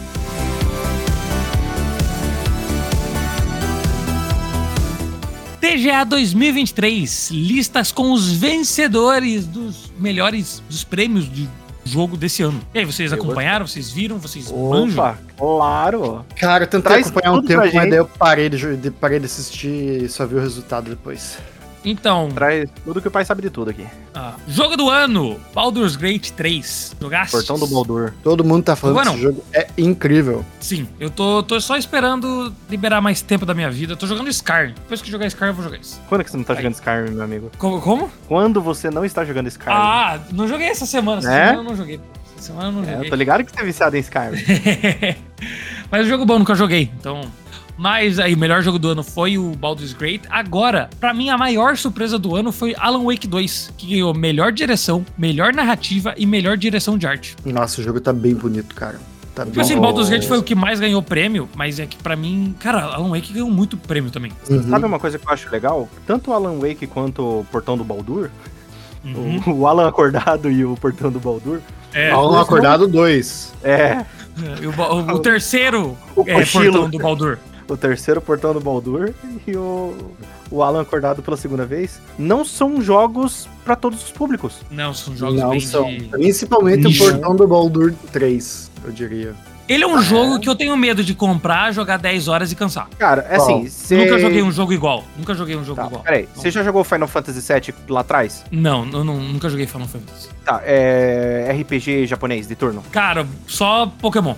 [SPEAKER 1] TGA 2023, listas com os vencedores dos melhores dos prêmios de jogo desse ano. E aí, vocês
[SPEAKER 3] Eu
[SPEAKER 1] acompanharam, vocês viram, vocês manjam?
[SPEAKER 3] Opa, claro.
[SPEAKER 2] Cara, eu tentei
[SPEAKER 3] Traz
[SPEAKER 2] acompanhar um
[SPEAKER 3] tudo pra
[SPEAKER 2] tempo, mas
[SPEAKER 3] gente.
[SPEAKER 2] daí eu parei de, jo- de- parei de assistir e só vi o resultado depois.
[SPEAKER 1] Então,
[SPEAKER 3] Traz tudo que o pai sabe de tudo aqui.
[SPEAKER 1] ah, jogo do ano, Baldur's Gate 3. Jogaste?
[SPEAKER 3] Portão do Baldur.
[SPEAKER 2] Todo mundo tá falando que
[SPEAKER 1] Tubarão.
[SPEAKER 2] esse jogo é incrível.
[SPEAKER 1] Sim, eu tô, tô só esperando liberar mais tempo da minha vida. Eu tô jogando Scar. Depois que jogar Scar, eu vou jogar isso.
[SPEAKER 3] Quando é que você não tá
[SPEAKER 1] Aí.
[SPEAKER 3] jogando Skyrim, meu amigo?
[SPEAKER 1] Como? como?
[SPEAKER 3] Quando você não está jogando Skyrim?
[SPEAKER 1] Ah, não joguei essa semana. Essa
[SPEAKER 3] Né?
[SPEAKER 1] semana eu não joguei. pô. Essa semana eu não
[SPEAKER 3] É, eu
[SPEAKER 1] joguei.
[SPEAKER 3] tô ligado que você é viciado em Skyrim.
[SPEAKER 1] Mas o jogo bom nunca joguei, então. Mas aí, o melhor jogo do ano foi o Baldur's Gate. Agora, pra mim, a maior surpresa do ano foi Alan Wake 2, que ganhou melhor direção, melhor narrativa e melhor direção de arte.
[SPEAKER 2] Nossa, o jogo tá bem bonito, cara. Tá
[SPEAKER 1] Tipo
[SPEAKER 2] bem
[SPEAKER 1] assim,
[SPEAKER 3] Nossa.
[SPEAKER 1] Baldur's Gate foi o que mais ganhou prêmio, mas é que pra mim, cara, Alan Wake ganhou muito prêmio também.
[SPEAKER 2] Uhum.
[SPEAKER 3] Sabe uma coisa que eu acho legal? Tanto o Alan Wake quanto o Portão do Baldur,
[SPEAKER 1] Uhum.
[SPEAKER 3] o, o Alan Acordado e o Portão do Baldur,
[SPEAKER 1] É,
[SPEAKER 2] Alan Acordado 2.
[SPEAKER 3] é
[SPEAKER 1] E o, ba- o- o terceiro
[SPEAKER 3] O
[SPEAKER 1] é,
[SPEAKER 3] cochilo.
[SPEAKER 1] portão do Baldur.
[SPEAKER 3] o terceiro Portão do Baldur e o, o Alan Acordado pela segunda vez, não são jogos pra todos os públicos.
[SPEAKER 1] Não, são jogos
[SPEAKER 2] Não
[SPEAKER 1] bem
[SPEAKER 2] são.
[SPEAKER 1] de...
[SPEAKER 2] Principalmente
[SPEAKER 1] Nicho.
[SPEAKER 2] o portão do Baldur 3, eu diria.
[SPEAKER 1] Ele é um jogo que eu tenho medo de comprar, jogar 10 horas e cansar.
[SPEAKER 3] Cara, é
[SPEAKER 2] Qual?
[SPEAKER 3] assim, você...
[SPEAKER 1] Nunca joguei um jogo igual. Nunca joguei um jogo
[SPEAKER 3] Tá,
[SPEAKER 1] igual.
[SPEAKER 3] peraí,
[SPEAKER 1] Não.
[SPEAKER 3] você já jogou Final Fantasy VII lá atrás?
[SPEAKER 1] Não, eu não- nunca joguei Final Fantasy.
[SPEAKER 3] Tá, é RPG japonês de turno.
[SPEAKER 1] Cara, só Pokémon.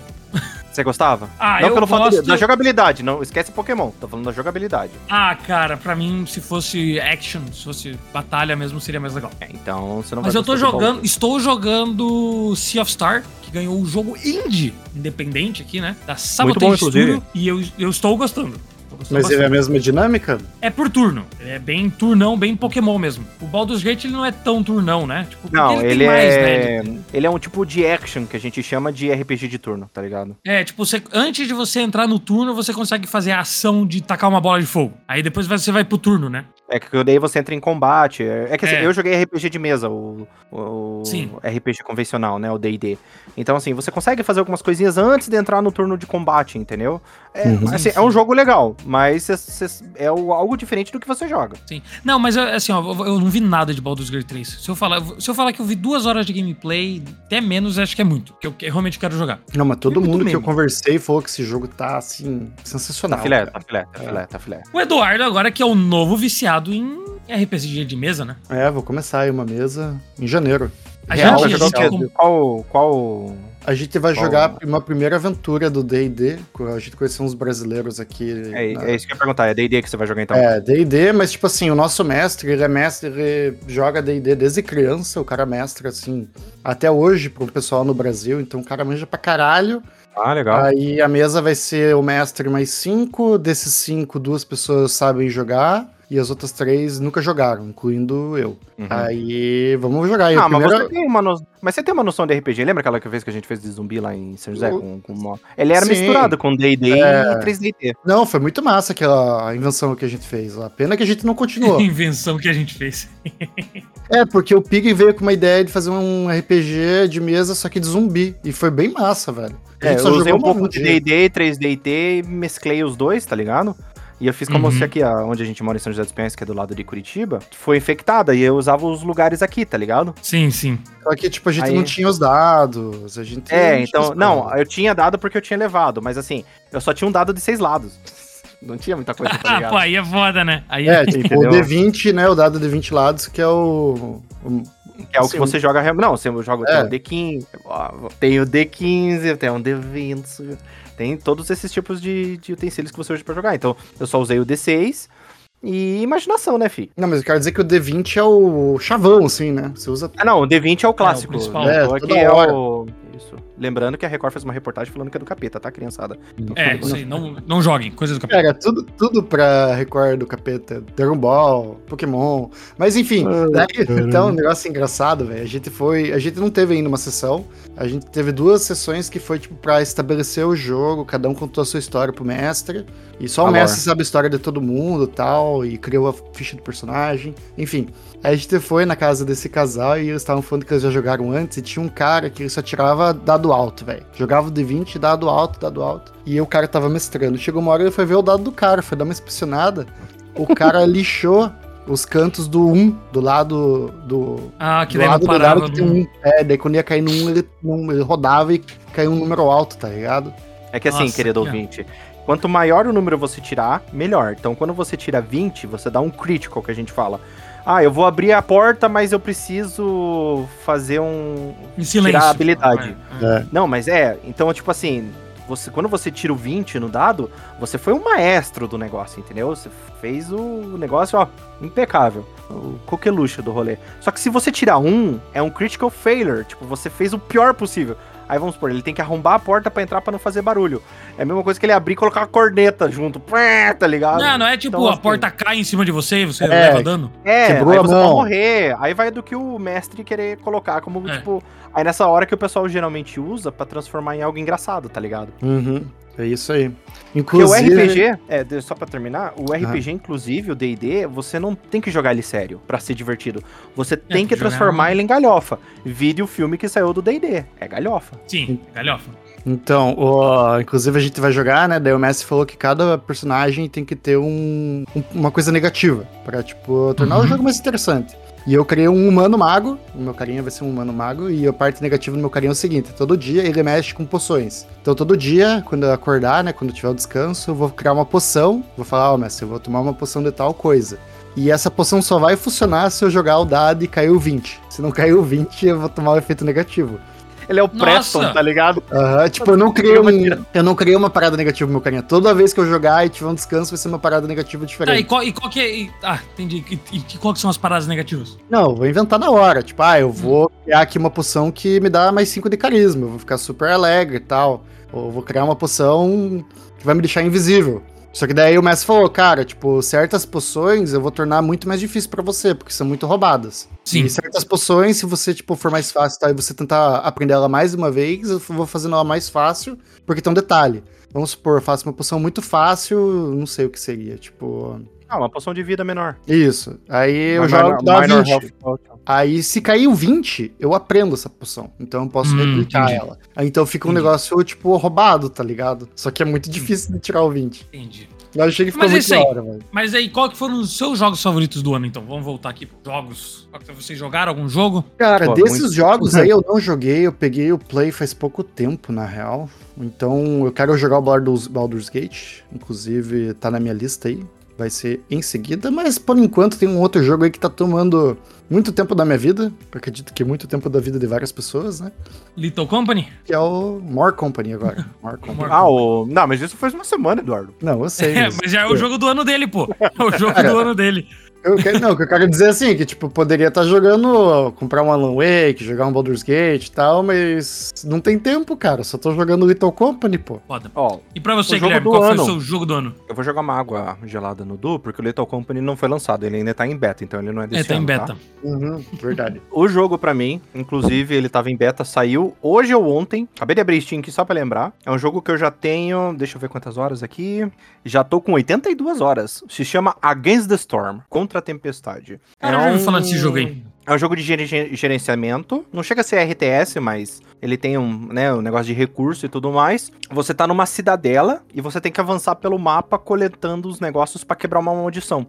[SPEAKER 3] Você gostava?
[SPEAKER 1] Ah,
[SPEAKER 3] não
[SPEAKER 1] eu
[SPEAKER 3] pelo fato de-
[SPEAKER 1] gosto-
[SPEAKER 3] da jogabilidade, não esquece Pokémon, tô falando da jogabilidade.
[SPEAKER 1] Ah, cara, pra mim, se fosse action, se fosse batalha mesmo, seria mais legal.
[SPEAKER 3] É, então você não
[SPEAKER 1] Mas
[SPEAKER 3] vai
[SPEAKER 1] eu tô
[SPEAKER 3] gostar do
[SPEAKER 1] jogando, estou jogando Sea of Star, que ganhou o jogo indie independente aqui, né? Da Sabotage
[SPEAKER 3] bom, inclusive.
[SPEAKER 1] Studio, e eu, eu estou gostando. Tô gostando
[SPEAKER 2] Mas ele é a
[SPEAKER 1] bastante.
[SPEAKER 2] mesma dinâmica?
[SPEAKER 1] É por turno. Ele é bem turnão, bem Pokémon mesmo. O Baldur's Gate ele não é tão turnão, né? Tipo, porque
[SPEAKER 3] Não, ele,
[SPEAKER 1] tem mais, né?
[SPEAKER 3] é. Ele é um tipo de action que a gente chama de RPG de turno, tá ligado?
[SPEAKER 1] É, tipo, você- antes de você entrar no turno, você consegue fazer a ação de tacar uma bola de fogo. Aí depois você vai pro turno, né?
[SPEAKER 3] É que daí você entra em combate. É é que assim,
[SPEAKER 1] É.
[SPEAKER 3] eu joguei RPG de mesa, o, o
[SPEAKER 1] Sim.
[SPEAKER 3] RPG convencional, né? O DD. Então, assim, você consegue fazer algumas coisinhas antes de entrar no turno de combate, entendeu? É,
[SPEAKER 2] Uhum.
[SPEAKER 3] assim, é um jogo legal, mas cê- cê- é o- algo diferente do que você joga.
[SPEAKER 1] Sim. Não, mas eu- assim, ó, eu- eu não vi nada de Baldur's Gate 3. Se eu falar, se eu falar que eu vi duas horas de gameplay, até menos, acho que é muito. Que eu, que eu realmente quero jogar.
[SPEAKER 2] Não, mas todo
[SPEAKER 3] Muito
[SPEAKER 2] mundo que eu
[SPEAKER 3] mesmo.
[SPEAKER 2] conversei falou que esse jogo tá, assim,
[SPEAKER 3] Tá
[SPEAKER 2] sensacional.
[SPEAKER 3] filé,
[SPEAKER 2] cara.
[SPEAKER 3] tá filé, tá filé, tá filé.
[SPEAKER 1] O Eduardo agora que é o novo viciado em RPG de mesa, né?
[SPEAKER 2] É, vou começar aí uma mesa em janeiro.
[SPEAKER 1] A
[SPEAKER 3] É,
[SPEAKER 2] Real,
[SPEAKER 1] gente- a
[SPEAKER 2] jogar o
[SPEAKER 1] gente
[SPEAKER 2] quê?
[SPEAKER 1] com-
[SPEAKER 3] Qual. qual...
[SPEAKER 2] A gente vai
[SPEAKER 3] Bom.
[SPEAKER 2] jogar uma primeira aventura do D&D, com- a gente conheceu uns brasileiros aqui.
[SPEAKER 3] É,
[SPEAKER 2] na-
[SPEAKER 3] é isso que eu ia perguntar, é DD que você vai jogar então?
[SPEAKER 2] É, D&D, mas tipo assim, o nosso mestre, ele é mestre, ele joga D&D desde criança, o cara é mestre, assim, até hoje pro pessoal no Brasil, então o cara manja pra caralho.
[SPEAKER 3] Ah, legal.
[SPEAKER 2] Aí a mesa vai ser o mestre mais cinco, desses cinco, duas pessoas sabem jogar, e as outras três nunca jogaram, incluindo eu.
[SPEAKER 3] Uhum.
[SPEAKER 2] Aí, vamos jogar aí.
[SPEAKER 3] ah,
[SPEAKER 2] a primeira-
[SPEAKER 3] mas, você tem uma no- mas você tem uma noção de RPG? Lembra aquela que vez que a gente fez de zumbi lá em São José?
[SPEAKER 2] Eu-
[SPEAKER 3] Com, com uma- Ele era
[SPEAKER 2] Sim.
[SPEAKER 3] misturado com DD
[SPEAKER 2] É.
[SPEAKER 3] e 3DT.
[SPEAKER 2] Não, foi muito massa aquela invenção que a gente fez. A pena que a gente não continuou.
[SPEAKER 1] Invenção que a gente fez.
[SPEAKER 2] é, porque o Pig veio com uma ideia de fazer um RPG de mesa, só que de zumbi. E foi bem massa, velho. A
[SPEAKER 3] É,
[SPEAKER 2] gente
[SPEAKER 3] eu
[SPEAKER 2] só
[SPEAKER 3] usei
[SPEAKER 2] jogou
[SPEAKER 3] um pouco
[SPEAKER 2] uma
[SPEAKER 3] de
[SPEAKER 2] vez.
[SPEAKER 3] DD, 3DT e mesclei os dois, tá ligado? E eu fiz como
[SPEAKER 1] Uhum.
[SPEAKER 3] se aqui, ó, onde a gente mora em São José dos Pinhais, que é do lado de Curitiba, foi infectada e eu usava os lugares aqui, tá ligado?
[SPEAKER 1] Sim, sim.
[SPEAKER 2] Só que, tipo, a gente
[SPEAKER 3] Aí-
[SPEAKER 2] não tinha os dados. A gente
[SPEAKER 3] É,
[SPEAKER 2] não tinha
[SPEAKER 3] então.
[SPEAKER 2] os
[SPEAKER 3] Não,
[SPEAKER 2] dados.
[SPEAKER 3] eu tinha dado porque eu tinha levado, mas assim, eu só tinha um dado de seis lados. Não tinha muita coisa, tá
[SPEAKER 1] Ah, pô,
[SPEAKER 3] ligado?
[SPEAKER 1] aí é foda, né? Aí
[SPEAKER 2] É, tipo, o
[SPEAKER 3] Entendeu?
[SPEAKER 2] D20, né? O dado de 20 lados, que é o. o-
[SPEAKER 3] que é o
[SPEAKER 2] Sim.
[SPEAKER 3] que você joga realmente. Não, você joga
[SPEAKER 2] É.
[SPEAKER 3] tem o D15, ó, tem o D15, tem um D20, tem todos esses tipos de, de utensílios que você usa pra jogar. Então, eu só usei o D6 e imaginação, né, fi?
[SPEAKER 2] Não, mas eu quero dizer que o D20 é o chavão, assim, né? Você usa.
[SPEAKER 3] Ah, não, o D20 é o clássico.
[SPEAKER 1] principal.
[SPEAKER 3] né?
[SPEAKER 2] É,
[SPEAKER 3] Então, aqui
[SPEAKER 2] toda
[SPEAKER 3] é
[SPEAKER 2] hora.
[SPEAKER 3] o- Isso. Lembrando que a Record fez uma reportagem falando que é do capeta, tá, criançada?
[SPEAKER 1] É, isso aí. Não, não joguem. Coisa do capeta.
[SPEAKER 2] Cara, né? tudo, tudo pra Record do Capeta. Dragon Ball, Pokémon. Mas enfim,
[SPEAKER 3] Ah,
[SPEAKER 2] daí, então, um negócio engraçado, velho. A gente foi. A gente não teve ainda uma sessão. A gente teve duas sessões que foi, tipo, pra estabelecer o jogo. Cada um contou a sua história pro mestre. E só
[SPEAKER 3] A
[SPEAKER 2] o
[SPEAKER 3] lore.
[SPEAKER 2] mestre sabe a história de todo mundo tal. E criou a ficha do personagem. Enfim. Aí a gente foi na casa desse casal e eles estavam falando que eles já jogaram antes. E tinha um cara que ele só tirava dado alto, velho. Jogava o D20, dado alto, dado alto. E o cara tava mestrando. Chegou uma hora ele foi ver o dado do cara, foi dar uma inspecionada. O cara lixou os cantos do 1, do lado
[SPEAKER 3] É,
[SPEAKER 2] do.
[SPEAKER 1] Ah, que
[SPEAKER 2] do
[SPEAKER 1] daí não
[SPEAKER 2] lado do
[SPEAKER 1] parava.
[SPEAKER 2] dado que tem um. É, daí quando ia cair no 1, ele, num- ele rodava e caiu um número alto, tá ligado?
[SPEAKER 3] É que assim,
[SPEAKER 1] Nossa,
[SPEAKER 3] querido
[SPEAKER 1] é.
[SPEAKER 3] ouvinte, quanto maior o número você tirar, melhor. Então, quando você tira 20, você dá um critical, que a gente fala. Ah, eu vou abrir a porta, mas eu preciso fazer um.
[SPEAKER 1] Em silêncio.
[SPEAKER 3] tirar a habilidade.
[SPEAKER 1] É, é.
[SPEAKER 3] Não, mas é. Então, tipo assim, você, quando você tira o 20 no dado, você foi um maestro do negócio, entendeu? Você fez o negócio, ó, impecável. O coqueluche do rolê. Só que se você tirar um, é um critical failure. Tipo, você fez o pior possível. Aí vamos supor, ele tem que arrombar a porta pra entrar pra não fazer barulho. É a mesma coisa que ele abrir e colocar a corneta junto. Pé, Tá ligado?
[SPEAKER 1] Não, não é tipo
[SPEAKER 3] Então,
[SPEAKER 1] a
[SPEAKER 3] assim-
[SPEAKER 1] porta cai em cima de você e você
[SPEAKER 2] É.
[SPEAKER 1] leva dano.
[SPEAKER 3] É,
[SPEAKER 2] Quebrou
[SPEAKER 3] aí
[SPEAKER 2] a
[SPEAKER 3] você
[SPEAKER 2] mão.
[SPEAKER 3] vai morrer. Aí vai do que o mestre querer colocar como,
[SPEAKER 1] É.
[SPEAKER 3] tipo... Aí nessa hora que o pessoal geralmente usa pra transformar em algo engraçado, tá ligado?
[SPEAKER 2] Uhum. É isso aí.
[SPEAKER 3] Porque o
[SPEAKER 2] Inclusive.
[SPEAKER 3] RPG, é, de- só pra terminar, o RPG, inclusive, o D&D, você não tem que jogar ele sério pra ser divertido. Você tem
[SPEAKER 1] tem
[SPEAKER 3] que
[SPEAKER 1] que É, jogar-
[SPEAKER 3] transformar ele em galhofa. Vire o filme que saiu do D&D. É galhofa.
[SPEAKER 1] Sim, galhofa.
[SPEAKER 2] Então, o- inclusive a gente vai jogar, né? Daí o Messi falou que cada personagem tem que ter um, um- uma coisa negativa pra, tipo, tornar o
[SPEAKER 1] Uhum.
[SPEAKER 2] jogo mais interessante. E eu criei um humano mago, o meu carinha vai ser um humano mago, e a parte negativa do meu carinha é o seguinte: todo dia ele mexe com poções. Então todo dia, quando eu acordar, né, quando eu tiver o descanso, eu vou criar uma poção, vou falar, ó, Messi, eu vou tomar uma poção de tal coisa. E essa poção só vai funcionar se eu jogar o dado e cair o 20. Se não cair o 20, eu vou tomar o efeito negativo.
[SPEAKER 3] Ele é o
[SPEAKER 1] Nossa!
[SPEAKER 3] Preston, tá ligado?
[SPEAKER 2] Aham, tipo, eu não, criei
[SPEAKER 3] Criou uma
[SPEAKER 2] um, eu não criei uma parada negativa pro meu carinha. Toda vez que eu jogar e tiver um descanso, vai ser uma parada
[SPEAKER 1] Tá,
[SPEAKER 2] negativa
[SPEAKER 1] e
[SPEAKER 2] diferente.
[SPEAKER 1] qual, e qual que é. e- ah, entendi. E, e que- qual que são as paradas negativas?
[SPEAKER 2] Não, eu vou inventar na hora. Tipo, ah, eu vou criar aqui uma poção que me dá mais 5 de carisma. Eu vou ficar super alegre e tal. Ou eu vou criar uma poção que vai me deixar invisível. Só que daí o mestre falou, cara, tipo, certas poções eu vou tornar muito mais difícil pra você, porque são muito roubadas.
[SPEAKER 1] Sim.
[SPEAKER 2] E certas poções, se você, tipo, for mais fácil tá, e você tentar aprender ela mais uma vez, eu vou fazendo ela mais fácil, porque tem um detalhe. Vamos supor, eu faço uma poção muito fácil, não sei o que seria, tipo...
[SPEAKER 3] Ah, uma poção de vida menor.
[SPEAKER 2] Isso. Aí eu
[SPEAKER 3] Uma
[SPEAKER 2] jogo
[SPEAKER 3] minor-
[SPEAKER 2] dá
[SPEAKER 3] minor
[SPEAKER 2] 20.
[SPEAKER 3] health.
[SPEAKER 2] Aí, se cair o 20, eu aprendo essa poção. Então eu posso
[SPEAKER 1] Hum,
[SPEAKER 2] replicar
[SPEAKER 1] entendi.
[SPEAKER 2] ela. Aí, Então fica um
[SPEAKER 1] Entendi.
[SPEAKER 2] negócio, tipo, roubado, tá ligado? Só que é muito difícil de tirar o 20.
[SPEAKER 1] Entendi.
[SPEAKER 2] Eu achei que ficou
[SPEAKER 1] Mas é
[SPEAKER 2] muito
[SPEAKER 1] isso aí.
[SPEAKER 2] da hora, velho.
[SPEAKER 1] Mas aí, qual que foram os seus jogos favoritos do ano, então? Vamos voltar aqui pros jogos. Qual que Vocês jogaram algum jogo?
[SPEAKER 2] Cara,
[SPEAKER 3] Pô,
[SPEAKER 2] desses
[SPEAKER 3] muito-
[SPEAKER 2] jogos aí eu não joguei, eu peguei o Play faz pouco tempo, na real. Então eu quero jogar o Baldur's, Baldur's Gate, inclusive tá na minha lista aí, vai ser em seguida, mas por enquanto tem um outro jogo aí que tá tomando muito tempo da minha vida, eu acredito que muito tempo da vida de várias pessoas, né?
[SPEAKER 1] Little Company?
[SPEAKER 2] Que é o More Company agora. More Company.
[SPEAKER 3] Ah, o... Não, mas isso faz uma semana, Eduardo.
[SPEAKER 2] Não, eu sei.
[SPEAKER 1] É,
[SPEAKER 2] mas-
[SPEAKER 1] mas já é o jogo do ano dele, pô. É o jogo do ano dele.
[SPEAKER 2] Eu quero, não, o que eu quero dizer assim, que tipo, poderia estar jogando, comprar um Alan Wake, jogar um Baldur's Gate e tal, mas não tem tempo, cara. Só tô jogando Little Company, pô.
[SPEAKER 1] Foda.
[SPEAKER 3] Ó,
[SPEAKER 1] E pra você,
[SPEAKER 3] O jogo
[SPEAKER 1] Guilherme,
[SPEAKER 3] do
[SPEAKER 1] qual foi
[SPEAKER 3] ano.
[SPEAKER 1] o seu jogo do ano?
[SPEAKER 3] eu vou jogar uma água gelada no Du, porque o Lethal Company não foi lançado, ele ainda tá em beta, então ele não é
[SPEAKER 1] É,
[SPEAKER 3] desse
[SPEAKER 1] tá em
[SPEAKER 3] ano,
[SPEAKER 1] beta.
[SPEAKER 2] Uhum, verdade.
[SPEAKER 3] O jogo, pra mim, inclusive, ele tava em beta, saiu hoje ou ontem. Acabei de abrir Steam aqui só pra lembrar. É um jogo que eu já tenho. Deixa eu ver quantas horas aqui. Já tô com 82 horas. Se chama Against the Storm Contra a Tempestade.
[SPEAKER 1] Cara, eu já ouvi falar desse jogo aí.
[SPEAKER 3] É um jogo de gere- gere- gerenciamento. Não chega a ser RTS, mas ele tem um, né, um negócio de recurso e tudo mais. Você tá numa cidadela e você tem que avançar pelo mapa coletando os negócios pra quebrar uma maldição.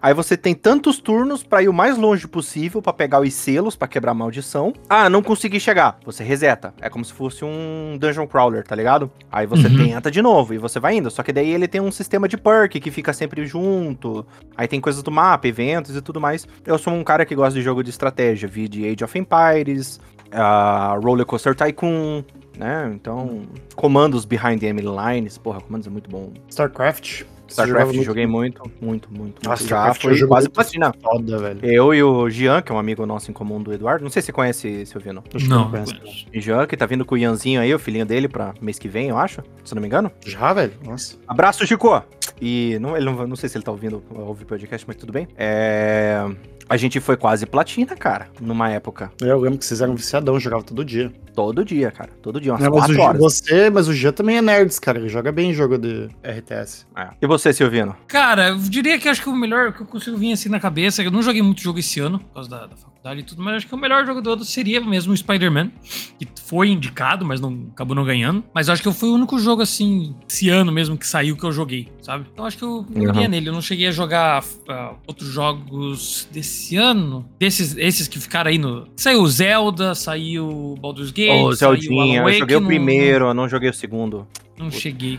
[SPEAKER 3] Aí você tem tantos turnos pra ir o mais longe possível pra pegar os selos pra quebrar a maldição. Ah, não consegui chegar. Você reseta. É como se fosse um dungeon crawler, tá ligado? Aí você
[SPEAKER 1] Uhum.
[SPEAKER 3] tenta de novo e você vai indo. Só que daí ele tem um sistema de perk que fica sempre junto. Aí tem coisas do mapa, eventos e tudo mais. Eu sou um cara que gosta de jogo de estratégia. Vi de Age of Empires, ah, Roller Coaster Tycoon, né? Então, comandos behind the enemy lines. Porra, comandos é muito bom.
[SPEAKER 2] StarCraft. Você jogava
[SPEAKER 3] StarCraft
[SPEAKER 2] é muito?
[SPEAKER 3] joguei muito, muito, muito.
[SPEAKER 2] Nossa,
[SPEAKER 3] muito. já
[SPEAKER 2] StarCraft é um
[SPEAKER 3] foi
[SPEAKER 2] jogo
[SPEAKER 3] quase
[SPEAKER 2] muito-
[SPEAKER 3] platina.
[SPEAKER 2] Foda, velho.
[SPEAKER 3] Eu e o Jean, que é um amigo nosso em comum do Eduardo. Não sei se você conhece, Silvino.
[SPEAKER 2] Acho que eu
[SPEAKER 1] Não, não
[SPEAKER 2] conheço.
[SPEAKER 1] conheço.
[SPEAKER 3] O Jean, que tá vindo com o Ianzinho aí, o filhinho dele, pra mês que vem, eu acho. Se não me engano.
[SPEAKER 2] Já, velho? Nossa.
[SPEAKER 3] Abraço, Chico! E não, ele não, não sei se ele tá ouvindo ouvir podcast, mas tudo bem. É, A gente foi quase platina, cara, numa época.
[SPEAKER 2] É, Eu lembro que vocês eram viciadão, eu jogava todo dia.
[SPEAKER 3] Todo dia, cara. Todo dia, umas
[SPEAKER 2] Não, mas o
[SPEAKER 3] quatro
[SPEAKER 2] Gia,
[SPEAKER 3] horas.
[SPEAKER 2] você, mas o Gia também é nerds, cara. Ele joga bem jogo de RTS.
[SPEAKER 3] É. E você, Silvino?
[SPEAKER 1] Cara, eu diria que acho que o melhor que eu consigo vir assim na cabeça, eu não joguei muito jogo esse ano, por causa da, da faculdade e tudo, mas acho que o melhor jogo do ano seria mesmo o Spider-Man, que foi indicado, mas não acabou não ganhando. Mas acho que eu fui o único jogo assim, esse ano mesmo, que saiu que eu joguei, sabe? Então acho que eu
[SPEAKER 3] Uhum.
[SPEAKER 1] ganhei nele. Eu não cheguei a jogar ah, outros jogos desse ano, desses esses que ficaram aí no. Saiu o Zelda, saiu o Baldur's Gate,
[SPEAKER 3] Ô,
[SPEAKER 1] saiu o Alan
[SPEAKER 3] Zeldinha, eu
[SPEAKER 1] Wake,
[SPEAKER 3] joguei o
[SPEAKER 1] não-
[SPEAKER 3] primeiro, eu não joguei o segundo.
[SPEAKER 1] não cheguei.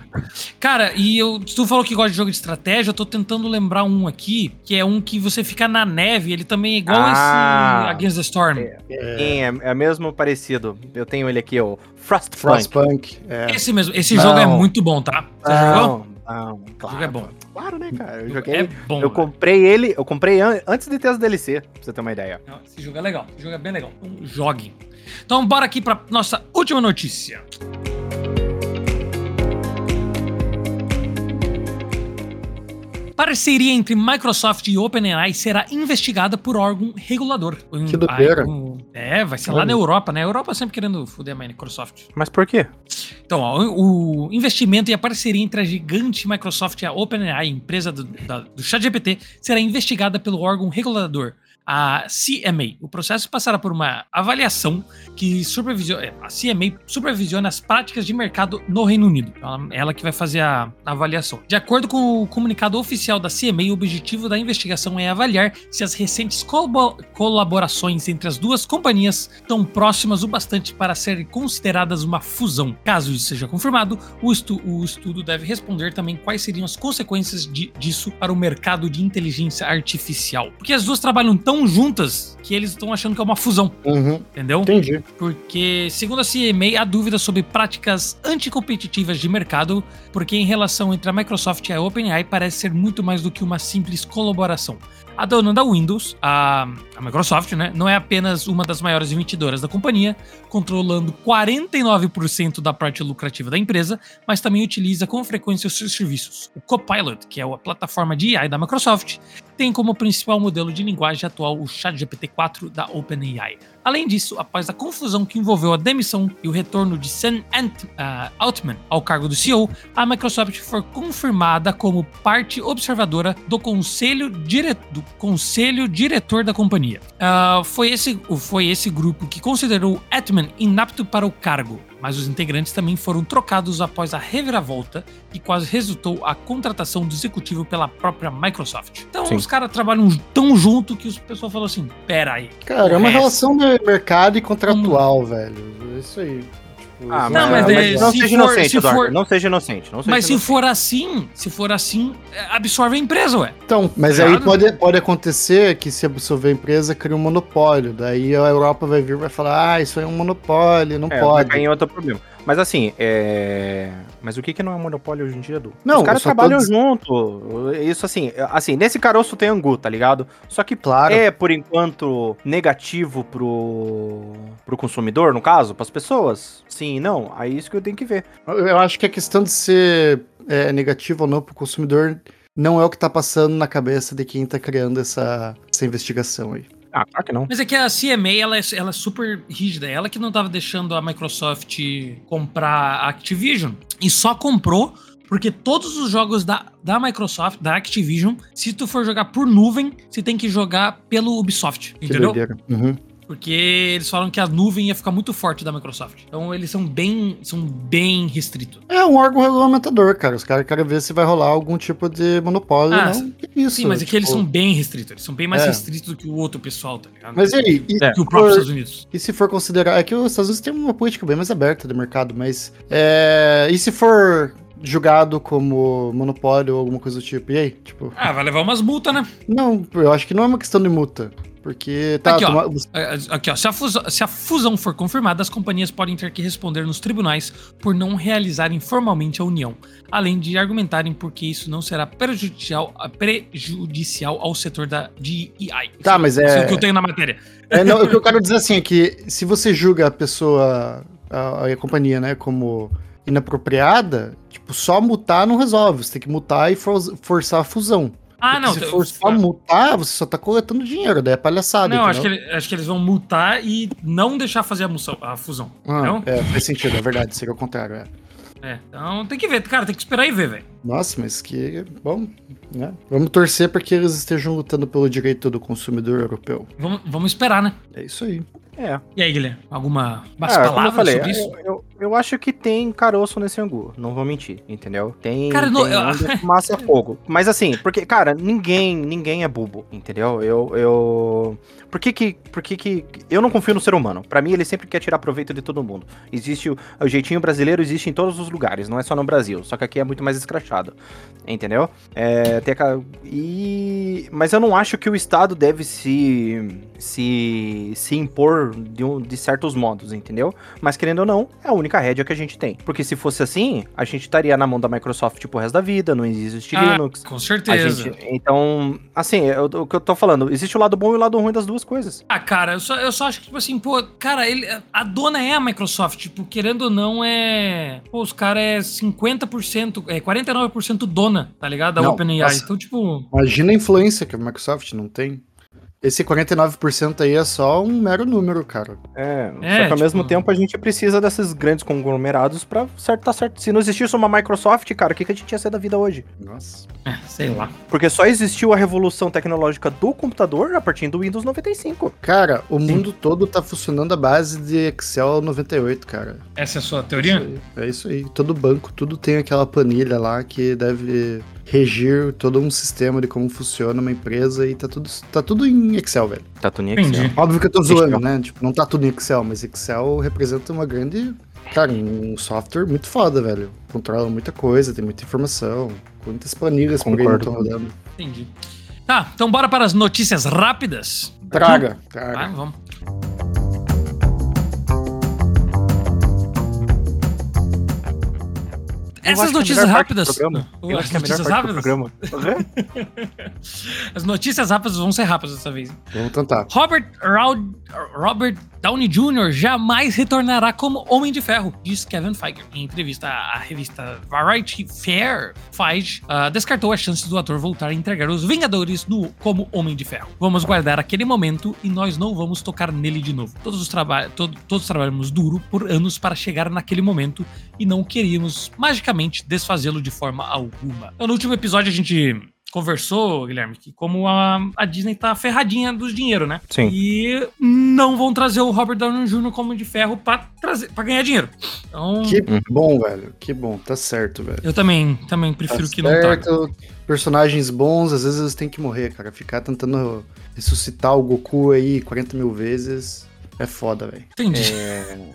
[SPEAKER 1] Cara, e eu, tu falou que gosta de jogo de estratégia, eu tô tentando lembrar um aqui, que é um que você fica na neve, ele também é igual
[SPEAKER 3] Ah.
[SPEAKER 1] esse Against the Storm.
[SPEAKER 2] É,
[SPEAKER 3] Sim, é, é mesmo parecido. Eu tenho ele aqui, o Frostpunk.
[SPEAKER 2] Frostpunk. É.
[SPEAKER 1] Esse mesmo, esse
[SPEAKER 3] Não.
[SPEAKER 1] jogo é muito bom, tá? Você jogou?
[SPEAKER 3] Não, não,
[SPEAKER 1] O
[SPEAKER 3] claro.
[SPEAKER 1] jogo é bom.
[SPEAKER 3] Claro, né, cara? Eu
[SPEAKER 1] É
[SPEAKER 3] joguei.
[SPEAKER 1] bom.
[SPEAKER 3] Eu comprei ele, eu comprei an- antes de ter as DLC, pra você ter uma ideia.
[SPEAKER 1] Não, Esse jogo é legal, esse jogo é bem legal. Então, joguem. Então bora aqui pra nossa última notícia. Parceria entre Microsoft e OpenAI será investigada por órgão regulador.
[SPEAKER 2] Que doideira.
[SPEAKER 1] É, vai ser lá na Europa, né? A Europa sempre querendo foder a Microsoft.
[SPEAKER 3] Mas por quê?
[SPEAKER 1] Então, ó, o investimento e a parceria entre a gigante Microsoft e a OpenAI, empresa do, da, do ChatGPT, será investigada pelo órgão regulador, a CMA. O processo passará por uma avaliação que supervisiona, é, assim, a CMA supervisiona as práticas de mercado no Reino Unido. Ela, ela que vai fazer a, a avaliação. De acordo com o comunicado oficial da CMA, o objetivo da investigação é avaliar se as recentes colabo- colaborações entre as duas companhias estão próximas o bastante para serem consideradas uma fusão. Caso isso seja confirmado, o, estu- o estudo deve responder também quais seriam as consequências de- disso para o mercado de inteligência artificial. Porque as duas trabalham tão juntas que eles estão achando que é uma fusão,
[SPEAKER 2] Uhum,
[SPEAKER 1] entendeu?
[SPEAKER 2] entendi.
[SPEAKER 1] Porque, segundo a CMA, há dúvidas sobre práticas anticompetitivas de mercado, porque em relação entre a Microsoft e a OpenAI parece ser muito mais do que uma simples colaboração. a dona da Windows, a, a Microsoft, né, não é apenas uma das maiores emitidoras da companhia, controlando 49% da parte lucrativa da empresa, mas também utiliza com frequência os seus serviços. O Copilot, que é a plataforma de AI da Microsoft, tem como principal modelo de linguagem atual o ChatGPT-4 da OpenAI. Além disso, após a confusão que envolveu a demissão e o retorno de Sam Ant- ah, Altman ao cargo do CEO, a Microsoft foi confirmada como parte observadora do conselho, dire- do conselho diretor da companhia. Ah, foi, esse, foi esse grupo que considerou Altman inapto para o cargo, mas os integrantes também foram trocados após a reviravolta que quase resultou a contratação do executivo pela própria Microsoft. Então
[SPEAKER 3] Sim.
[SPEAKER 1] os caras trabalham tão junto que os pessoal falou assim: pera aí,
[SPEAKER 2] Cara, é uma
[SPEAKER 1] É.
[SPEAKER 2] relação de mercado e contratual, velho. É isso aí. Tipo,
[SPEAKER 3] Ah,
[SPEAKER 2] isso
[SPEAKER 1] Não, mas
[SPEAKER 2] é
[SPEAKER 3] mas,
[SPEAKER 1] é-
[SPEAKER 2] legal.
[SPEAKER 3] não
[SPEAKER 1] se
[SPEAKER 3] seja
[SPEAKER 1] for-
[SPEAKER 3] inocente,
[SPEAKER 1] se
[SPEAKER 3] Eduardo.
[SPEAKER 1] for-
[SPEAKER 3] Não seja inocente. Não seja
[SPEAKER 1] Mas se
[SPEAKER 3] inocente.
[SPEAKER 1] for assim, se for assim, é, absorve a empresa, ué.
[SPEAKER 2] Então, mas aí
[SPEAKER 1] Claro.
[SPEAKER 2] pode, pode acontecer que se absorver a empresa, cria um monopólio. Daí a Europa vai vir e vai falar, ah, isso aí é um monopólio, não
[SPEAKER 3] É, vai
[SPEAKER 2] pode.
[SPEAKER 3] cair em outro problema. Mas assim, é... Mas o que que não é monopólio hoje em dia, Edu?
[SPEAKER 2] Não,
[SPEAKER 3] Os caras
[SPEAKER 2] eu só tô
[SPEAKER 3] trabalham
[SPEAKER 2] diz-
[SPEAKER 3] junto. Isso assim, é- assim, nesse caroço tem angu, tá ligado? Só que
[SPEAKER 2] Claro.
[SPEAKER 3] é, por enquanto, negativo pro, pro consumidor, no caso, pras pessoas? Sim, não. Aí é isso que eu tenho que ver.
[SPEAKER 2] Eu acho que a questão de ser é, negativo ou não pro consumidor não é o que tá passando na cabeça de quem tá criando essa, essa investigação aí.
[SPEAKER 3] Ah, claro que não.
[SPEAKER 1] Mas é que a CMA, ela é, ela é super rígida. Ela que não tava deixando a Microsoft comprar a Activision. E só comprou porque todos os jogos da, da Microsoft, da Activision, se tu for jogar por nuvem, você tem que jogar pelo Ubisoft,
[SPEAKER 2] Que
[SPEAKER 1] entendeu?
[SPEAKER 2] doideira. Uhum.
[SPEAKER 1] Porque eles falam que a nuvem ia ficar muito forte da Microsoft. Então eles são bem, são bem restritos.
[SPEAKER 2] É um órgão regulamentador, cara. Os caras querem ver se vai rolar algum tipo de monopólio
[SPEAKER 1] Ah,
[SPEAKER 2] ou não. Que isso,
[SPEAKER 1] Sim, mas é que eles
[SPEAKER 2] tipo-
[SPEAKER 1] são bem restritos. Eles são bem mais
[SPEAKER 2] É.
[SPEAKER 1] restritos do que o outro pessoal, tá ligado?
[SPEAKER 2] Mas e aí?
[SPEAKER 1] Que
[SPEAKER 2] E, se
[SPEAKER 1] o próprio
[SPEAKER 2] for,
[SPEAKER 1] Estados Unidos.
[SPEAKER 2] e se for considerar. É que os Estados Unidos têm uma política bem mais aberta do mercado, mas. é, E se for julgado como monopólio ou alguma coisa do tipo? E aí? Tipo.
[SPEAKER 1] Ah, vai levar umas multas, né?
[SPEAKER 2] Não, eu acho que não é uma questão de multa. Porque tá.
[SPEAKER 1] Aqui, ó.
[SPEAKER 2] toma- os-
[SPEAKER 1] É, Aqui, ó. Se a, fusão, se a fusão for confirmada, as companhias podem ter que responder nos tribunais por não realizarem formalmente a união, além de argumentarem porque isso não será prejudicial, ah, prejudicial ao setor da, de EI.
[SPEAKER 2] Tá, mas
[SPEAKER 1] Isso é o
[SPEAKER 2] é.
[SPEAKER 1] que eu tenho na matéria.
[SPEAKER 2] é, não, o que eu quero dizer assim é que se você julga a pessoa, a, a companhia, né, como inapropriada, tipo, só multar não resolve. Você tem que multar e for- forçar a fusão.
[SPEAKER 1] Ah,
[SPEAKER 2] Porque
[SPEAKER 1] não.
[SPEAKER 2] Se
[SPEAKER 1] eu-
[SPEAKER 2] for só multar, você só tá coletando dinheiro, daí é palhaçada.
[SPEAKER 1] não, acho que,
[SPEAKER 2] entendeu?
[SPEAKER 1] ele- acho que eles vão multar e não deixar fazer a, moção- a fusão.
[SPEAKER 2] Ah,
[SPEAKER 1] não?
[SPEAKER 2] É, faz sentido, é verdade, seria o contrário. é.
[SPEAKER 1] É, então tem que ver, cara, tem que esperar e ver, velho.
[SPEAKER 2] Nossa, mas que bom, né? Vamos torcer para que eles estejam lutando pelo direito do consumidor europeu.
[SPEAKER 1] Vamos, vamos esperar, né?
[SPEAKER 2] É isso aí.
[SPEAKER 3] É.
[SPEAKER 1] E aí, Guilherme? Alguma umas
[SPEAKER 3] Ah, como eu
[SPEAKER 1] palavras
[SPEAKER 3] falei,
[SPEAKER 1] sobre isso?
[SPEAKER 3] eu, eu, eu acho que tem caroço nesse angu, não vou mentir, entendeu? Tem,
[SPEAKER 1] Cara,
[SPEAKER 3] tem
[SPEAKER 1] não- eu-
[SPEAKER 3] onde fumaça é fogo. Mas assim, porque, cara, ninguém, ninguém é bobo, entendeu? Eu, eu... Por que que, por que que... Eu não confio no ser humano. Pra mim, ele sempre quer tirar proveito de todo mundo. Existe o, o jeitinho brasileiro, existe em todos os lugares, não é só no Brasil. Só que aqui é muito mais escrachado, entendeu? É, tem aquela- e... Mas eu não acho que o Estado deve se, se, se impor de, um, de certos modos, entendeu? Mas querendo ou não, é a única rédea que a gente tem. Porque se fosse assim, a gente estaria na mão da Microsoft pro resto da vida, não existe
[SPEAKER 1] Ah,
[SPEAKER 3] Linux.
[SPEAKER 1] Com
[SPEAKER 3] A
[SPEAKER 1] certeza.
[SPEAKER 3] gente, então, assim, eu- o que eu tô falando, existe o lado bom e o lado ruim das duas coisas.
[SPEAKER 1] Ah, cara, eu só, eu só acho que, tipo assim, pô, cara, ele, a dona é a Microsoft, tipo, querendo ou não, é. Pô, os caras é 50%, é 49% dona, tá ligado? Da
[SPEAKER 2] Não,
[SPEAKER 1] OpenAI.
[SPEAKER 2] nossa.
[SPEAKER 1] Então, tipo.
[SPEAKER 2] Imagina a influência que a Microsoft não tem. Esse 49% aí é só um mero número, cara.
[SPEAKER 1] É,
[SPEAKER 3] É, só que ao
[SPEAKER 1] tipo-
[SPEAKER 3] mesmo tempo a gente precisa desses grandes conglomerados pra certo, tá certo. Se não existisse uma Microsoft, cara, o que, que a gente ia ser da vida hoje?
[SPEAKER 2] Nossa.
[SPEAKER 1] É, sei lá.
[SPEAKER 3] Porque só existiu a revolução tecnológica do computador a partir do Windows 95.
[SPEAKER 2] Cara, o mundo todo tá funcionando à base de Excel 98, cara.
[SPEAKER 1] Essa é a sua
[SPEAKER 2] É
[SPEAKER 1] teoria?
[SPEAKER 2] isso aí. É isso aí. Todo banco, tudo tem aquela planilha lá que deve regir todo um sistema de como funciona uma empresa e tá tudo, tá tudo em Excel, velho.
[SPEAKER 3] Tá tudo em
[SPEAKER 1] Entendi.
[SPEAKER 2] Óbvio que eu tô
[SPEAKER 3] Excel.
[SPEAKER 2] zoando, né? Tipo, não tá tudo em Excel, mas Excel representa uma grande. Cara, um software muito foda, velho. Controla muita coisa, tem muita informação. Muitas planilhas por aí não
[SPEAKER 3] Concordo.
[SPEAKER 2] estão rodando.
[SPEAKER 1] Entendi. Tá, então bora para as notícias rápidas.
[SPEAKER 2] Traga,
[SPEAKER 1] Tá,
[SPEAKER 2] cara.
[SPEAKER 1] vamos.
[SPEAKER 3] acho
[SPEAKER 1] Essas
[SPEAKER 3] que é a
[SPEAKER 1] notícias
[SPEAKER 3] melhor parte do
[SPEAKER 1] rápidas.
[SPEAKER 3] programa. Eu acho
[SPEAKER 1] As
[SPEAKER 3] que é a melhor
[SPEAKER 1] notícias
[SPEAKER 3] parte do
[SPEAKER 1] rápidas.
[SPEAKER 3] programa. Uhum.
[SPEAKER 1] As notícias rápidas vão ser rápidas dessa vez.
[SPEAKER 2] Vamos tentar.
[SPEAKER 1] Robert, Raul- Robert Downey Jr. jamais retornará como Homem de Ferro, diz Kevin Feige. Em entrevista à revista Variety Fair, Feige ah, descartou as chances do ator voltar a entregar os Vingadores no, como Homem de Ferro. Vamos guardar aquele momento e nós não vamos tocar nele de novo. Todos, os traba todo- todos trabalhamos duro por anos para chegar naquele momento e não queríamos magicamente desfazê-lo de forma alguma. Então, no último episódio a gente conversou, Guilherme, que como a, a Disney tá ferradinha dos dinheiro, né?
[SPEAKER 3] Sim.
[SPEAKER 1] E não vão trazer o Robert Downey Jr. como de ferro pra, trazer, pra ganhar dinheiro. Então,
[SPEAKER 2] Que bom, velho. Que bom. Tá certo, velho.
[SPEAKER 1] eu também, também prefiro
[SPEAKER 2] Tá
[SPEAKER 1] que não traga.
[SPEAKER 2] certo, Personagens bons, às vezes eles têm que morrer, cara. Ficar tentando ressuscitar o Goku aí 40 mil vezes é foda, velho.
[SPEAKER 1] Entendi.
[SPEAKER 2] É.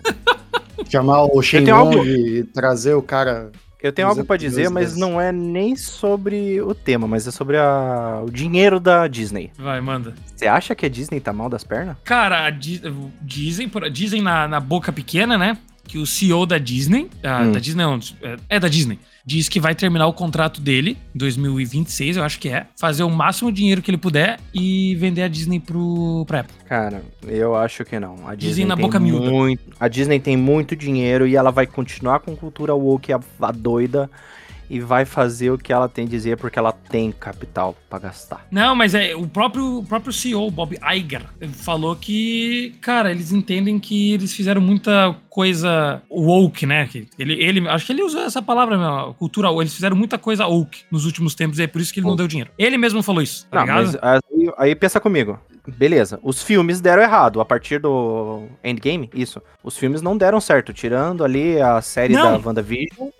[SPEAKER 2] Chamar o Shenlong
[SPEAKER 3] algo-
[SPEAKER 2] e trazer o
[SPEAKER 3] É
[SPEAKER 2] cara.
[SPEAKER 3] Eu tenho algo pra dizer, mas não é nem sobre o tema, mas é sobre a- o dinheiro da Disney.
[SPEAKER 1] Vai, manda.
[SPEAKER 3] Você acha que a Disney tá mal das pernas?
[SPEAKER 1] Cara, a Di- dizem, por- dizem na, na boca pequena, né? Que o CEO da Disney. ah,
[SPEAKER 3] Hum.
[SPEAKER 1] Da Disney não, é- é da Disney. Diz que vai terminar o contrato dele, 2026, eu acho que é. Fazer o máximo dinheiro que ele puder e vender a Disney pro, pra Apple.
[SPEAKER 3] Cara, eu acho que não. A Disney
[SPEAKER 1] na
[SPEAKER 3] tem
[SPEAKER 1] boca miúda.
[SPEAKER 3] muito, A Disney tem muito dinheiro e ela vai continuar com cultura woke a, a doida e vai fazer o que ela tem a dizer porque ela tem capital pra gastar.
[SPEAKER 1] Não, mas é o próprio, o próprio CEO, Bob Iger, falou que, cara, eles entendem que eles fizeram muita coisa woke, né? Que Ele, ele, acho que ele usou essa palavra mesmo, cultura woke. Eles fizeram muita coisa woke nos últimos tempos, e é por isso que ele não deu dinheiro. Ele mesmo falou isso, tá
[SPEAKER 3] Não,
[SPEAKER 1] ligado?
[SPEAKER 3] mas aí, aí pensa comigo. Beleza, os filmes deram errado a partir do Endgame, isso. Os filmes não deram certo, tirando ali a série
[SPEAKER 1] Não.
[SPEAKER 3] da WandaVision. E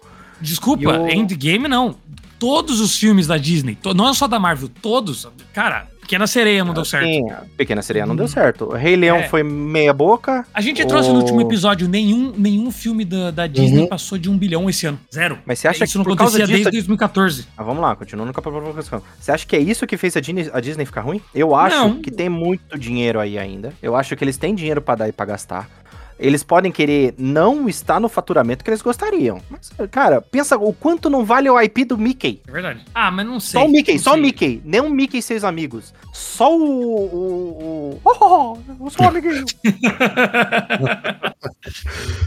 [SPEAKER 1] Desculpa,
[SPEAKER 3] o-
[SPEAKER 1] Endgame não. Todos os filmes da Disney, to- não é só da Marvel, todos, cara, Pequena Sereia não deu certo.
[SPEAKER 3] Sim, a Pequena Sereia não
[SPEAKER 1] Hum.
[SPEAKER 3] deu certo. O Rei Leão
[SPEAKER 1] É.
[SPEAKER 3] foi meia boca.
[SPEAKER 1] A gente trouxe no
[SPEAKER 3] O-
[SPEAKER 1] último episódio, nenhum, nenhum filme da, da Disney
[SPEAKER 2] Uhum.
[SPEAKER 1] passou de um bilhão esse ano. Zero.
[SPEAKER 3] Mas você acha
[SPEAKER 1] É, Isso
[SPEAKER 3] que
[SPEAKER 1] não
[SPEAKER 3] por causa
[SPEAKER 1] acontecia
[SPEAKER 3] disso
[SPEAKER 1] desde 2014.
[SPEAKER 3] Ah, vamos lá, continuando com a provocação. Você acha que é isso que fez a Disney, a Disney ficar ruim? Eu acho
[SPEAKER 1] Não.
[SPEAKER 3] que tem muito dinheiro aí ainda. Eu acho que eles têm dinheiro pra dar e pra gastar. Eles podem querer não estar no faturamento que eles gostariam. Mas, cara, pensa o quanto não vale o IP do Mickey.
[SPEAKER 1] É verdade. Ah, mas não sei.
[SPEAKER 3] Só o Mickey,
[SPEAKER 1] Não
[SPEAKER 3] só o
[SPEAKER 1] sei.
[SPEAKER 3] Mickey. Nem o Mickey e seus amigos. Só o. o, o... Oh, oh, oh, só o amiguinho.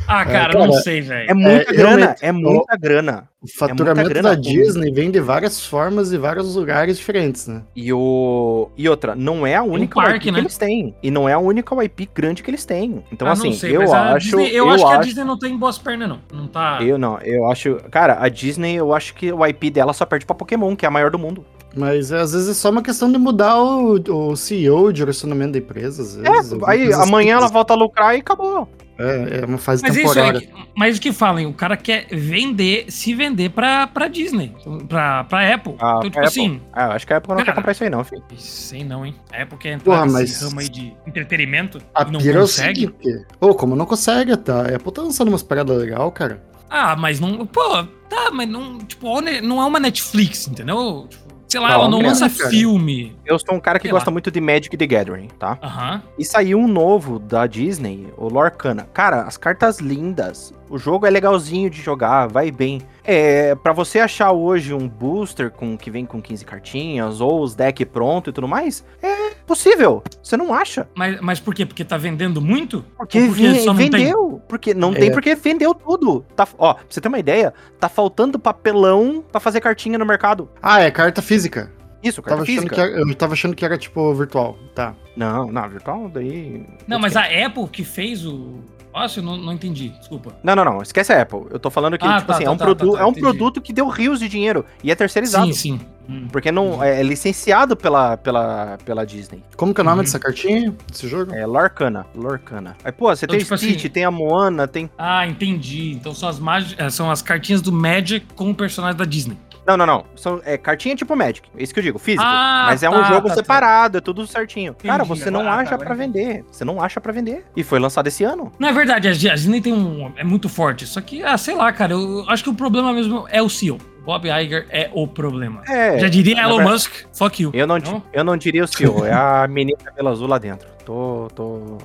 [SPEAKER 1] ah, cara,
[SPEAKER 2] É, cara,
[SPEAKER 1] não sei, velho.
[SPEAKER 3] É muita
[SPEAKER 2] É,
[SPEAKER 3] grana,
[SPEAKER 2] realmente,
[SPEAKER 3] é muita grana.
[SPEAKER 2] O faturamento
[SPEAKER 3] grana
[SPEAKER 2] da
[SPEAKER 3] pública.
[SPEAKER 2] Disney vem de várias formas e vários lugares diferentes, né?
[SPEAKER 3] E, o... e outra, não é a única
[SPEAKER 1] parque,
[SPEAKER 3] IP
[SPEAKER 1] né?
[SPEAKER 3] que eles têm. E não é a única IP grande que eles têm. Então,
[SPEAKER 1] Ah, não
[SPEAKER 3] assim,
[SPEAKER 1] sei, mas
[SPEAKER 3] eu
[SPEAKER 1] a
[SPEAKER 3] acho.
[SPEAKER 1] Disney- eu, acho que a Disney não tem boas pernas, não. Não tá.
[SPEAKER 3] Eu não, eu acho. Cara, a Disney, eu acho que o IP dela só perde pra Pokémon, que é a maior do mundo.
[SPEAKER 2] Mas é, às vezes é só uma questão de mudar o, o CEO, o direcionamento da empresa. Às
[SPEAKER 3] É,
[SPEAKER 2] vezes, alguma
[SPEAKER 3] aí
[SPEAKER 2] coisa
[SPEAKER 3] amanhã ela
[SPEAKER 2] assim.
[SPEAKER 3] volta a lucrar e acabou.
[SPEAKER 2] É, é uma fase
[SPEAKER 1] Mas isso é
[SPEAKER 2] temporária.
[SPEAKER 1] que, mas o que falem, o cara quer vender, se vender pra, pra Disney, pra, pra Apple. então,
[SPEAKER 3] Ah,
[SPEAKER 1] tipo
[SPEAKER 3] pra Apple.
[SPEAKER 1] assim,
[SPEAKER 3] Ah, eu acho que a época não
[SPEAKER 1] Cara.
[SPEAKER 3] quer comprar isso aí, não, filho.
[SPEAKER 1] sei não, hein? A Apple quer entrar
[SPEAKER 2] Porra,
[SPEAKER 1] nesse
[SPEAKER 2] mas-
[SPEAKER 1] ramo aí de entretenimento
[SPEAKER 2] A
[SPEAKER 1] e não
[SPEAKER 2] pira é o
[SPEAKER 1] consegue.
[SPEAKER 2] seguinte. Ô, como não consegue, tá? A Apple tá lançando umas paradas legais, cara.
[SPEAKER 1] Ah, mas não. Pô, tá, mas não. Tipo, olha, não é uma Netflix, entendeu? Tipo, sei lá,
[SPEAKER 3] Não,
[SPEAKER 1] ela não
[SPEAKER 2] cara,
[SPEAKER 1] lança
[SPEAKER 2] cara.
[SPEAKER 1] filme.
[SPEAKER 3] Eu sou um cara que
[SPEAKER 1] Sei
[SPEAKER 3] gosta
[SPEAKER 1] lá.
[SPEAKER 3] muito de Magic the Gathering, tá?
[SPEAKER 1] Aham.
[SPEAKER 3] E saiu um novo da Disney, o Lorcana. Cara, as cartas lindas. O jogo é legalzinho de jogar, vai bem. É, para você achar hoje um booster com que vem com 15 cartinhas ou os deck pronto e tudo mais, é possível. Você não acha?
[SPEAKER 1] Mas, mas por quê? Porque tá vendendo muito?
[SPEAKER 3] Porque,
[SPEAKER 1] Ou porque
[SPEAKER 3] vem-
[SPEAKER 1] só não tem?
[SPEAKER 3] vendeu. Porque não
[SPEAKER 2] É.
[SPEAKER 3] tem porque vendeu tudo. Tá, ó, pra você ter uma ideia, tá faltando papelão pra fazer cartinha no mercado.
[SPEAKER 2] Ah, é carta física.
[SPEAKER 3] Isso, carta
[SPEAKER 2] Tava achando
[SPEAKER 3] física.
[SPEAKER 2] que era- eu tava achando que era, tipo, virtual. Tá.
[SPEAKER 3] Não, não, virtual daí.
[SPEAKER 1] Não, mas a Apple que fez o. Nossa, eu não, não entendi, desculpa.
[SPEAKER 3] Não, não, não. Esquece a Apple. Eu tô falando que,
[SPEAKER 1] Ah,
[SPEAKER 3] tipo
[SPEAKER 1] tá,
[SPEAKER 3] assim,
[SPEAKER 1] tá,
[SPEAKER 3] é um,
[SPEAKER 1] tá,
[SPEAKER 3] produ-
[SPEAKER 1] tá, tá,
[SPEAKER 3] é um
[SPEAKER 1] entendi.
[SPEAKER 3] produto que deu rios de dinheiro. E é terceirizado.
[SPEAKER 1] Sim, sim. Hum.
[SPEAKER 3] Porque não é licenciado pela, pela, pela Disney.
[SPEAKER 2] Como que é o nome
[SPEAKER 1] Uhum.
[SPEAKER 2] dessa cartinha? Desse jogo?
[SPEAKER 3] É Lorcana. Lorcana. Aí, pô, você
[SPEAKER 1] Então,
[SPEAKER 3] tem
[SPEAKER 1] tipo
[SPEAKER 3] Stitch,
[SPEAKER 1] assim-
[SPEAKER 3] tem a Moana, tem.
[SPEAKER 1] Ah, entendi. Então são as, mag... eh, são as cartinhas do Magic com o personagem da Disney.
[SPEAKER 3] Não, não, não. São, é cartinha tipo Magic. É isso que eu digo, físico.
[SPEAKER 1] Ah,
[SPEAKER 3] Mas é um
[SPEAKER 1] tá,
[SPEAKER 3] jogo
[SPEAKER 1] tá, tá.
[SPEAKER 3] separado, é tudo certinho. Cara,
[SPEAKER 1] Entendi,
[SPEAKER 3] você não
[SPEAKER 1] agora- ah, tá,
[SPEAKER 3] acha
[SPEAKER 1] agora
[SPEAKER 3] pra vender. Você não acha pra vender. E foi lançado esse ano.
[SPEAKER 1] Na é verdade, a Di- a Disney tem um. é muito forte. Só que, ah, sei lá, cara, eu acho que o problema mesmo é o CEO. Bob Iger é o problema.
[SPEAKER 3] É.
[SPEAKER 1] Já diria
[SPEAKER 3] na
[SPEAKER 1] Elon
[SPEAKER 3] verdade-
[SPEAKER 1] Musk, fuck you.
[SPEAKER 3] Eu não, di-
[SPEAKER 1] Não?
[SPEAKER 3] eu não diria o CEO, é a menina pela azul lá dentro. Tô. tô.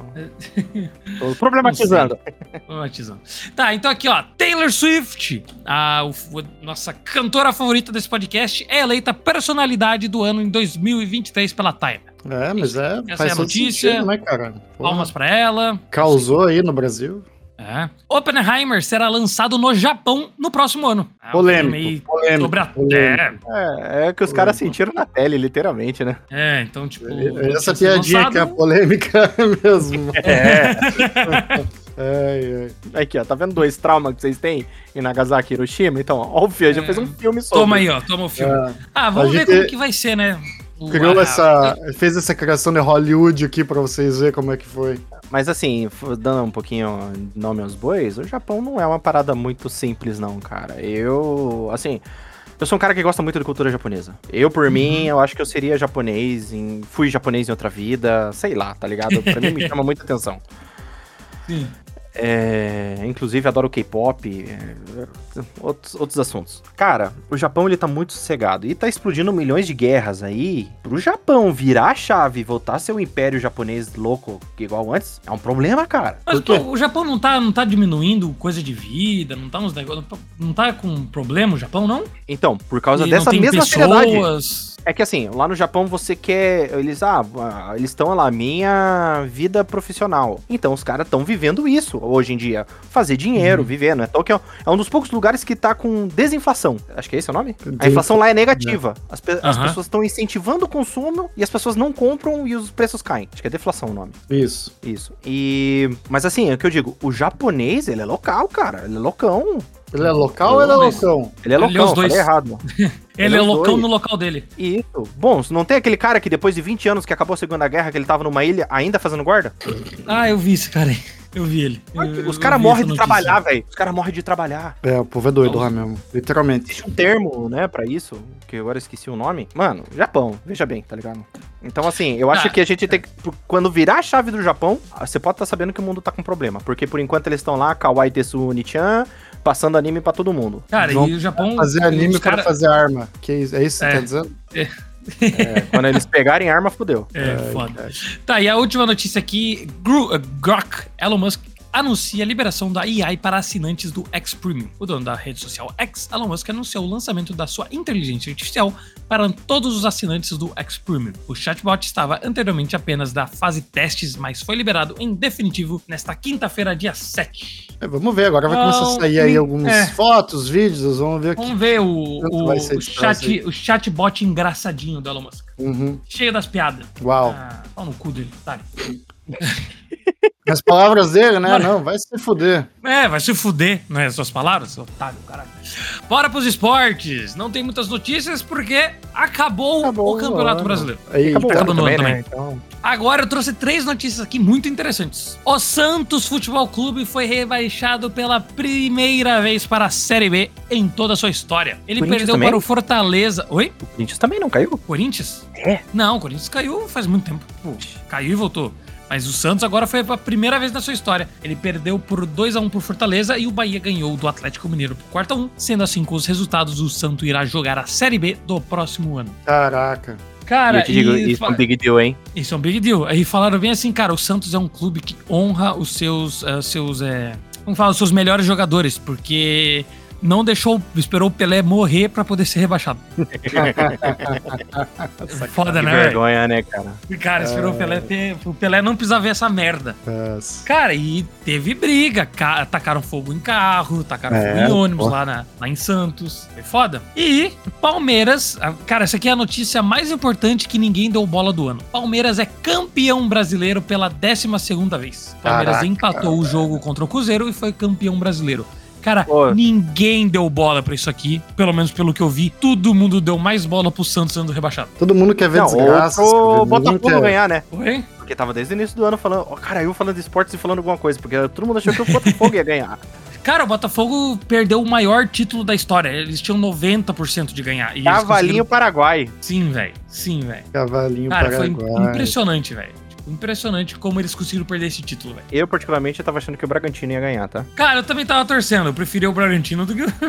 [SPEAKER 3] tô problematizando.
[SPEAKER 1] Romantizando. Tá, então aqui, ó. Taylor Swift, a o- o- nossa cantora favorita desse podcast, é eleita personalidade do ano em 2023 pela Time.
[SPEAKER 2] É, mas
[SPEAKER 1] Essa
[SPEAKER 2] é.
[SPEAKER 1] é
[SPEAKER 2] faz
[SPEAKER 1] a
[SPEAKER 2] todo
[SPEAKER 1] notícia.
[SPEAKER 2] sentido, né, cara? Porra,
[SPEAKER 1] Palmas pra ela.
[SPEAKER 2] Causou aí no Brasil.
[SPEAKER 1] É. Oppenheimer será lançado no Japão no próximo ano. É um filme
[SPEAKER 2] Polêmico.
[SPEAKER 1] aí
[SPEAKER 2] Polêmico.
[SPEAKER 1] sobre a...
[SPEAKER 2] polêmico.
[SPEAKER 1] é,
[SPEAKER 3] É, é que os caras sentiram na pele, literalmente, né?
[SPEAKER 1] é, então, tipo.
[SPEAKER 2] Essa
[SPEAKER 1] tinha sido
[SPEAKER 2] piadinha que é a
[SPEAKER 1] lançado.
[SPEAKER 2] polêmica mesmo. É. ai, ai.
[SPEAKER 3] Aqui, ó, tá vendo dois traumas que vocês têm em Nagasaki e Hiroshima? Então, ó, óbvio, já fez um filme sobre.
[SPEAKER 1] É. Toma aí, ó. Toma o filme.
[SPEAKER 2] É,
[SPEAKER 1] Ah, vamos
[SPEAKER 2] A
[SPEAKER 1] ver
[SPEAKER 2] gente-
[SPEAKER 1] como que vai ser, né? O-
[SPEAKER 2] criou
[SPEAKER 1] a-
[SPEAKER 2] essa. Fez essa criação de Hollywood aqui pra vocês verem como é que foi.
[SPEAKER 3] Mas assim, f- dando um pouquinho nome aos bois, o Japão não é uma parada muito simples, não, cara. Eu, assim, eu sou um cara que gosta muito de cultura japonesa. Eu,
[SPEAKER 1] Uhum.
[SPEAKER 3] por mim, eu acho que eu seria japonês, em, fui japonês em outra vida, sei lá, tá ligado? Pra mim me chama muita atenção.
[SPEAKER 1] Sim.
[SPEAKER 3] É, inclusive, adoro K-pop, é, outros, outros assuntos. Cara, o Japão ele tá muito sossegado e tá explodindo milhões de guerras aí. Pro Japão virar a chave e voltar a ser um império japonês louco igual antes, é um problema, cara.
[SPEAKER 1] Mas
[SPEAKER 2] Por quê?
[SPEAKER 1] pô, o Japão não tá, não tá diminuindo coisa de vida, não tá uns negócios. Não tá com problema o Japão, não? Por
[SPEAKER 3] Então, por causa dessa mesma seriedade. É que assim, lá no Japão você quer. Eles, ah, ah, eles estão lá, minha vida profissional. Então os caras estão vivendo isso hoje em dia. Fazer dinheiro,
[SPEAKER 1] Uhum.
[SPEAKER 3] viver, não é? Tóquio é um dos poucos lugares que tá com desinflação. Acho que é esse o nome? A inflação lá é negativa. As, pe- as
[SPEAKER 1] Aham.
[SPEAKER 3] pessoas estão incentivando o consumo e as pessoas não compram e os preços caem. Acho que é deflação o nome.
[SPEAKER 2] Isso.
[SPEAKER 3] Isso. E. Mas assim, é o que eu digo, o japonês, ele é local, cara. Ele é loucão.
[SPEAKER 2] Ele é local ou ele é
[SPEAKER 1] Mas-
[SPEAKER 2] loucão?
[SPEAKER 3] Ele é
[SPEAKER 1] Ele é
[SPEAKER 3] loucão,
[SPEAKER 1] os
[SPEAKER 3] eu falei
[SPEAKER 1] dois.
[SPEAKER 3] errado, mano.
[SPEAKER 1] Ele é
[SPEAKER 3] Os
[SPEAKER 1] loucão
[SPEAKER 3] dois.
[SPEAKER 1] no local dele.
[SPEAKER 3] Isso. Bom, não tem aquele cara que depois de 20 anos que acabou a Segunda Guerra, que ele tava numa ilha ainda fazendo guarda?
[SPEAKER 1] Ah, eu vi esse cara aí. Eu vi ele. Eu-
[SPEAKER 3] Os
[SPEAKER 1] eu
[SPEAKER 3] caras
[SPEAKER 1] vi
[SPEAKER 3] morrem
[SPEAKER 1] essa
[SPEAKER 3] de
[SPEAKER 1] notícia.
[SPEAKER 3] trabalhar, velho. Os caras morrem de trabalhar.
[SPEAKER 2] É, o povo é doido lá mesmo. Literalmente.
[SPEAKER 3] Existe um termo, né, pra isso, que agora eu esqueci o nome. Mano, Japão, veja bem, tá ligado? Então, assim, eu acho
[SPEAKER 1] Ah.
[SPEAKER 3] que a gente tem que. por- Quando virar a chave do Japão, você pode estar sabendo que o mundo tá com problema. Porque por enquanto eles estão lá, Kawaii Tetsuni-chan, passando anime pra todo mundo.
[SPEAKER 1] Cara,
[SPEAKER 2] Vão
[SPEAKER 1] e o Japão.
[SPEAKER 2] Fazer anime
[SPEAKER 1] os cara-
[SPEAKER 2] pra fazer arma. Que isso? É isso que você
[SPEAKER 1] É.
[SPEAKER 2] tá dizendo?
[SPEAKER 3] É, quando eles pegarem arma, fudeu.
[SPEAKER 1] É, foda. Tá, e a última notícia aqui: Gru, uh, Grok, Elon Musk, anuncia a liberação da AI para assinantes do X Premium. O dono da rede social X, Elon Musk, anunciou o lançamento da sua inteligência artificial para todos os assinantes do X Premium. O chatbot estava anteriormente apenas da fase testes, mas foi liberado em definitivo nesta quinta-feira, dia 7.
[SPEAKER 2] É, vamos ver, agora vai
[SPEAKER 1] Não,
[SPEAKER 2] começar a sair aí
[SPEAKER 1] nem-
[SPEAKER 2] algumas
[SPEAKER 1] é.
[SPEAKER 2] fotos, vídeos, vamos ver aqui.
[SPEAKER 1] Vamos ver o,
[SPEAKER 2] Tanto
[SPEAKER 1] o-
[SPEAKER 2] vai ser
[SPEAKER 1] o
[SPEAKER 2] esse troço
[SPEAKER 1] chat,
[SPEAKER 2] aí.
[SPEAKER 1] o chatbot engraçadinho do Elon Musk.
[SPEAKER 2] Uhum.
[SPEAKER 1] Cheio das piadas.
[SPEAKER 2] Uau.
[SPEAKER 1] Ah, pau no cu dele, tá?
[SPEAKER 2] As palavras dele, né?
[SPEAKER 1] Bora.
[SPEAKER 2] Não, vai se fuder.
[SPEAKER 1] É, vai se fuder, né? Suas palavras, seu otário, caralho. Bora pros esportes. Não tem muitas notícias porque acabou,
[SPEAKER 2] Acabou
[SPEAKER 1] o
[SPEAKER 2] né?
[SPEAKER 1] Campeonato
[SPEAKER 2] ano.
[SPEAKER 1] Brasileiro.
[SPEAKER 2] Aí,
[SPEAKER 3] Acabou o
[SPEAKER 2] tá-
[SPEAKER 3] ano
[SPEAKER 1] acabando
[SPEAKER 3] também,
[SPEAKER 1] o ano
[SPEAKER 3] né? Então,
[SPEAKER 1] Agora eu trouxe três notícias aqui muito interessantes. O Santos Futebol Clube foi rebaixado pela primeira vez para a Série B em toda a sua história. Ele
[SPEAKER 3] Corinthians
[SPEAKER 1] perdeu
[SPEAKER 3] também?
[SPEAKER 1] para o Fortaleza. Oi?
[SPEAKER 3] o Corinthians também não caiu.
[SPEAKER 1] Corinthians?
[SPEAKER 3] É?
[SPEAKER 1] Não, o Corinthians caiu faz muito tempo. Caiu e voltou. Mas o Santos agora foi a primeira vez na sua história. Ele perdeu por 2 a 1 por Fortaleza e o Bahia ganhou do Atlético Mineiro por 4 a 1 Sendo assim, com os resultados, o Santo irá jogar a Série B do próximo ano.
[SPEAKER 2] Caraca.
[SPEAKER 1] Cara,
[SPEAKER 3] E eu te digo,
[SPEAKER 1] e-
[SPEAKER 3] isso é um big deal, hein?
[SPEAKER 1] isso é um big deal. Aí falaram bem assim, cara, o Santos é um clube que honra os seus, eh, seus eh, como fala, os seus melhores jogadores, porque não deixou, esperou o Pelé morrer pra poder ser rebaixado. Foda,
[SPEAKER 3] Que
[SPEAKER 1] né? velho?
[SPEAKER 3] vergonha, né, cara?
[SPEAKER 1] Cara, esperou o Pelé ter, o Pelé não precisar ver essa merda.
[SPEAKER 2] Nossa.
[SPEAKER 1] Cara, e teve briga. Ca tacaram fogo em carro, tacaram
[SPEAKER 2] É,
[SPEAKER 1] fogo em ônibus
[SPEAKER 2] pô.
[SPEAKER 1] lá, na, lá em Santos. Foi foda. E Palmeiras. a- Cara, essa aqui é a notícia mais importante que ninguém deu bola do ano. Palmeiras é campeão brasileiro pela 12 vez. Palmeiras
[SPEAKER 2] Caraca,
[SPEAKER 1] empatou o jogo contra o Cruzeiro e foi campeão brasileiro. Cara,
[SPEAKER 3] Pô.
[SPEAKER 1] ninguém deu bola pra isso aqui. Pelo menos pelo que eu vi, todo mundo deu mais bola pro Santos sendo rebaixado.
[SPEAKER 2] Todo mundo quer ver
[SPEAKER 3] Não,
[SPEAKER 2] desgraça.
[SPEAKER 3] ou pro
[SPEAKER 2] é.
[SPEAKER 3] Botafogo ganhar, né?
[SPEAKER 1] Oi?
[SPEAKER 3] Porque tava desde o início do ano falando, ó, cara, eu falando de esportes e falando alguma coisa, porque todo mundo achou que o Botafogo ia ganhar.
[SPEAKER 1] Cara, o Botafogo perdeu o maior título da história. Eles tinham 90% de ganhar. E eles
[SPEAKER 3] Cavalinho Paraguai.
[SPEAKER 1] conseguiram- Sim, velho. Sim, velho.
[SPEAKER 2] Cavalinho
[SPEAKER 1] Cara, foi im-
[SPEAKER 2] Paraguai.
[SPEAKER 1] impressionante, velho. Tipo, impressionante como eles conseguiram perder esse título, velho.
[SPEAKER 3] Eu, particularmente, eu tava achando que o Bragantino ia ganhar, tá?
[SPEAKER 1] Cara, eu também tava torcendo. Eu preferi o Bragantino do que, o-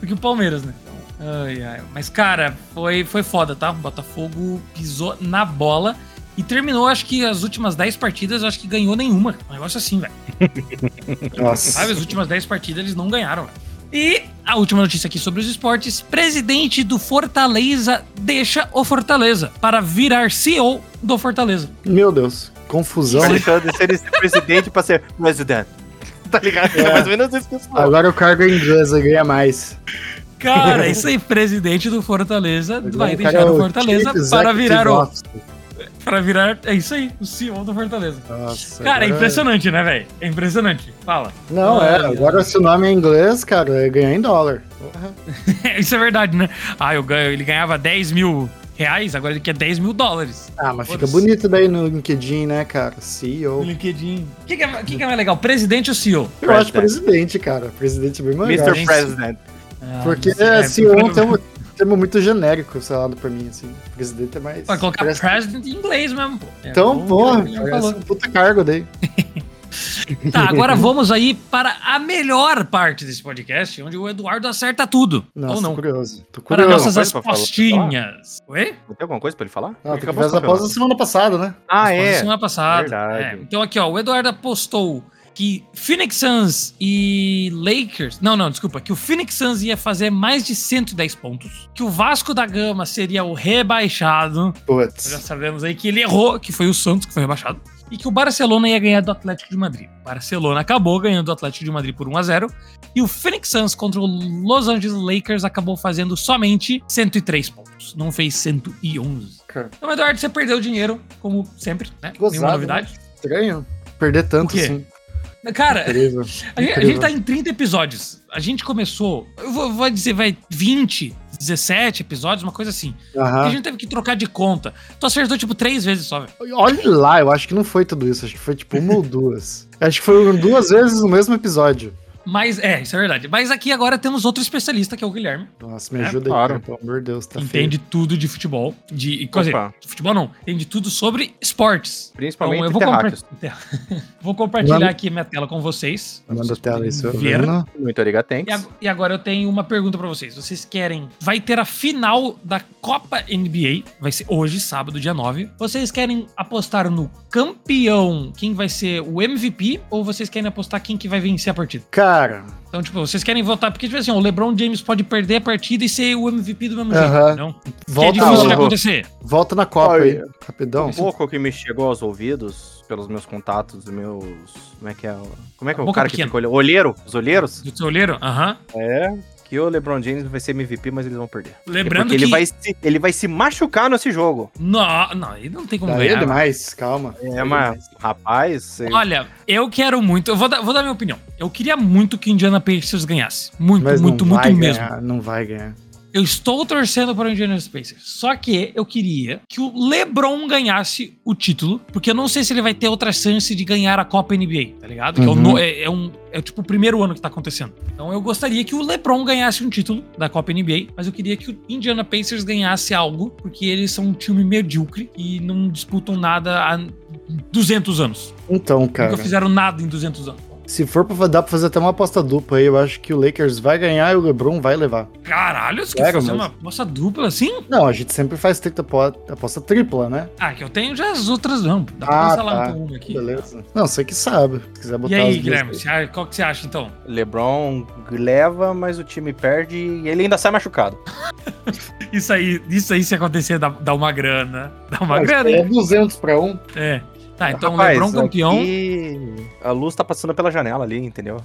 [SPEAKER 1] do que o Palmeiras, né? Ai, ai. Mas, cara, foi, foi foda, tá? O Botafogo pisou na bola. E terminou, acho que as últimas 10 partidas, acho que ganhou nenhuma. Um negócio assim, velho. Sabe,
[SPEAKER 2] Nossa.
[SPEAKER 1] as últimas 10 partidas eles não ganharam, velho. E a última notícia aqui sobre os esportes: presidente do Fortaleza deixa o Fortaleza para virar CEO do Fortaleza.
[SPEAKER 2] Meu Deus. Confusão.
[SPEAKER 3] Vai
[SPEAKER 2] hein?
[SPEAKER 3] deixando de ser esse presidente pra ser president. Tá ligado? É. mais ou menos isso que eu falo.
[SPEAKER 2] Agora o cargo é inglês, aí ganha mais.
[SPEAKER 1] Cara, isso aí, presidente do Fortaleza vai
[SPEAKER 2] Agora o
[SPEAKER 1] deixar
[SPEAKER 2] cara é
[SPEAKER 1] o Fortaleza
[SPEAKER 2] Chief
[SPEAKER 1] para
[SPEAKER 2] Executive
[SPEAKER 1] virar o.
[SPEAKER 2] Officer.
[SPEAKER 1] Para virar. É isso aí, o CEO do Fortaleza.
[SPEAKER 2] Nossa,
[SPEAKER 1] Cara, é
[SPEAKER 2] agora-
[SPEAKER 1] impressionante, né, velho? É impressionante. Fala.
[SPEAKER 2] Não, é.
[SPEAKER 1] Ah,
[SPEAKER 2] Agora se o nome é inglês, cara, é ganhar em dólar. Porra.
[SPEAKER 1] Isso é verdade, né? Ah, eu ganho, ele ganhava 10 mil reais, agora ele quer 10 mil dólares.
[SPEAKER 2] Ah, mas fica
[SPEAKER 1] Foda-se.
[SPEAKER 2] bonito daí no LinkedIn, né, cara? CEO.
[SPEAKER 1] No LinkedIn. O que, que é, o que que é mais legal? Presidente ou CEO?
[SPEAKER 2] Eu acho presidente, cara. Presidente é bem melhor.
[SPEAKER 3] Mr. President.
[SPEAKER 2] Porque
[SPEAKER 1] é,
[SPEAKER 2] CEO
[SPEAKER 1] porque-
[SPEAKER 2] é um termo muito generico, sei lá, pra mim, assim. Presidente é mais.
[SPEAKER 1] Vai colocar
[SPEAKER 2] parece-
[SPEAKER 1] president em inglês mesmo, pô. É,
[SPEAKER 2] Então,
[SPEAKER 1] o
[SPEAKER 2] porra,
[SPEAKER 1] Guilherme
[SPEAKER 2] parece
[SPEAKER 1] falou.
[SPEAKER 2] um puta cargo daí.
[SPEAKER 1] Tá, agora vamos aí para a melhor parte desse podcast, onde o Eduardo acerta tudo.
[SPEAKER 2] Nossa,
[SPEAKER 1] ou não.
[SPEAKER 2] tô curioso. Tô
[SPEAKER 1] Para
[SPEAKER 2] curioso.
[SPEAKER 1] nossas
[SPEAKER 3] coisa pra falar.
[SPEAKER 1] apostinhas. Oi?
[SPEAKER 3] Tem alguma coisa pra ele falar?
[SPEAKER 2] Não,
[SPEAKER 3] Ele
[SPEAKER 2] tem que
[SPEAKER 3] acabou
[SPEAKER 2] ver as
[SPEAKER 3] de falar.
[SPEAKER 2] apostas da semana passada, né?
[SPEAKER 3] Ah,
[SPEAKER 1] Resposta
[SPEAKER 3] é.
[SPEAKER 1] Semana passada.
[SPEAKER 3] Verdade.
[SPEAKER 1] É, Então aqui, ó, o Eduardo apostou que Phoenix Suns e Lakers... Não, não, desculpa. Que o Phoenix Suns ia fazer mais de 110 pontos. Que o Vasco da Gama seria o rebaixado. Nós já
[SPEAKER 2] Putz.
[SPEAKER 1] sabemos aí que ele errou, que foi o Santos que foi rebaixado. E que o Barcelona ia ganhar do Atlético de Madrid. O Barcelona acabou ganhando do Atlético de Madrid por 1 a 0 E o Phoenix Suns contra o Los Angeles Lakers acabou fazendo somente 103 pontos. Não fez 111.
[SPEAKER 2] Cara.
[SPEAKER 1] Então, Eduardo, você perdeu dinheiro, como sempre, né?
[SPEAKER 2] Gozado,
[SPEAKER 1] Nenhuma novidade.
[SPEAKER 2] Estranho. Perder tanto,
[SPEAKER 1] O quê?
[SPEAKER 2] assim.
[SPEAKER 1] Cara,
[SPEAKER 2] Incrível.
[SPEAKER 1] a gente, a
[SPEAKER 2] Incrível.
[SPEAKER 1] gente tá em 30 episódios. A gente começou, eu vou, vou dizer, vai 20, 17 episódios, uma coisa assim.
[SPEAKER 2] Aham.
[SPEAKER 1] A gente teve que trocar de conta. Tu acertou, tipo, três vezes só, velho.
[SPEAKER 2] Olha lá, eu acho que não foi tudo isso. Acho que foi tipo uma ou duas. Acho que foram duas vezes no mesmo episódio.
[SPEAKER 1] Mas, é, isso é verdade. Mas aqui agora temos outro especialista, que é o Guilherme.
[SPEAKER 2] Nossa, me
[SPEAKER 1] É,
[SPEAKER 2] ajuda
[SPEAKER 3] claro.
[SPEAKER 2] aí, cara, pelo amor de Deus, tá feio.
[SPEAKER 1] entende tudo de futebol. De, quer dizer,
[SPEAKER 3] Opa.
[SPEAKER 1] futebol não. Entende tudo sobre esportes. Então,
[SPEAKER 3] Principalmente
[SPEAKER 1] eu vou, compra-
[SPEAKER 3] terráqueos.
[SPEAKER 1] vou compartilhar
[SPEAKER 2] Manda-
[SPEAKER 1] aqui minha tela com vocês. pra
[SPEAKER 2] Manda a
[SPEAKER 1] vocês
[SPEAKER 2] tela
[SPEAKER 1] poderem
[SPEAKER 2] aí, seu
[SPEAKER 1] ver.
[SPEAKER 2] Bruno.
[SPEAKER 3] Muito
[SPEAKER 1] E,
[SPEAKER 3] arigatenks.
[SPEAKER 1] ag- e agora eu tenho uma pergunta pra vocês. Vocês querem. Vai ter a final da Copa NBA. Vai ser hoje, sábado, dia 9. Vocês querem apostar no campeão, quem vai ser o MVP? Ou vocês querem apostar quem que vai vencer a partida?
[SPEAKER 2] Cara,
[SPEAKER 1] Então, tipo, vocês querem votar. Porque, tipo assim, o LeBron James pode perder a partida e ser o MVP do mesmo
[SPEAKER 2] Aham.
[SPEAKER 1] jeito. Não?
[SPEAKER 2] volta,
[SPEAKER 1] que é difícil de
[SPEAKER 3] ao-
[SPEAKER 2] na,
[SPEAKER 1] acontecer.
[SPEAKER 2] volta na Copa
[SPEAKER 3] Olha,
[SPEAKER 2] aí, rapidão.
[SPEAKER 3] Um pouco que me chegou aos ouvidos, pelos meus contatos, meus. Como é que é? o- Como é que é o
[SPEAKER 1] Boca
[SPEAKER 3] cara
[SPEAKER 1] pequena.
[SPEAKER 3] que fica olhando? Olheiro? Os olheiros?
[SPEAKER 1] Do seu olheiro? Aham.
[SPEAKER 3] É. Que o LeBron James vai ser MVP, mas eles vão perder. é
[SPEAKER 1] Lembrando
[SPEAKER 3] porque
[SPEAKER 1] que.
[SPEAKER 3] ele, vai se, ele vai se machucar nesse jogo.
[SPEAKER 1] Não, não, ele não tem como
[SPEAKER 2] Daí é
[SPEAKER 1] ganhar.
[SPEAKER 2] demais, calma.
[SPEAKER 3] É, mas, rapaz,
[SPEAKER 1] Olha, eu quero muito. Eu vou dar, vou dar minha opinião. Eu queria muito que o Indiana Pacers ganhasse. Muito,
[SPEAKER 2] Mas
[SPEAKER 1] muito,
[SPEAKER 2] não
[SPEAKER 1] muito
[SPEAKER 2] vai
[SPEAKER 1] mesmo.
[SPEAKER 2] ganhar, não vai ganhar.
[SPEAKER 1] Eu estou torcendo para o Indiana Pacers. Só que eu queria que o LeBron ganhasse o título, porque eu não sei se ele vai ter outra chance de ganhar a Copa NBA, tá ligado? Que é, o
[SPEAKER 2] Uhum.
[SPEAKER 1] no- é- é um, é tipo o primeiro ano que tá acontecendo. Então eu gostaria que o LeBron ganhasse um título da Copa NBA, mas eu queria que o Indiana Pacers ganhasse algo, porque eles são um time medíocre e não disputam nada há 200 anos.
[SPEAKER 2] Então, cara,
[SPEAKER 1] Nunca fizeram nada em 200 anos.
[SPEAKER 2] se for pra dar pra fazer até uma aposta dupla aí, eu acho que o Lakers vai ganhar e o LeBron vai levar.
[SPEAKER 1] Caralho, você quer
[SPEAKER 2] Sério,
[SPEAKER 1] fazer
[SPEAKER 2] mas-
[SPEAKER 1] uma aposta dupla assim?
[SPEAKER 2] Não, a gente sempre faz trinta apo- aposta tripla, né?
[SPEAKER 1] Ah, que eu tenho já as outras não. Dá pra
[SPEAKER 2] Ah,
[SPEAKER 1] cancelar
[SPEAKER 2] tá.
[SPEAKER 1] um por uma aqui.
[SPEAKER 2] Beleza. Não, você que sabe. Se quiser botar
[SPEAKER 1] E
[SPEAKER 2] as
[SPEAKER 1] aí,
[SPEAKER 2] duas-
[SPEAKER 1] Guilherme, você acha- qual que você acha então?
[SPEAKER 3] LeBron leva, mas o time perde e ele ainda sai machucado.
[SPEAKER 1] Isso aí, isso aí se acontecer, dá, dá uma grana. Dá uma
[SPEAKER 2] Ah,
[SPEAKER 1] grana,
[SPEAKER 2] É
[SPEAKER 1] hein?
[SPEAKER 2] 200 pra um.
[SPEAKER 1] É. Tá, então
[SPEAKER 3] Rapaz,
[SPEAKER 1] Lebron campeão.
[SPEAKER 3] aqui a luz tá passando pela janela ali, entendeu?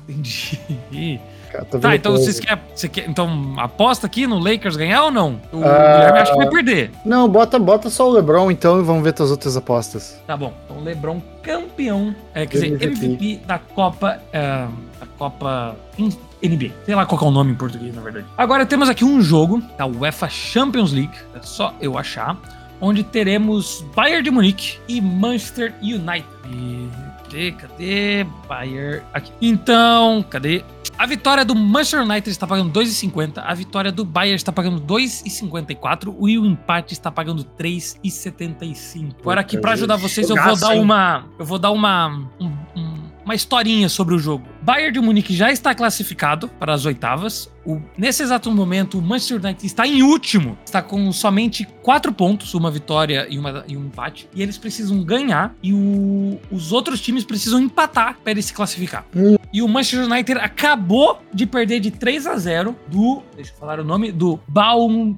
[SPEAKER 1] Entendi.
[SPEAKER 2] Cara, tô
[SPEAKER 1] Tá,
[SPEAKER 2] vendo
[SPEAKER 1] então
[SPEAKER 2] que eu-
[SPEAKER 1] vocês querem. Você quer, então, aposta aqui no Lakers ganhar ou não? O
[SPEAKER 2] Ah.
[SPEAKER 1] Guilherme acho que vai perder.
[SPEAKER 2] Não, bota, bota só o LeBron então e vamos ver tuas outras apostas.
[SPEAKER 1] Tá bom. Então Lebron campeão. É, quer dizer,
[SPEAKER 2] MVP.
[SPEAKER 1] MVP da Copa. é, da Copa. in- NBA. Sei lá qual que é o nome em português, na verdade. Agora temos aqui um jogo da UEFA Champions League. É só eu achar. Onde teremos Bayern de Munique e Manchester United. E Cadê? Cadê? Bayern. Aqui. Então, cadê? A vitória do Manchester United está pagando 2,50. A vitória do Bayern está pagando 2,54. E o empate está pagando 3,75. Agora aqui, para ajudar vocês, eu vou
[SPEAKER 2] Jogaço,
[SPEAKER 1] dar
[SPEAKER 2] hein?
[SPEAKER 1] uma. Eu vou dar uma. um- um- uma historinha sobre o jogo. Bayern de Munique já está classificado para as oitavas. O- nesse exato momento, o Manchester United está em último. Está com somente quatro pontos, uma vitória e, uma- e um empate. E eles precisam ganhar e o- os outros times precisam empatar para eles se classificar.
[SPEAKER 2] Hum.
[SPEAKER 1] E o Manchester United acabou de perder de 3 a 0 do, deixa eu falar o nome, do Baum,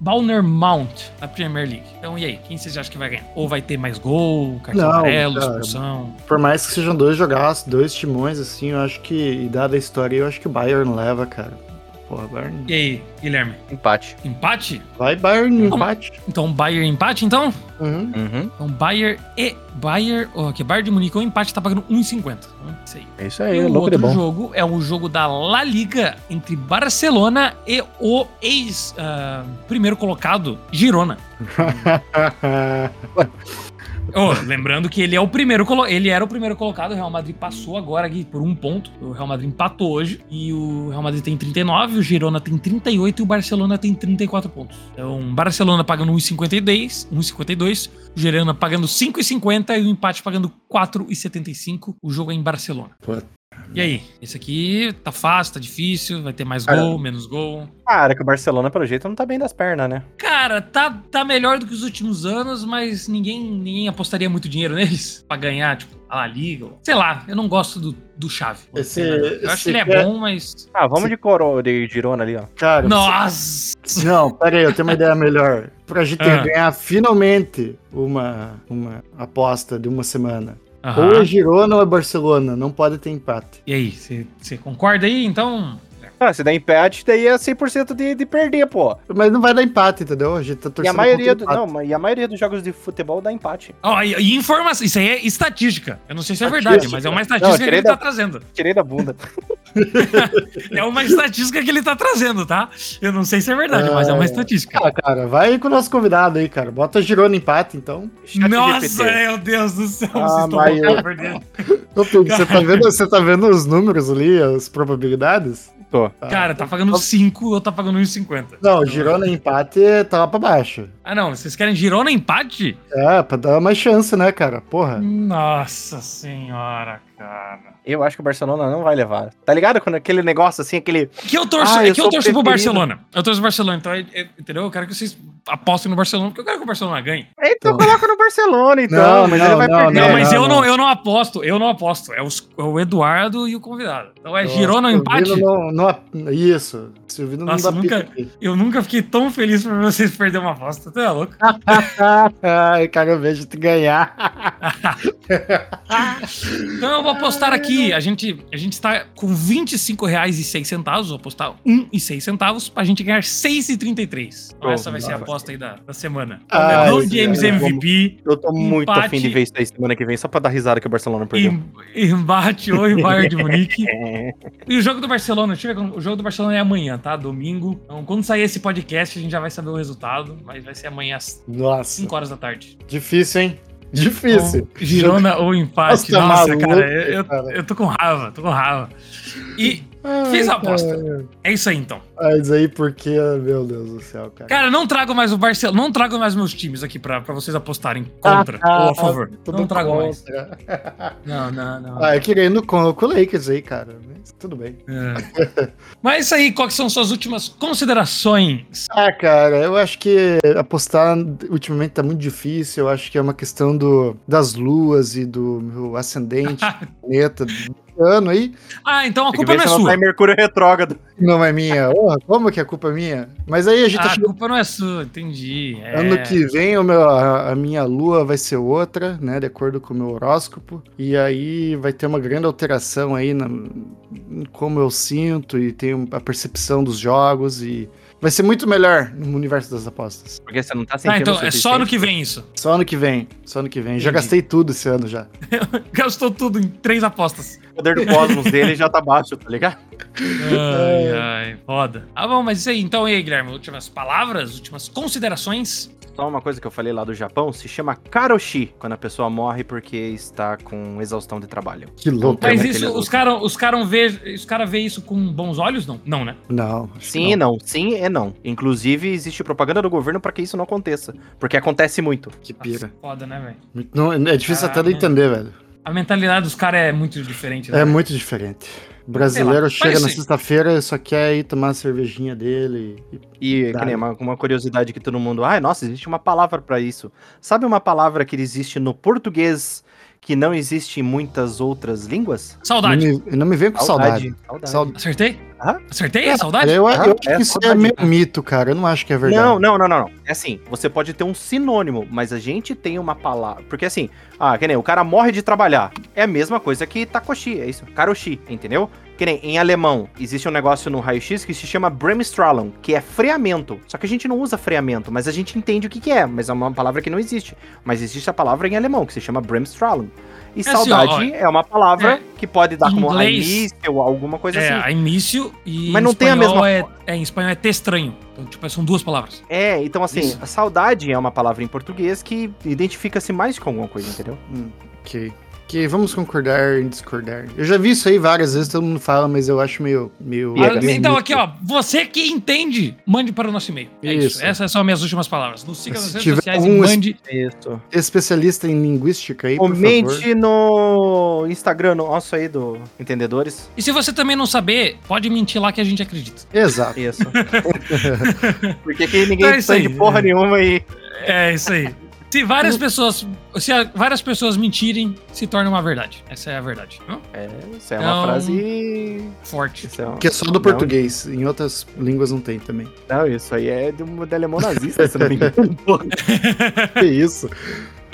[SPEAKER 1] Bauner Mount na Premier League. Então e aí, quem vocês acham que vai ganhar? Ou vai ter mais gol, cartão
[SPEAKER 2] Não,
[SPEAKER 1] amarelo,
[SPEAKER 2] cara.
[SPEAKER 1] expulsão?
[SPEAKER 2] Por mais que sejam dois jogaços, dois timões, assim, eu acho que, e dada a história, eu acho que o Bayern leva, cara. Porra, Bayern.
[SPEAKER 1] E aí, Guilherme?
[SPEAKER 4] Empate.
[SPEAKER 1] Empate?
[SPEAKER 2] Vai Bayern,
[SPEAKER 1] Não,
[SPEAKER 2] empate.
[SPEAKER 1] Então Bayern empate, então?
[SPEAKER 2] Uhum.
[SPEAKER 4] Uhum.
[SPEAKER 1] Então Bayern e Bayern, ó, aqui, Bayern de Munique ou empate tá pagando 1,50. Então, Isso aí.
[SPEAKER 4] É isso
[SPEAKER 1] E
[SPEAKER 4] aí,
[SPEAKER 1] o
[SPEAKER 4] louco de
[SPEAKER 1] outro
[SPEAKER 4] bom.
[SPEAKER 1] jogo é o jogo da La Liga entre Barcelona e o ex ah, primeiro colocado Girona. Ô, lembrando que ele é o primeiro colo- ele era o primeiro colocado, o Real Madrid passou agora aqui por um ponto. O Real Madrid empatou hoje e o Real Madrid tem 39, o Girona tem 38 e o Barcelona tem 34 pontos. Então, Barcelona pagando 1,52, 1,52, o Girona pagando 5,50 e o empate pagando 4,75. O jogo é em Barcelona.
[SPEAKER 2] Puta
[SPEAKER 1] E aí, esse aqui tá fácil, tá difícil, vai ter mais
[SPEAKER 3] Cara.
[SPEAKER 1] gol, menos gol.
[SPEAKER 3] Cara, que o Barcelona, pelo jeito, não tá bem das pernas, né?
[SPEAKER 1] Cara, tá, tá melhor do que os últimos anos, mas ninguém, ninguém apostaria muito dinheiro neles pra ganhar, tipo, a La Liga. ou- Sei lá, eu não gosto do, do Chave.
[SPEAKER 2] Esse-
[SPEAKER 1] eu acho
[SPEAKER 2] esse
[SPEAKER 1] que ele é
[SPEAKER 2] cara-
[SPEAKER 1] bom, mas.
[SPEAKER 3] Ah, vamos de Coro, de Girona ali, ó.
[SPEAKER 2] Cara,
[SPEAKER 1] Nossa!
[SPEAKER 2] você- não, pera aí, eu tenho uma ideia melhor. Pra gente
[SPEAKER 1] Ah.
[SPEAKER 2] ganhar finalmente uma, uma aposta de uma semana.
[SPEAKER 1] Aham.
[SPEAKER 2] Ou é Girona ou é Barcelona, não pode ter empate.
[SPEAKER 1] E aí, você concorda aí? Então.
[SPEAKER 3] Ah, se der empate, daí é 100% de, de perder, pô.
[SPEAKER 2] Mas não vai dar empate, entendeu? A gente tá
[SPEAKER 3] E
[SPEAKER 2] torcendo
[SPEAKER 3] a, maioria do,
[SPEAKER 2] contra o empate.
[SPEAKER 3] não, mas- e a maioria dos jogos de futebol dá empate.
[SPEAKER 1] Ó, e, e informação. Isso aí é estatística. Eu não sei se é verdade,
[SPEAKER 2] Estatística.
[SPEAKER 1] mas é uma estatística que ele
[SPEAKER 3] querida-
[SPEAKER 1] tá trazendo.
[SPEAKER 3] Tirei da bunda.
[SPEAKER 1] É uma estatística que ele tá trazendo, tá? Eu não sei se é verdade, mas é uma estatística.
[SPEAKER 2] Ah, cara, vai com o nosso convidado aí, cara. Bota Girona empate, então.
[SPEAKER 3] Chat
[SPEAKER 1] Nossa,
[SPEAKER 3] GPT.
[SPEAKER 1] meu Deus do céu,
[SPEAKER 3] Ah,
[SPEAKER 1] vocês estão
[SPEAKER 3] mas eu-
[SPEAKER 1] loucos, verdade.
[SPEAKER 2] Ô, Pedro, você, tá vendo, você tá vendo os números ali, as probabilidades?
[SPEAKER 3] Tô.
[SPEAKER 2] Tá.
[SPEAKER 1] Cara, tá pagando 5 ou tá pagando 1,50?
[SPEAKER 2] Não, Girona empate tá lá pra baixo.
[SPEAKER 1] Ah, não. Vocês querem Girona empate?
[SPEAKER 2] É, pra dar mais chance, né, cara? Porra.
[SPEAKER 1] Nossa senhora, cara.
[SPEAKER 3] Eu acho que o Barcelona não vai levar. Tá ligado? Quando aquele negócio assim, aquele.
[SPEAKER 1] Que eu torço,
[SPEAKER 3] Ah,
[SPEAKER 1] é
[SPEAKER 3] eu
[SPEAKER 1] que eu
[SPEAKER 3] sou
[SPEAKER 1] torço pro
[SPEAKER 3] preferido.
[SPEAKER 1] Barcelona. Eu torço pro Barcelona, então, é- é- entendeu? Eu quero que vocês apostem no Barcelona, porque eu quero que o Barcelona ganhe.
[SPEAKER 3] Então
[SPEAKER 2] Tô.
[SPEAKER 3] coloca no Barcelona, então.
[SPEAKER 2] Não,
[SPEAKER 3] mas
[SPEAKER 2] não,
[SPEAKER 3] ele vai
[SPEAKER 2] não,
[SPEAKER 3] perder.
[SPEAKER 1] não,
[SPEAKER 2] É, não,
[SPEAKER 1] mas eu, não,
[SPEAKER 2] não.
[SPEAKER 1] eu não aposto, eu não aposto. É, os- é o Eduardo e o convidado. Então é Girona ou
[SPEAKER 2] Nossa, o
[SPEAKER 1] empate?
[SPEAKER 2] Vino Não, não, ap- isso. Se o Vino não
[SPEAKER 1] Nossa,
[SPEAKER 2] dá
[SPEAKER 1] nunca-
[SPEAKER 2] pica aqui.
[SPEAKER 1] Eu nunca fiquei tão feliz por vocês perderem uma aposta. Tá louco?
[SPEAKER 2] Ai, cara, eu vejo te ganhar.
[SPEAKER 1] Então eu vou apostar aqui. A gente, a gente está com R$ 25,06. Vou apostar um R$ 1,06 pra gente ganhar R$ 6,33. Então
[SPEAKER 3] Pronto,
[SPEAKER 1] essa vai ser a
[SPEAKER 3] nossa.
[SPEAKER 1] aposta aí da, da semana.
[SPEAKER 2] Ah,
[SPEAKER 1] LeBron
[SPEAKER 2] esse
[SPEAKER 1] James
[SPEAKER 2] ano,
[SPEAKER 1] MVP,
[SPEAKER 3] Eu tô muito
[SPEAKER 1] Empate.
[SPEAKER 3] afim de ver isso aí semana que vem, só pra dar risada que o Barcelona perdeu.
[SPEAKER 1] em- embate ou em Bayern de Munique.
[SPEAKER 2] É.
[SPEAKER 1] E o jogo do Barcelona, deixa eu ver, quando- o jogo do Barcelona é amanhã, tá? Domingo. Então quando sair esse podcast a gente já vai saber o resultado, mas vai ser amanhã às
[SPEAKER 2] Nossa,
[SPEAKER 1] 5 horas da tarde.
[SPEAKER 2] difícil, hein? Difícil.
[SPEAKER 1] Então, Girona ou empate.
[SPEAKER 2] Nossa, tá
[SPEAKER 1] Nossa,
[SPEAKER 2] maluco,
[SPEAKER 1] cara, eu,
[SPEAKER 2] cara.
[SPEAKER 1] eu tô com raiva, tô com raiva. E
[SPEAKER 2] Ai,
[SPEAKER 1] fiz a
[SPEAKER 2] cara.
[SPEAKER 1] aposta. é isso aí então.
[SPEAKER 2] Mas aí porque, meu Deus do céu, cara.
[SPEAKER 1] Cara, não trago mais o Barcelona, não trago mais meus times aqui pra, pra vocês apostarem contra
[SPEAKER 2] Ah,
[SPEAKER 1] ou a favor.
[SPEAKER 2] Tudo
[SPEAKER 1] não trago mais.
[SPEAKER 2] contra.
[SPEAKER 1] Não, não, não.
[SPEAKER 2] Ah, eu queria ir no com com o Lakers aí, cara. Mas tudo bem.
[SPEAKER 1] É. Mas isso aí, quais são suas últimas considerações?
[SPEAKER 2] Ah, cara, eu acho que apostar ultimamente tá muito difícil. Eu acho que é uma questão do, das luas e do meu ascendente, planeta, do ano aí.
[SPEAKER 1] Ah, então a
[SPEAKER 3] Tem que
[SPEAKER 1] culpa
[SPEAKER 3] ver
[SPEAKER 1] não é
[SPEAKER 3] se ela tá em
[SPEAKER 1] sua.
[SPEAKER 3] Mercúrio retrógrado.
[SPEAKER 2] Não é minha. Porra, como que a culpa é minha? Mas aí a gente tá
[SPEAKER 1] Ah, a
[SPEAKER 2] chegando.
[SPEAKER 1] culpa não é sua, entendi. É.
[SPEAKER 2] Ano que vem o meu, a, a minha lua vai ser outra, né? De acordo com o meu horóscopo. E aí vai ter uma grande alteração aí na, em como eu sinto e tenho a percepção dos jogos. E vai ser muito melhor no universo das apostas.
[SPEAKER 3] Porque você não tá
[SPEAKER 1] Tá,
[SPEAKER 3] sentindo
[SPEAKER 1] então
[SPEAKER 3] o
[SPEAKER 1] é só
[SPEAKER 3] suficiente.
[SPEAKER 1] ano que vem isso.
[SPEAKER 2] Só ano que vem. Só ano que vem. Já
[SPEAKER 1] Entendi.
[SPEAKER 2] gastei tudo esse ano já.
[SPEAKER 1] Gastou tudo em três apostas.
[SPEAKER 3] O poder do cosmos dele já tá baixo, tá ligado?
[SPEAKER 1] Ai,
[SPEAKER 2] É.
[SPEAKER 1] ai, foda. Ah, bom, mas isso aí. Então, e aí, Guilherme, últimas palavras, últimas considerações?
[SPEAKER 3] Só uma coisa que eu falei lá do Japão, se chama karoshi, quando a pessoa morre porque está com exaustão de trabalho.
[SPEAKER 2] Que louco.
[SPEAKER 1] Mas
[SPEAKER 2] né?
[SPEAKER 3] naquele
[SPEAKER 1] isso,
[SPEAKER 3] é outro.
[SPEAKER 1] os caras os cara vê, os cara vê isso com bons olhos? Não, não, né?
[SPEAKER 2] Não. acho
[SPEAKER 3] Sim
[SPEAKER 2] que
[SPEAKER 3] e não, sim e não. Inclusive, existe propaganda do governo pra que isso não aconteça, porque acontece muito.
[SPEAKER 2] não. Que
[SPEAKER 1] Nossa,
[SPEAKER 2] pira.
[SPEAKER 1] foda, né, velho?
[SPEAKER 2] Não, é difícil até
[SPEAKER 1] Caralho.
[SPEAKER 2] de entender, velho.
[SPEAKER 1] A mentalidade dos caras é muito diferente. né?
[SPEAKER 2] É muito diferente. O brasileiro
[SPEAKER 1] Sei lá,
[SPEAKER 2] chega
[SPEAKER 1] mas
[SPEAKER 2] na
[SPEAKER 1] sim.
[SPEAKER 2] sexta-feira e só quer ir tomar a cervejinha dele. e-
[SPEAKER 3] E que
[SPEAKER 2] Dá. né?
[SPEAKER 3] nem uma, uma curiosidade que todo mundo. Ai, nossa, existe uma palavra pra isso. Sabe uma palavra que existe no português que não existe em muitas outras línguas?
[SPEAKER 2] Não
[SPEAKER 1] Saudade.
[SPEAKER 2] me, não me vem com saudade.
[SPEAKER 3] Saudade.
[SPEAKER 2] Saudade.
[SPEAKER 1] Acertei?
[SPEAKER 3] Hã?
[SPEAKER 1] Acertei? É saudade?
[SPEAKER 2] Eu, eu
[SPEAKER 3] Ah,
[SPEAKER 2] acho
[SPEAKER 3] é
[SPEAKER 2] que isso é
[SPEAKER 3] saudade.
[SPEAKER 2] meio mito, cara. Eu não acho que é verdade.
[SPEAKER 3] Não, não, não, não, não. É assim, você pode ter um sinônimo, mas a gente tem uma palavra. Porque assim, ah, que nem o cara morre de trabalhar. É a mesma coisa que takoshi, é isso. Karoshi, entendeu? Que nem em alemão, existe um negócio no raio-x que se chama Bremsstrahlung, que é freamento. Só que a gente não usa freamento, mas a gente entende o que, que é, mas é uma palavra que não existe. Mas existe a palavra em alemão, que se chama Bremsstrahlung. E
[SPEAKER 1] assim, ó,
[SPEAKER 3] saudade
[SPEAKER 1] ó,
[SPEAKER 3] é uma palavra
[SPEAKER 1] é,
[SPEAKER 3] que pode dar
[SPEAKER 1] em
[SPEAKER 3] como
[SPEAKER 1] inglês-
[SPEAKER 3] raiz ou alguma coisa
[SPEAKER 1] é,
[SPEAKER 3] assim.
[SPEAKER 1] a início e.
[SPEAKER 3] Mas
[SPEAKER 1] em
[SPEAKER 3] não tem a
[SPEAKER 1] espanhol
[SPEAKER 3] mesma
[SPEAKER 1] É, é, em espanhol é ter estranho. Então, tipo, são duas palavras.
[SPEAKER 3] É, então assim,
[SPEAKER 1] Isso.
[SPEAKER 3] a saudade é uma palavra em português que identifica-se mais com alguma coisa, entendeu?
[SPEAKER 2] Ok. Que vamos concordar em discordar. Eu já vi isso aí várias vezes, todo mundo fala, mas eu acho meio. meio
[SPEAKER 3] E é
[SPEAKER 1] Ah,
[SPEAKER 2] meio
[SPEAKER 1] então,
[SPEAKER 2] mito.
[SPEAKER 1] aqui, ó. Você que entende, mande para o nosso e-mail. É isso.
[SPEAKER 2] Isso.
[SPEAKER 1] Essas são as minhas últimas palavras. Nos siga
[SPEAKER 2] Se
[SPEAKER 1] nas redes
[SPEAKER 2] tiver
[SPEAKER 1] sociais e
[SPEAKER 2] algum
[SPEAKER 1] mande.
[SPEAKER 3] Isso.
[SPEAKER 2] Especialista em linguística aí, por favor.
[SPEAKER 3] Comente no Instagram nosso aí do Entendedores.
[SPEAKER 1] E se você também não saber, pode mentir lá que a gente acredita.
[SPEAKER 2] Exato.
[SPEAKER 3] Isso. Porque aqui ninguém
[SPEAKER 1] É isso aí.
[SPEAKER 3] entende porra nenhuma e.
[SPEAKER 1] É isso aí. Se várias pessoas, se a- várias pessoas mentirem, se torna uma verdade. Essa é a verdade. Hum?
[SPEAKER 3] É, isso é uma
[SPEAKER 1] Não.
[SPEAKER 3] frase.
[SPEAKER 1] Forte.
[SPEAKER 3] Isso é um-
[SPEAKER 2] Que é só do
[SPEAKER 3] Não,
[SPEAKER 2] português, em outras línguas não tem também.
[SPEAKER 3] Não, isso aí é do modelo alemão nazista, se não me engano.
[SPEAKER 2] Que isso?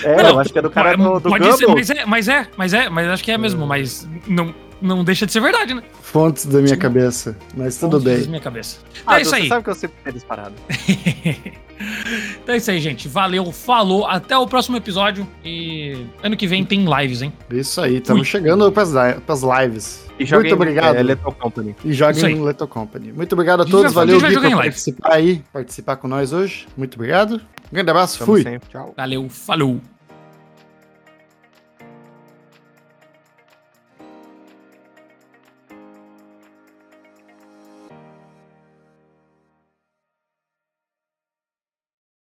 [SPEAKER 3] É,
[SPEAKER 1] Não,
[SPEAKER 3] eu acho que é do cara do,
[SPEAKER 1] Mas-
[SPEAKER 3] do
[SPEAKER 1] pode ser,
[SPEAKER 3] Gumball.
[SPEAKER 1] mas é, mas é, mas é, mas acho que é mesmo, mas não, não deixa de ser verdade, né?
[SPEAKER 2] Fontes da minha cabeça. Mas tudo
[SPEAKER 1] Pontos
[SPEAKER 2] bem.
[SPEAKER 1] da Minha cabeça. Então
[SPEAKER 3] Ah,
[SPEAKER 1] é isso
[SPEAKER 3] você
[SPEAKER 1] aí.
[SPEAKER 3] sabe que eu sempre tenho disparado.
[SPEAKER 1] Então é isso aí, gente. Valeu, falou, até o próximo episódio e ano que vem tem lives, hein?
[SPEAKER 2] Isso aí, estamos
[SPEAKER 1] Ui.
[SPEAKER 2] chegando pras, li- pras lives.
[SPEAKER 3] E joguei
[SPEAKER 2] Muito obrigado.
[SPEAKER 3] É, Lethal Company.
[SPEAKER 2] E
[SPEAKER 1] Isso aí.
[SPEAKER 2] joguem no Leto Company. Muito obrigado a
[SPEAKER 1] gente
[SPEAKER 2] todos.
[SPEAKER 1] vai- a
[SPEAKER 2] Valeu,
[SPEAKER 1] gente vai
[SPEAKER 2] Vitor,
[SPEAKER 1] jogar em
[SPEAKER 2] por
[SPEAKER 1] live.
[SPEAKER 2] participar aí, participar com nós hoje. Muito obrigado. Um grande abraço.
[SPEAKER 3] Tamo
[SPEAKER 2] Fui.
[SPEAKER 3] sempre. Tchau.
[SPEAKER 1] Valeu, falou.